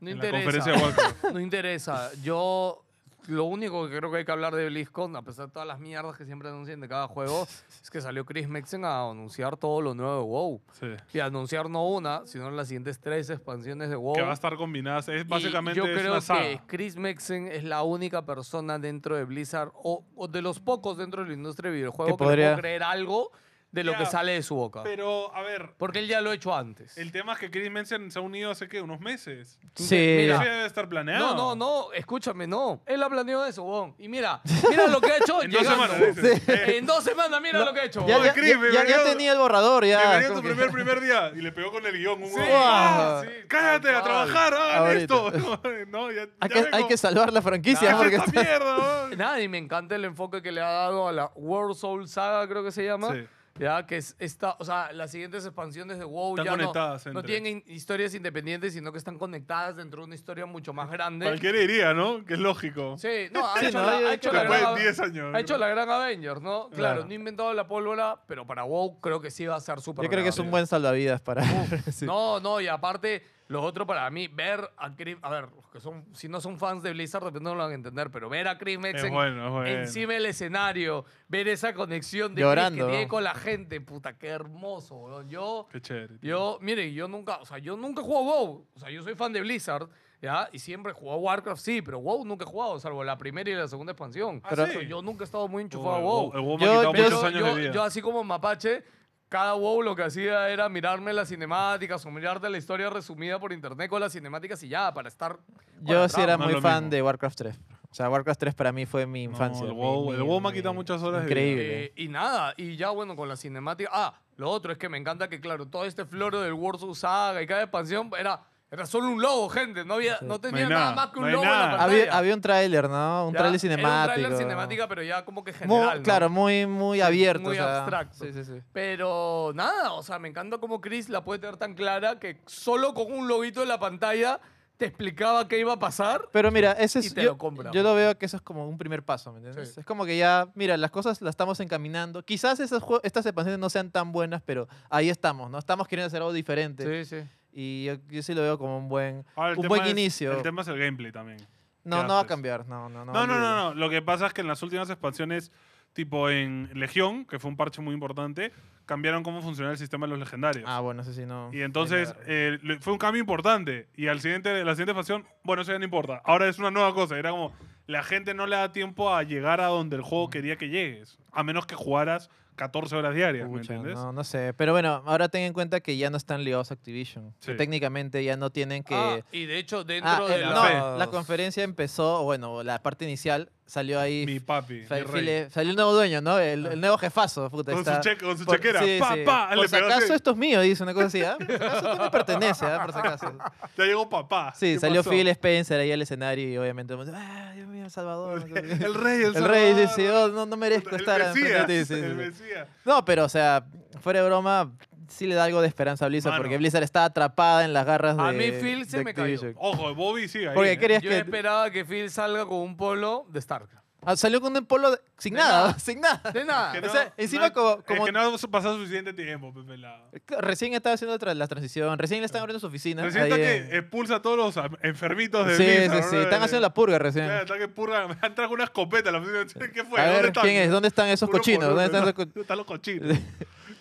Speaker 3: No
Speaker 1: en
Speaker 3: interesa.
Speaker 1: la conferencia de Warcraft.
Speaker 3: No interesa. Yo lo único que creo que hay que hablar de BlizzCon, a pesar de todas las mierdas que siempre anuncian de cada juego, es que salió Chris Mexen a anunciar todo lo nuevo de WoW.
Speaker 1: Sí.
Speaker 3: Y a anunciar no una, sino las siguientes tres expansiones de WoW.
Speaker 1: Que va a estar combinadas. Es
Speaker 3: Oh. Y
Speaker 1: básicamente
Speaker 3: yo
Speaker 1: es
Speaker 3: creo
Speaker 1: una
Speaker 3: que
Speaker 1: saga.
Speaker 3: Chris Mexen es la única persona dentro de Blizzard o, o de los pocos dentro de la industria de videojuego que,
Speaker 4: podría-
Speaker 3: le puedo creer algo de lo
Speaker 1: Ya,
Speaker 3: que sale de su boca.
Speaker 1: Pero, a ver,
Speaker 3: Porque él ya lo ha hecho antes.
Speaker 1: el tema es que Chris Manson se ha unido hace, ¿qué? Unos meses.
Speaker 4: Sí.
Speaker 1: Eso
Speaker 3: Mira.
Speaker 1: ya debe estar planeado.
Speaker 3: No, no, no, escúchame, no. Él ha planeado eso, huevón. Y mira, mira lo que ha hecho
Speaker 1: En dos
Speaker 3: llegando.
Speaker 1: semanas. dices. Eh,
Speaker 3: En dos semanas, mira lo que ha hecho.
Speaker 4: Ya,
Speaker 3: huevón.
Speaker 1: Oye,
Speaker 4: ya,
Speaker 1: Chris,
Speaker 4: ya-
Speaker 1: me
Speaker 4: ya- ya
Speaker 1: venía-
Speaker 4: tenía el borrador, ya.
Speaker 1: Oh, Eh, Bienvenido a
Speaker 4: como
Speaker 1: tu
Speaker 4: que-
Speaker 1: primer, primer día. Y le pegó con el guión. Un huevo.
Speaker 4: Wow.
Speaker 1: Ah, sí. Cállate, a trabajar, hagan
Speaker 4: Ahorita.
Speaker 1: esto. No, ya,
Speaker 4: Hay
Speaker 1: ya
Speaker 4: que,
Speaker 1: vengo.
Speaker 4: hay que salvar la franquicia,
Speaker 1: Haz
Speaker 4: porque
Speaker 1: esta mierda. ¿no?
Speaker 3: Nada, y me encanta el enfoque que le ha dado a la World Soul Saga, creo que se llama.
Speaker 1: Sí.
Speaker 3: Ya, que es esta, o sea, las siguientes expansiones de WoW
Speaker 1: Están
Speaker 3: ya no-
Speaker 1: conectadas
Speaker 3: no,
Speaker 1: entre-
Speaker 3: tienen in- historias independientes, sino que están conectadas dentro de una historia mucho más grande.
Speaker 1: Cualquiera iría, ¿no? Que es lógico.
Speaker 3: Sí, no, ha
Speaker 4: Sí,
Speaker 3: hecho,
Speaker 4: ¿no?
Speaker 3: la,
Speaker 4: Yo
Speaker 3: ha
Speaker 4: creo
Speaker 3: hecho
Speaker 4: que
Speaker 3: la
Speaker 1: Después
Speaker 3: gran,
Speaker 1: de 10 años.
Speaker 3: ha hecho la gran Avengers, ¿no? Claro,
Speaker 1: Claro.
Speaker 3: no he inventado la pólvora, pero para WoW creo que sí va a ser súper
Speaker 4: Yo creo que es un
Speaker 3: agradable.
Speaker 4: buen salvavidas para. Sí.
Speaker 3: No, no, y aparte, lo otro para mí, ver a Chris, a ver, los que son, si no son fans de Blizzard, de repente no lo van a entender, pero ver a Chris Metzen
Speaker 1: Es bueno, es bueno.
Speaker 3: encima del escenario, ver esa conexión de
Speaker 4: Llorando,
Speaker 3: Chris que tiene
Speaker 4: ¿no?
Speaker 3: con la gente, puta, qué hermoso, weón. Yo,
Speaker 1: Qué chévere. tío.
Speaker 3: yo, miren, yo nunca, o sea, yo nunca juego WoW, o sea, yo soy fan de Blizzard, ¿ya? Y siempre he jugado Warcraft, sí, pero WoW nunca he jugado, salvo la primera y la segunda expansión.
Speaker 1: Ah,
Speaker 3: Pero
Speaker 1: ¿sí?
Speaker 3: yo nunca he estado muy
Speaker 1: Oh,
Speaker 3: enchufado a
Speaker 1: el
Speaker 3: WoW.
Speaker 1: el WoW me
Speaker 4: Yo-
Speaker 1: ha quitado
Speaker 4: yo-
Speaker 1: muchos años
Speaker 3: yo,
Speaker 1: de vida.
Speaker 3: yo así como mapache, cada wow lo que hacía era mirarme las cinemáticas o mirarte la historia resumida por internet con las cinemáticas y ya, para estar... con
Speaker 4: Yo
Speaker 3: la
Speaker 4: sí
Speaker 3: trama.
Speaker 4: era
Speaker 1: no es
Speaker 4: muy
Speaker 1: lo
Speaker 4: fan
Speaker 1: mismo.
Speaker 4: de Warcraft 3. O sea, Warcraft 3 para mí fue mi infancia.
Speaker 1: el
Speaker 4: mi-
Speaker 1: WoW- el
Speaker 4: mi-
Speaker 1: WoW me ha
Speaker 4: mi-
Speaker 1: quitado muchas horas de vida.
Speaker 4: Increíble.
Speaker 3: Eh, y nada, y ya bueno, con la cinemática... Ah, lo otro es que me encanta que, claro, todo este floro del Warzone Saga y cada expansión era, era solo un logo, gente. No, había, no tenía
Speaker 1: hay
Speaker 3: nada,
Speaker 1: nada,
Speaker 3: más que un
Speaker 1: no hay
Speaker 3: logo en la
Speaker 1: nada.
Speaker 3: pantalla.
Speaker 4: había, había un tráiler, ¿no? Un
Speaker 3: Ya,
Speaker 4: tráiler
Speaker 3: era
Speaker 4: cinemático.
Speaker 3: Un trailer cinemática, pero ya como que
Speaker 4: Muy-
Speaker 3: general. ¿no?
Speaker 4: Claro, muy, muy
Speaker 3: Sí,
Speaker 4: abierto.
Speaker 3: muy
Speaker 4: o sea,
Speaker 3: abstracto.
Speaker 4: Sí, sí, sí.
Speaker 3: Pero nada, o sea, me encanta cómo Chris la puede tener tan clara que solo con un loguito en la pantalla te explicaba qué iba a pasar.
Speaker 4: Pero mira, ese es,
Speaker 3: Y te
Speaker 4: yo,
Speaker 3: lo compra,
Speaker 4: yo
Speaker 3: pues.
Speaker 4: lo veo que eso es como un primer paso, ¿me entiendes?
Speaker 3: Sí.
Speaker 4: Es como que ya, mira, las cosas las estamos encaminando. Quizás esas jue- estas expansiones no sean tan buenas, pero ahí estamos, ¿no? Estamos queriendo hacer algo diferente.
Speaker 3: sí.
Speaker 4: Y yo, yo sí lo veo como un buen,
Speaker 1: Ahora, Ah, el
Speaker 4: un
Speaker 1: tema
Speaker 4: buen
Speaker 1: es-
Speaker 4: inicio.
Speaker 1: El tema es el gameplay también.
Speaker 4: no,
Speaker 1: que
Speaker 4: no va a
Speaker 1: haces.
Speaker 4: cambiar, no, no, no.
Speaker 1: No, no,
Speaker 4: olvídalo.
Speaker 1: no, no. Lo que pasa es que en las últimas expansiones, tipo en Legión, que fue un parche muy importante, cambiaron cómo funcionaba el sistema de los legendarios.
Speaker 4: Ah, bueno, eso sí, no.
Speaker 1: y entonces eh, le- fue un cambio importante. Y al siguiente, la siguiente expansión, bueno, eso ya no importa. Ahora es una nueva cosa. Era como, la gente no le da tiempo a llegar a donde el juego quería que llegues. A menos que jugaras 14 horas diarias, ¿me
Speaker 4: Pucha,
Speaker 1: entiendes?
Speaker 4: No, no sé. Pero bueno, ahora ten en cuenta que ya no están ligados a Activision. que
Speaker 1: Sí.
Speaker 4: técnicamente ya no tienen que.
Speaker 3: Ah, y de hecho, dentro
Speaker 4: Ah,
Speaker 3: de
Speaker 4: eh,
Speaker 3: la...
Speaker 4: no, la conferencia empezó, o bueno, la parte inicial salió ahí.
Speaker 1: Mi papi.
Speaker 4: sa-
Speaker 1: mi rey. Ah.
Speaker 4: file- salió el nuevo dueño, ¿no? El, el nuevo jefazo. Puta,
Speaker 1: Con su,
Speaker 4: está-
Speaker 1: cheque- con su
Speaker 4: por-
Speaker 1: chequera.
Speaker 4: sí,
Speaker 1: pa,
Speaker 4: sí.
Speaker 1: pa,
Speaker 4: Por
Speaker 1: le
Speaker 4: si
Speaker 1: pegó así.
Speaker 4: acaso esto es mío, dice una cosa así. ¿ah? Por si acaso esto me pertenece, ¿ah? Por si acaso.
Speaker 1: Ya llegó papá.
Speaker 4: Sí,
Speaker 1: ¿Qué
Speaker 4: salió
Speaker 1: pasó?
Speaker 4: Phil Spencer ahí al escenario y obviamente. todo el mundo, ¡Ah, Dios mío, Salvador! no sé qué.
Speaker 1: El rey, el
Speaker 4: El rey
Speaker 1: Salvador.
Speaker 4: dice: "Oh, no, no merezco
Speaker 1: El
Speaker 4: estar enfrente de
Speaker 1: Mesías,
Speaker 4: ti", sí, sí,
Speaker 1: el
Speaker 4: sí.
Speaker 1: Mesías.
Speaker 4: No, pero o sea, fuera de broma, sí le da algo de esperanza a Blizzard,
Speaker 1: Mano.
Speaker 4: porque Blizzard está atrapada en las garras de.
Speaker 3: A mí Phil se
Speaker 4: de
Speaker 3: me cayó.
Speaker 4: Activision.
Speaker 1: Ojo, Bobby sigue ahí.
Speaker 4: Porque
Speaker 1: ¿eh?
Speaker 4: querías
Speaker 3: Yo
Speaker 4: que.
Speaker 3: esperaba que Phil salga con un polo de StarCraft.
Speaker 4: Ah, Salió con un polo de- sin
Speaker 3: De
Speaker 4: nada,
Speaker 3: nada.
Speaker 4: sin nada.
Speaker 3: De nada.
Speaker 1: Que
Speaker 4: O sea, encima como- como-
Speaker 1: Es que no ha pasado suficiente tiempo, Pepe Lado.
Speaker 4: Recién estaba haciendo tra- la transición, recién le están abriendo su oficina.
Speaker 1: Recién está
Speaker 4: ahí
Speaker 1: que
Speaker 4: en-
Speaker 1: expulsa a todos los am- enfermitos de
Speaker 4: Sí,
Speaker 1: Blizzard,
Speaker 4: sí, sí,
Speaker 1: ¿no?
Speaker 4: están haciendo la purga recién.
Speaker 1: Claro, está que purga. Han traído una escopeta. a La... oficina. ¿Qué fue?
Speaker 4: a
Speaker 1: ¿Dónde
Speaker 4: ver,
Speaker 1: están?
Speaker 4: ¿quién es? ¿Dónde están esos
Speaker 1: Uno por
Speaker 4: cochinos?
Speaker 1: uno,
Speaker 4: ¿Dónde están esos co-
Speaker 1: Están los cochinos.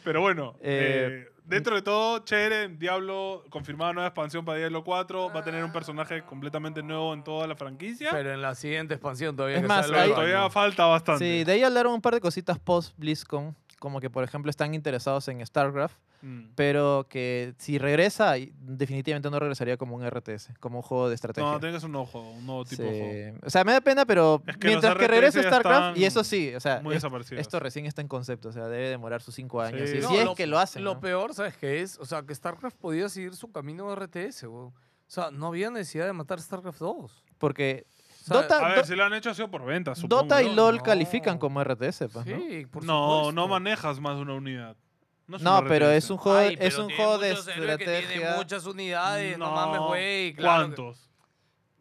Speaker 1: Pero bueno,
Speaker 4: Eh,
Speaker 1: eh, dentro de todo, chévere. Diablo, confirmada nueva expansión para Diablo 4. Va a tener un personaje
Speaker 4: Ah.
Speaker 1: completamente nuevo en toda la franquicia.
Speaker 3: Pero en la siguiente expansión todavía
Speaker 4: Es
Speaker 3: que
Speaker 4: más,
Speaker 1: Pero
Speaker 3: sale
Speaker 4: ahí-
Speaker 3: el baño.
Speaker 1: todavía falta bastante.
Speaker 4: Sí, de ahí hablaron un par de cositas post-BlizzCon, como que por ejemplo están interesados en StarCraft.
Speaker 1: Mm.
Speaker 4: pero que si regresa, y definitivamente no regresaría como un RTS, como un juego de estrategia.
Speaker 1: No, tiene que ser un nuevo juego, un nuevo tipo de juego.
Speaker 4: Sí. O sea, me da pena, pero
Speaker 1: Es que los
Speaker 4: mientras que
Speaker 1: RTS
Speaker 4: regrese
Speaker 1: ya
Speaker 4: StarCraft, y eso
Speaker 1: están
Speaker 4: sí, o sea,
Speaker 1: Muy
Speaker 4: es-
Speaker 1: desaparecido.
Speaker 4: esto recién está en concepto, o sea, debe demorar sus cinco años.
Speaker 1: Sí.
Speaker 4: y
Speaker 1: No,
Speaker 4: si es
Speaker 3: lo-
Speaker 4: que lo hacen.
Speaker 3: Lo
Speaker 4: ¿no?
Speaker 3: peor, ¿sabes qué es? O sea, que StarCraft podía seguir su camino de RTS, weón. O sea, no había necesidad de matar StarCraft 2.
Speaker 4: Porque
Speaker 3: O sea,
Speaker 4: Dota,
Speaker 1: A
Speaker 4: Do-
Speaker 1: ver, si lo han hecho ha sido por venta, supongo.
Speaker 4: Dota y
Speaker 1: ¿no?
Speaker 4: LOL
Speaker 3: No.
Speaker 4: califican como RTS, pues, ¿no?
Speaker 3: Sí, por
Speaker 1: No,
Speaker 3: supuesto.
Speaker 1: no manejas más de una unidad. No, es
Speaker 4: No,
Speaker 1: una
Speaker 4: pero
Speaker 1: RTS.
Speaker 4: es un juego,
Speaker 3: Ay,
Speaker 4: es
Speaker 3: pero
Speaker 4: un
Speaker 3: tiene
Speaker 4: juego de
Speaker 3: muchos héroes que
Speaker 4: estrategia.
Speaker 3: tienen muchas unidades, no,
Speaker 1: No,
Speaker 3: mames, güey. Claro, que-
Speaker 1: ¿Cuántos?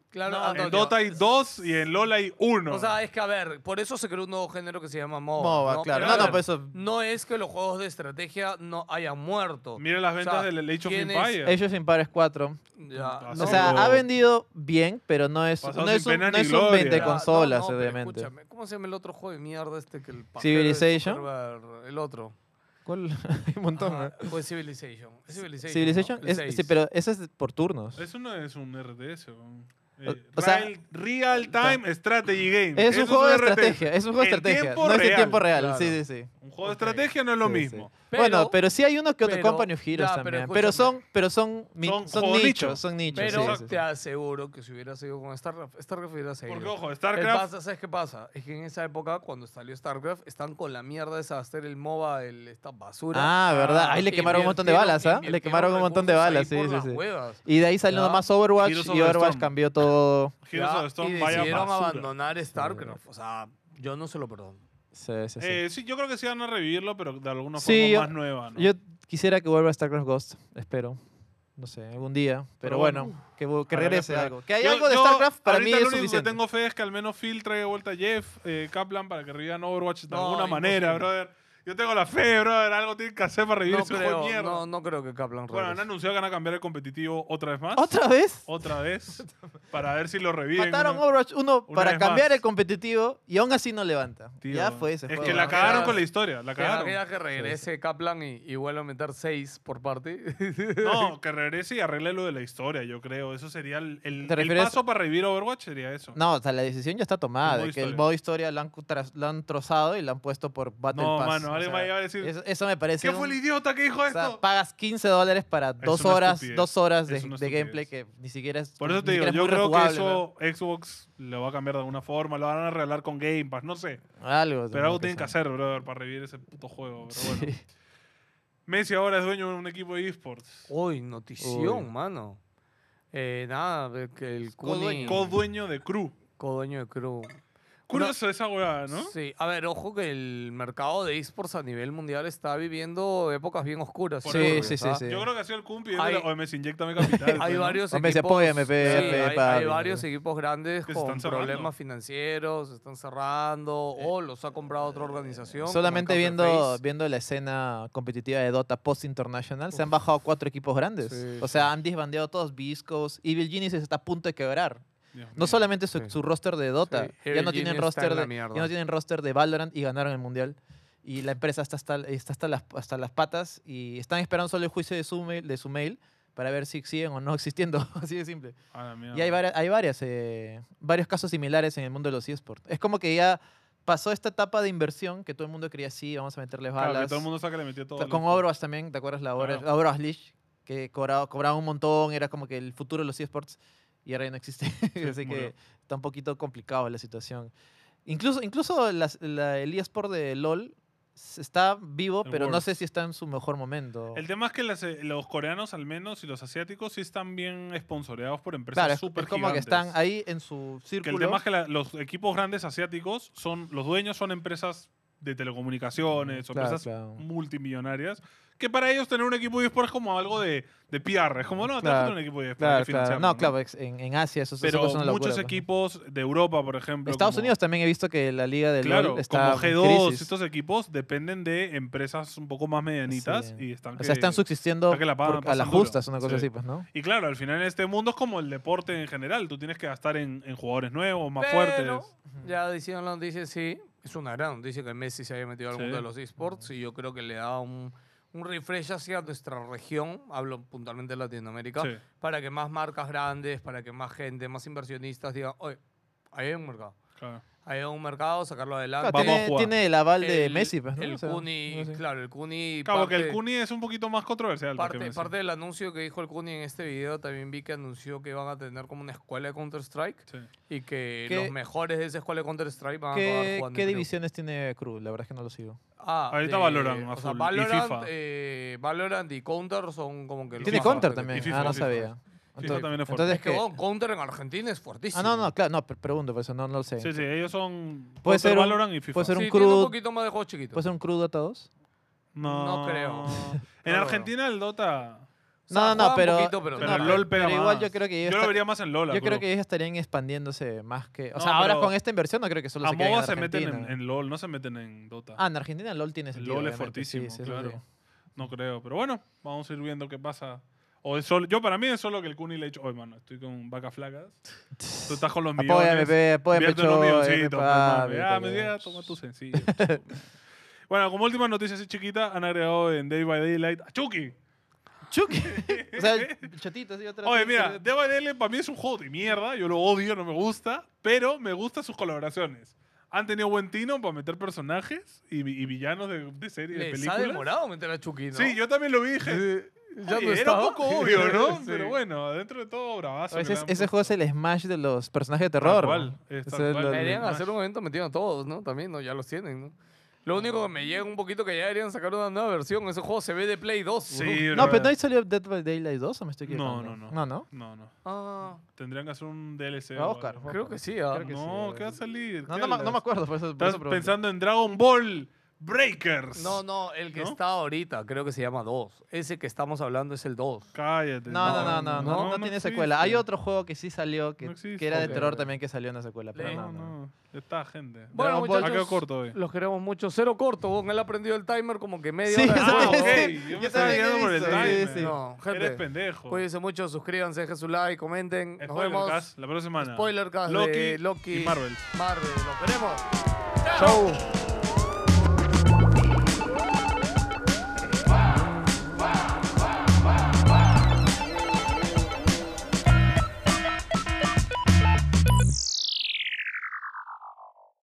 Speaker 3: Claro,
Speaker 4: Ah, No,
Speaker 1: En
Speaker 3: Antonio.
Speaker 1: Dota hay dos y en LOL hay uno.
Speaker 3: O sea, es que a ver, por eso se creó un nuevo género que se llama MOBA.
Speaker 4: MOBA,
Speaker 3: ¿no?
Speaker 4: claro.
Speaker 3: Pero,
Speaker 1: No,
Speaker 3: a
Speaker 1: no,
Speaker 3: ver,
Speaker 4: pues eso-
Speaker 3: no es que los juegos de estrategia no hayan muerto.
Speaker 1: Mira las ventas
Speaker 3: o sea,
Speaker 1: del Age of
Speaker 3: ¿quién es?
Speaker 1: Empires.
Speaker 4: Ellos en pares 4.
Speaker 3: Ya,
Speaker 1: O
Speaker 3: no.
Speaker 4: o sea,
Speaker 1: pero-
Speaker 4: ha vendido bien, pero no es,
Speaker 1: Pasado
Speaker 4: no es
Speaker 1: sin
Speaker 4: un,
Speaker 1: pena
Speaker 4: no
Speaker 1: ni
Speaker 4: es un
Speaker 1: gloria.
Speaker 4: vende
Speaker 1: Ya,
Speaker 3: Ya, no,
Speaker 4: consolas,
Speaker 3: no, pero
Speaker 4: obviamente.
Speaker 3: escúchame, ¿Cómo se llama el otro juego de mierda este que el pajero de
Speaker 4: ¿Civilization?
Speaker 3: Zuckerberg, El otro.
Speaker 4: ¿Cuál? Hay un montón. ¿no?
Speaker 3: Ah, pues Civilization. Es Civilization.
Speaker 4: Civilization, este,
Speaker 3: ¿no? El
Speaker 4: es- sí,
Speaker 3: seis.
Speaker 4: pero ese es por turnos.
Speaker 1: Eso no es un RTS. weón. Eh,
Speaker 4: o sea,
Speaker 1: Real, Real Time Strategy Game.
Speaker 4: Es
Speaker 1: Eso
Speaker 4: un juego de
Speaker 1: RTS.
Speaker 4: estrategia, es un juego de
Speaker 1: En
Speaker 4: estrategia.
Speaker 1: tiempo
Speaker 4: No es en
Speaker 1: real.
Speaker 4: tiempo real,
Speaker 3: Claro.
Speaker 4: sí, sí, sí.
Speaker 1: Un juego de
Speaker 3: Ok.
Speaker 1: estrategia no es lo
Speaker 4: Sí,
Speaker 1: mismo.
Speaker 4: sí. bueno, pero sí hay unos que otros
Speaker 3: pero-
Speaker 4: Company of Heroes
Speaker 3: ya, pero
Speaker 4: también. Pero
Speaker 3: escúchame.
Speaker 4: son, pero son, mi-
Speaker 1: Son
Speaker 4: son,
Speaker 1: juegos
Speaker 4: nichos,
Speaker 1: nicho.
Speaker 4: son nichos.
Speaker 3: Pero
Speaker 4: sí, sí, sí.
Speaker 3: te aseguro que si hubiera seguido con StarCraft, StarCraft hubiera seguido.
Speaker 1: Porque, ojo,
Speaker 3: El
Speaker 1: StarCraft.
Speaker 3: pasa- ¿Sabes qué pasa? Es que en esa época, cuando salió StarCraft, están con la mierda esa de hacer el MOBA, el- esta basura.
Speaker 4: Ah, verdad. Ahí le quemaron un montón de balas, ¿ah?
Speaker 3: Invirtieron-
Speaker 4: Le quemaron un montón de
Speaker 3: recursos
Speaker 4: balas, sí,
Speaker 3: ahí por
Speaker 4: sí,
Speaker 3: las
Speaker 4: sí.
Speaker 3: huevas.
Speaker 4: Y de ahí salió
Speaker 3: Ya.
Speaker 4: nomás Overwatch
Speaker 1: Heroes of
Speaker 4: y
Speaker 1: the
Speaker 4: Overwatch
Speaker 1: Storm.
Speaker 4: cambió todo.
Speaker 1: Heroes
Speaker 3: Ya,
Speaker 1: of the Storm,
Speaker 3: y
Speaker 1: vaya
Speaker 3: decidieron
Speaker 1: basura.
Speaker 3: abandonar StarCraft. O sea, yo no se lo perdono.
Speaker 4: Sí, sí, sí.
Speaker 1: Eh, sí, yo creo que sí van a revivirlo, pero de alguna
Speaker 4: Sí,
Speaker 1: forma
Speaker 4: yo-
Speaker 1: más nueva. ¿no?
Speaker 4: Yo quisiera que vuelva StarCraft Ghost, espero. No sé, algún día. Pero,
Speaker 1: Pero
Speaker 4: bueno,
Speaker 1: bueno,
Speaker 4: que, vu- que
Speaker 1: habrá que
Speaker 4: regrese
Speaker 1: esperar.
Speaker 4: algo. Que haya
Speaker 1: Yo-
Speaker 4: algo de
Speaker 1: yo
Speaker 4: StarCraft para
Speaker 1: ahorita
Speaker 4: mí
Speaker 1: lo
Speaker 4: es
Speaker 1: único
Speaker 4: suficiente.
Speaker 1: que tengo fe es que al menos Phil traiga de vuelta a Jeff eh, Kaplan para que revivan Overwatch de
Speaker 3: No,
Speaker 1: alguna manera,
Speaker 3: imposible.
Speaker 1: brother. Yo tengo la fe, brother. Algo tiene que hacer para revivir
Speaker 3: No
Speaker 1: ese juego de
Speaker 3: creo,
Speaker 1: mierda.
Speaker 3: no, no creo que Kaplan
Speaker 1: bueno, han
Speaker 3: regrese.
Speaker 1: anunciado que van a cambiar el competitivo otra vez más. Oh,
Speaker 4: ¿Otra vez?
Speaker 1: Otra vez. para ver si lo reviven.
Speaker 4: Mataron
Speaker 1: una-
Speaker 4: Overwatch 1
Speaker 1: una
Speaker 4: para
Speaker 1: vez
Speaker 4: cambiar
Speaker 1: más.
Speaker 4: el competitivo y aún así no levanta.
Speaker 1: Tío,
Speaker 4: ya fue ese
Speaker 1: Es
Speaker 4: juego.
Speaker 1: que
Speaker 3: ¿no?
Speaker 1: la cagaron
Speaker 3: Queda-
Speaker 1: con la historia. La
Speaker 3: Que en
Speaker 1: cagaron.
Speaker 3: aquella que regrese Kaplan y, y vuelva a meter 6 por parte.
Speaker 1: No, que regrese y arregle lo de la historia, yo creo. Eso sería el, el-
Speaker 4: ¿Te
Speaker 1: el
Speaker 4: refieres-
Speaker 1: paso para revivir Overwatch, sería eso.
Speaker 4: No, o sea, la decisión ya está
Speaker 1: El
Speaker 4: tomada.
Speaker 1: modo
Speaker 4: de que el
Speaker 1: historia.
Speaker 4: modo historia lo han, cu- tras- lo han trozado y lo han puesto por Battle
Speaker 1: No,
Speaker 4: Pass.
Speaker 1: mano,
Speaker 4: o
Speaker 1: alguien
Speaker 4: sea,
Speaker 1: va a decir,
Speaker 4: eso, eso me parece.
Speaker 1: ¿Qué fue
Speaker 4: un-
Speaker 1: el idiota que dijo
Speaker 4: o sea,
Speaker 1: esto?
Speaker 4: pagas 15 dólares para dos
Speaker 1: una
Speaker 4: horas,
Speaker 1: estupidez.
Speaker 4: dos horas de,
Speaker 1: Es una
Speaker 4: de gameplay que
Speaker 1: estupidez.
Speaker 4: ni siquiera es.
Speaker 1: Por eso
Speaker 4: ni
Speaker 1: te digo,
Speaker 4: siquiera es
Speaker 1: yo
Speaker 4: muy
Speaker 1: creo que
Speaker 4: rejugable,
Speaker 1: eso Xbox lo va a cambiar de alguna forma, lo van a arreglar con Game Pass, no sé.
Speaker 4: ¿no? Algo.
Speaker 1: Pero algo
Speaker 4: tiene
Speaker 1: tienen que hacer, brother, para revivir ese puto juego. Pero bueno. Messi ahora es dueño de un equipo de esports.
Speaker 3: Uy, notición,
Speaker 4: Uy.
Speaker 3: mano. Eh, nada, de que el Cuni...
Speaker 4: Codueño.
Speaker 1: Co-dueño de Crew.
Speaker 3: Codueño de Crew.
Speaker 1: Curioso esa weá, ¿no?
Speaker 3: Sí, a ver, ojo que el mercado de esports a nivel mundial está viviendo épocas bien oscuras.
Speaker 1: Por
Speaker 3: ¿sí?
Speaker 1: eso.
Speaker 4: Sí, sí,
Speaker 3: ¿Ah?
Speaker 4: sí, sí.
Speaker 1: Yo creo que ha sido el cumpi
Speaker 3: Hay-
Speaker 1: de Oye, Messi, inyectame capital. pues,
Speaker 3: Hay
Speaker 1: ¿no?
Speaker 3: varios
Speaker 4: Hombre, se
Speaker 3: equipos,
Speaker 4: apóyame, pe,
Speaker 3: sí,
Speaker 4: pe,
Speaker 3: hay,
Speaker 4: papi.
Speaker 3: hay varios equipos grandes
Speaker 1: Que se
Speaker 3: con
Speaker 1: están cerrando.
Speaker 3: problemas financieros, se están cerrando o los ha comprado otra organización. como el
Speaker 4: Solamente
Speaker 3: caso de
Speaker 4: viendo,
Speaker 3: Face.
Speaker 4: viendo la escena competitiva de Dota Post International, se han bajado cuatro equipos grandes.
Speaker 3: Sí,
Speaker 4: o sea, han desbandeado todos Viscos. Evil Genius está a punto de quebrar.
Speaker 1: Dios mío.
Speaker 4: No solamente su,
Speaker 3: Sí.
Speaker 4: su roster de Dota,
Speaker 3: Sí,
Speaker 4: ya,
Speaker 3: Evil
Speaker 4: no tienen
Speaker 3: Genius está
Speaker 4: roster
Speaker 3: en la
Speaker 4: de, ya
Speaker 3: mierda.
Speaker 4: no tienen roster de Valorant y ganaron el mundial. Y la empresa está hasta, está hasta, las, hasta las patas y están esperando solo el juicio de su, mail, de su mail para ver si siguen o no existiendo. Así de simple.
Speaker 1: A la
Speaker 4: Y hay,
Speaker 1: mierda.
Speaker 4: varias, hay varias, eh, varios casos similares en el mundo de los eSports. Es como que ya pasó esta etapa de inversión que todo el mundo creía, sí, vamos a meterles
Speaker 1: Claro, que
Speaker 4: balas.
Speaker 1: todo el mundo saca que le metió todo.
Speaker 4: Ta-
Speaker 1: al
Speaker 4: Con
Speaker 1: equipo.
Speaker 4: Overwatch también, ¿te acuerdas la Overwatch,
Speaker 1: Claro.
Speaker 4: Overwatch League? Que cobraba, cobraba un montón, era como que el futuro de los eSports y ahora ya no existe. Así
Speaker 1: murió.
Speaker 4: que está un poquito complicado la situación. Incluso, incluso las- la- el eSport de LOL s- está vivo,
Speaker 1: El
Speaker 4: pero no
Speaker 1: Worlds.
Speaker 4: sé si está en su mejor momento.
Speaker 1: El tema es que las, eh, los coreanos, al menos, y los asiáticos, sí están bien esponsoreados por
Speaker 4: Claro,
Speaker 1: empresas
Speaker 4: es,
Speaker 1: súper
Speaker 4: es como que están ahí en su
Speaker 1: Que
Speaker 4: círculo.
Speaker 1: el tema es que la- los equipos grandes asiáticos son los dueños son empresas de telecomunicaciones, son
Speaker 4: Claro,
Speaker 1: empresas
Speaker 4: claro.
Speaker 1: multimillonarias, que para ellos tener un equipo de esports es como algo de, de PR, es como no,
Speaker 4: Claro,
Speaker 1: tenemos un equipo de esports
Speaker 4: Claro,
Speaker 1: que
Speaker 4: claro.
Speaker 1: financiamos,
Speaker 4: No, claro, ex- en, en Asia eso
Speaker 1: Pero
Speaker 4: eso es una locura,
Speaker 1: muchos
Speaker 4: pues, ¿no?
Speaker 1: equipos de Europa, por ejemplo,
Speaker 4: Estados
Speaker 1: como-
Speaker 4: Unidos también he visto que la liga de
Speaker 1: claro,
Speaker 4: LOL está
Speaker 1: como
Speaker 4: en
Speaker 1: G2,
Speaker 4: crisis.
Speaker 1: estos equipos dependen de empresas un poco más medianitas
Speaker 4: Sí.
Speaker 1: y están
Speaker 4: o sea, están
Speaker 1: que-
Speaker 4: subsistiendo
Speaker 1: está que la pagan-
Speaker 4: por- a las
Speaker 1: pasan duro.
Speaker 4: justas, una cosa
Speaker 1: Sí.
Speaker 4: así, pues, ¿no?
Speaker 1: Y claro, al final en este mundo es como el deporte en general, tú tienes que gastar en, en jugadores nuevos, más
Speaker 3: Pero,
Speaker 1: fuertes.
Speaker 3: Ya diciendo la noticia, sí, es una gran noticia que Messi se haya metido al
Speaker 1: Sí.
Speaker 3: mundo de los esports y yo creo que le da un, un refresh hacia nuestra región, hablo puntualmente de Latinoamérica,
Speaker 1: Sí.
Speaker 3: para que más marcas grandes, para que más gente, más inversionistas digan, oye, ahí hay un mercado,
Speaker 1: claro.
Speaker 3: ahí hay un mercado, sacarlo adelante.
Speaker 4: Claro,
Speaker 1: Ah, Vamos a
Speaker 4: tiene,
Speaker 1: jugar.
Speaker 4: tiene el aval de
Speaker 3: El-
Speaker 4: Messi, pues, ¿no?
Speaker 3: El
Speaker 4: O sea,
Speaker 3: Cuni,
Speaker 4: no sé.
Speaker 3: claro, el Cuni...
Speaker 1: Claro, que el
Speaker 3: parte-
Speaker 1: Cuni es un poquito más controversial.
Speaker 3: Parte,
Speaker 1: que Messi.
Speaker 3: parte del anuncio que dijo el Cuni en este video, también vi que anunció que van a tener como una escuela de Counter-Strike
Speaker 1: Sí.
Speaker 3: y que
Speaker 4: ¿Qué-
Speaker 3: los mejores de esa escuela de Counter-Strike van a acabar
Speaker 4: ¿Qué,
Speaker 3: jugando.
Speaker 4: qué
Speaker 3: en Perú.
Speaker 4: divisiones tiene Cruz? La verdad es que no lo sigo.
Speaker 3: Ah,
Speaker 1: Ahorita
Speaker 3: de-
Speaker 1: Valorant a
Speaker 3: o sea,
Speaker 1: full, y
Speaker 3: Valorant,
Speaker 1: FIFA.
Speaker 3: eh, Valorant y Counter son como que los
Speaker 4: Tiene
Speaker 3: más
Speaker 4: Counter
Speaker 3: fuertes
Speaker 4: también.
Speaker 1: Y FIFA,
Speaker 4: ah, no
Speaker 1: FIFA.
Speaker 4: sabía.
Speaker 1: también es fuerte.
Speaker 3: que-
Speaker 4: entonces
Speaker 3: Es que bueno, Counter en Argentina es fuertísimo.
Speaker 4: Ah, no, no, claro, no, pre- pregunto, por eso no, no lo sé.
Speaker 1: Sí, sí, ellos son.
Speaker 4: Puede
Speaker 1: Puede
Speaker 4: ser
Speaker 1: ser
Speaker 4: un-
Speaker 1: Valorant y FIFA.
Speaker 4: puede ser
Speaker 3: Sí,
Speaker 4: un
Speaker 3: tiene
Speaker 4: crudo-
Speaker 3: un poquito más de juegos chiquitos.
Speaker 4: ¿Puede ser un Crudo Dota 2?
Speaker 3: No creo.
Speaker 1: En
Speaker 3: No, no,
Speaker 1: Argentina el Dota.
Speaker 3: O sea,
Speaker 4: No, no,
Speaker 3: juegan
Speaker 4: pero-
Speaker 3: poquito, pero,
Speaker 1: Pero
Speaker 3: no,
Speaker 1: el LOL pega
Speaker 4: pero igual
Speaker 1: más.
Speaker 4: yo creo que ellos
Speaker 1: Yo lo
Speaker 4: está-
Speaker 1: vería más en LOL.
Speaker 4: Yo creo que ellos estarían expandiéndose más que... O
Speaker 1: No,
Speaker 4: sea, ahora
Speaker 1: pero
Speaker 4: con esta inversión no creo que solo
Speaker 1: A
Speaker 4: se queden en
Speaker 1: MOBA se meten
Speaker 4: Argentina.
Speaker 1: en, en LOL, no se meten en Dota.
Speaker 4: Ah, en Argentina LOL tiene
Speaker 1: el
Speaker 4: sentido.
Speaker 1: LOL es
Speaker 4: obviamente, sí,
Speaker 1: fortísimo,
Speaker 4: sí, eso
Speaker 1: claro.
Speaker 4: sí. Ah,
Speaker 1: No creo, pero bueno, vamos a ir viendo qué pasa. O es solo- yo para mí es solo que el Cuni le ha dicho, oye, mano, estoy con vacas flacas. Tú estás con los millones.
Speaker 4: Apóyame, pe, apóyame,
Speaker 1: Vierte unos
Speaker 4: choy,
Speaker 1: milloncitos,
Speaker 4: pe,
Speaker 1: pues, mami.
Speaker 4: papi,
Speaker 1: Ah,
Speaker 4: te
Speaker 1: me
Speaker 4: quedas.
Speaker 1: diga, toma tu sencillo. bueno, como última noticia así chiquita, han agregado en Day by Daylight a Chucky.
Speaker 4: Chucky. o sea, chotito, así otra
Speaker 1: Oye,
Speaker 4: vez,
Speaker 1: mira,
Speaker 4: otra vez.
Speaker 1: Deva DL para mí es un juego de mierda. Yo lo odio, no me gusta. Pero me gustan sus colaboraciones. Han tenido buen tino para meter personajes y, vi- y villanos de, de series, de
Speaker 3: Les ha
Speaker 1: películas.
Speaker 3: demorado meter a Chucky, ¿no?
Speaker 1: Sí, yo también lo vi y dije.
Speaker 3: Eh, ya
Speaker 1: "Oye,
Speaker 3: no
Speaker 1: era
Speaker 3: estaba".
Speaker 1: un poco obvio, ¿no?
Speaker 3: Sí.
Speaker 1: Pero bueno, dentro de todo, bravazo.
Speaker 4: O
Speaker 1: que
Speaker 4: ese,
Speaker 1: le
Speaker 4: es-
Speaker 1: han
Speaker 4: ese
Speaker 1: puesto.
Speaker 4: juego es el Smash de los personajes de
Speaker 1: pues. Tal
Speaker 4: terror.
Speaker 1: cual,
Speaker 4: ¿no?
Speaker 1: es
Speaker 4: Eso
Speaker 1: tal
Speaker 4: es
Speaker 1: cual.
Speaker 4: lo de-
Speaker 3: Deberían
Speaker 1: Smash.
Speaker 3: hacer un evento metido a todos, ¿no? También, ¿no? Ya los tienen, ¿no? Lo único que me llega un poquito que ya deberían sacar una nueva versión. Ese juego se ve de Play 2.
Speaker 1: Sí,
Speaker 3: weón.
Speaker 4: No,
Speaker 1: brother.
Speaker 4: pero no ahí salió Dead by Daylight 2 o me estoy equivocando.
Speaker 1: No, no, no.
Speaker 4: No, no.
Speaker 1: No, no.
Speaker 3: Ah,
Speaker 1: Tendrían que hacer un DLC.
Speaker 4: Ah,
Speaker 1: o
Speaker 4: Oscar,
Speaker 1: algo.
Speaker 3: creo que sí, ¿ah?
Speaker 4: Creo que sí,
Speaker 1: No,
Speaker 4: eh.
Speaker 1: ¿qué va a salir?
Speaker 4: No,
Speaker 1: ¿Qué
Speaker 4: no, me- no me
Speaker 1: hablas?
Speaker 4: acuerdo, por eso, por
Speaker 1: Estás
Speaker 4: eso pregunté.
Speaker 1: pensando en Dragon Ball Breakers.
Speaker 3: No, no, el que
Speaker 1: ¿No?
Speaker 3: está ahorita creo que se llama 2. Ese que estamos hablando es el 2.
Speaker 1: Cállate.
Speaker 4: No, no, no, no, no, no,
Speaker 1: no
Speaker 4: tiene
Speaker 1: existe.
Speaker 4: secuela. Hay otro juego que sí salió, que,
Speaker 1: No existe.
Speaker 4: que era de
Speaker 3: Ok,
Speaker 4: terror
Speaker 3: ok.
Speaker 4: también, que salió en la secuela. Pero
Speaker 3: Lame.
Speaker 4: no,
Speaker 1: No,
Speaker 4: no.
Speaker 1: no. Ya está, gente.
Speaker 3: Bueno,
Speaker 4: Dragon Ball-
Speaker 1: Ha quedado
Speaker 3: muchachos,
Speaker 1: corto eh. hoy.
Speaker 3: los queremos mucho. Cero corto, weón. Él ha prendido el timer como que media
Speaker 4: Sí,
Speaker 3: hora.
Speaker 4: eso
Speaker 1: Ah,
Speaker 4: te-
Speaker 1: ok.
Speaker 3: weón.
Speaker 4: sí,
Speaker 1: Yo
Speaker 4: yo
Speaker 1: me estaba
Speaker 4: también he
Speaker 1: guiando por el
Speaker 4: visto,
Speaker 1: timer.
Speaker 4: sí, sí.
Speaker 3: No, gente.
Speaker 1: Eres pendejo.
Speaker 4: pues,
Speaker 3: Cuídense mucho, suscríbanse, dejen su like, comenten. Nos
Speaker 1: Spoilercast,
Speaker 3: vemos.
Speaker 1: la próxima semana.
Speaker 3: Spoilercast
Speaker 1: Loki,
Speaker 3: de Loki
Speaker 1: y Marvel.
Speaker 3: Marvel. Nos veremos.
Speaker 1: Chau.
Speaker 3: Chau.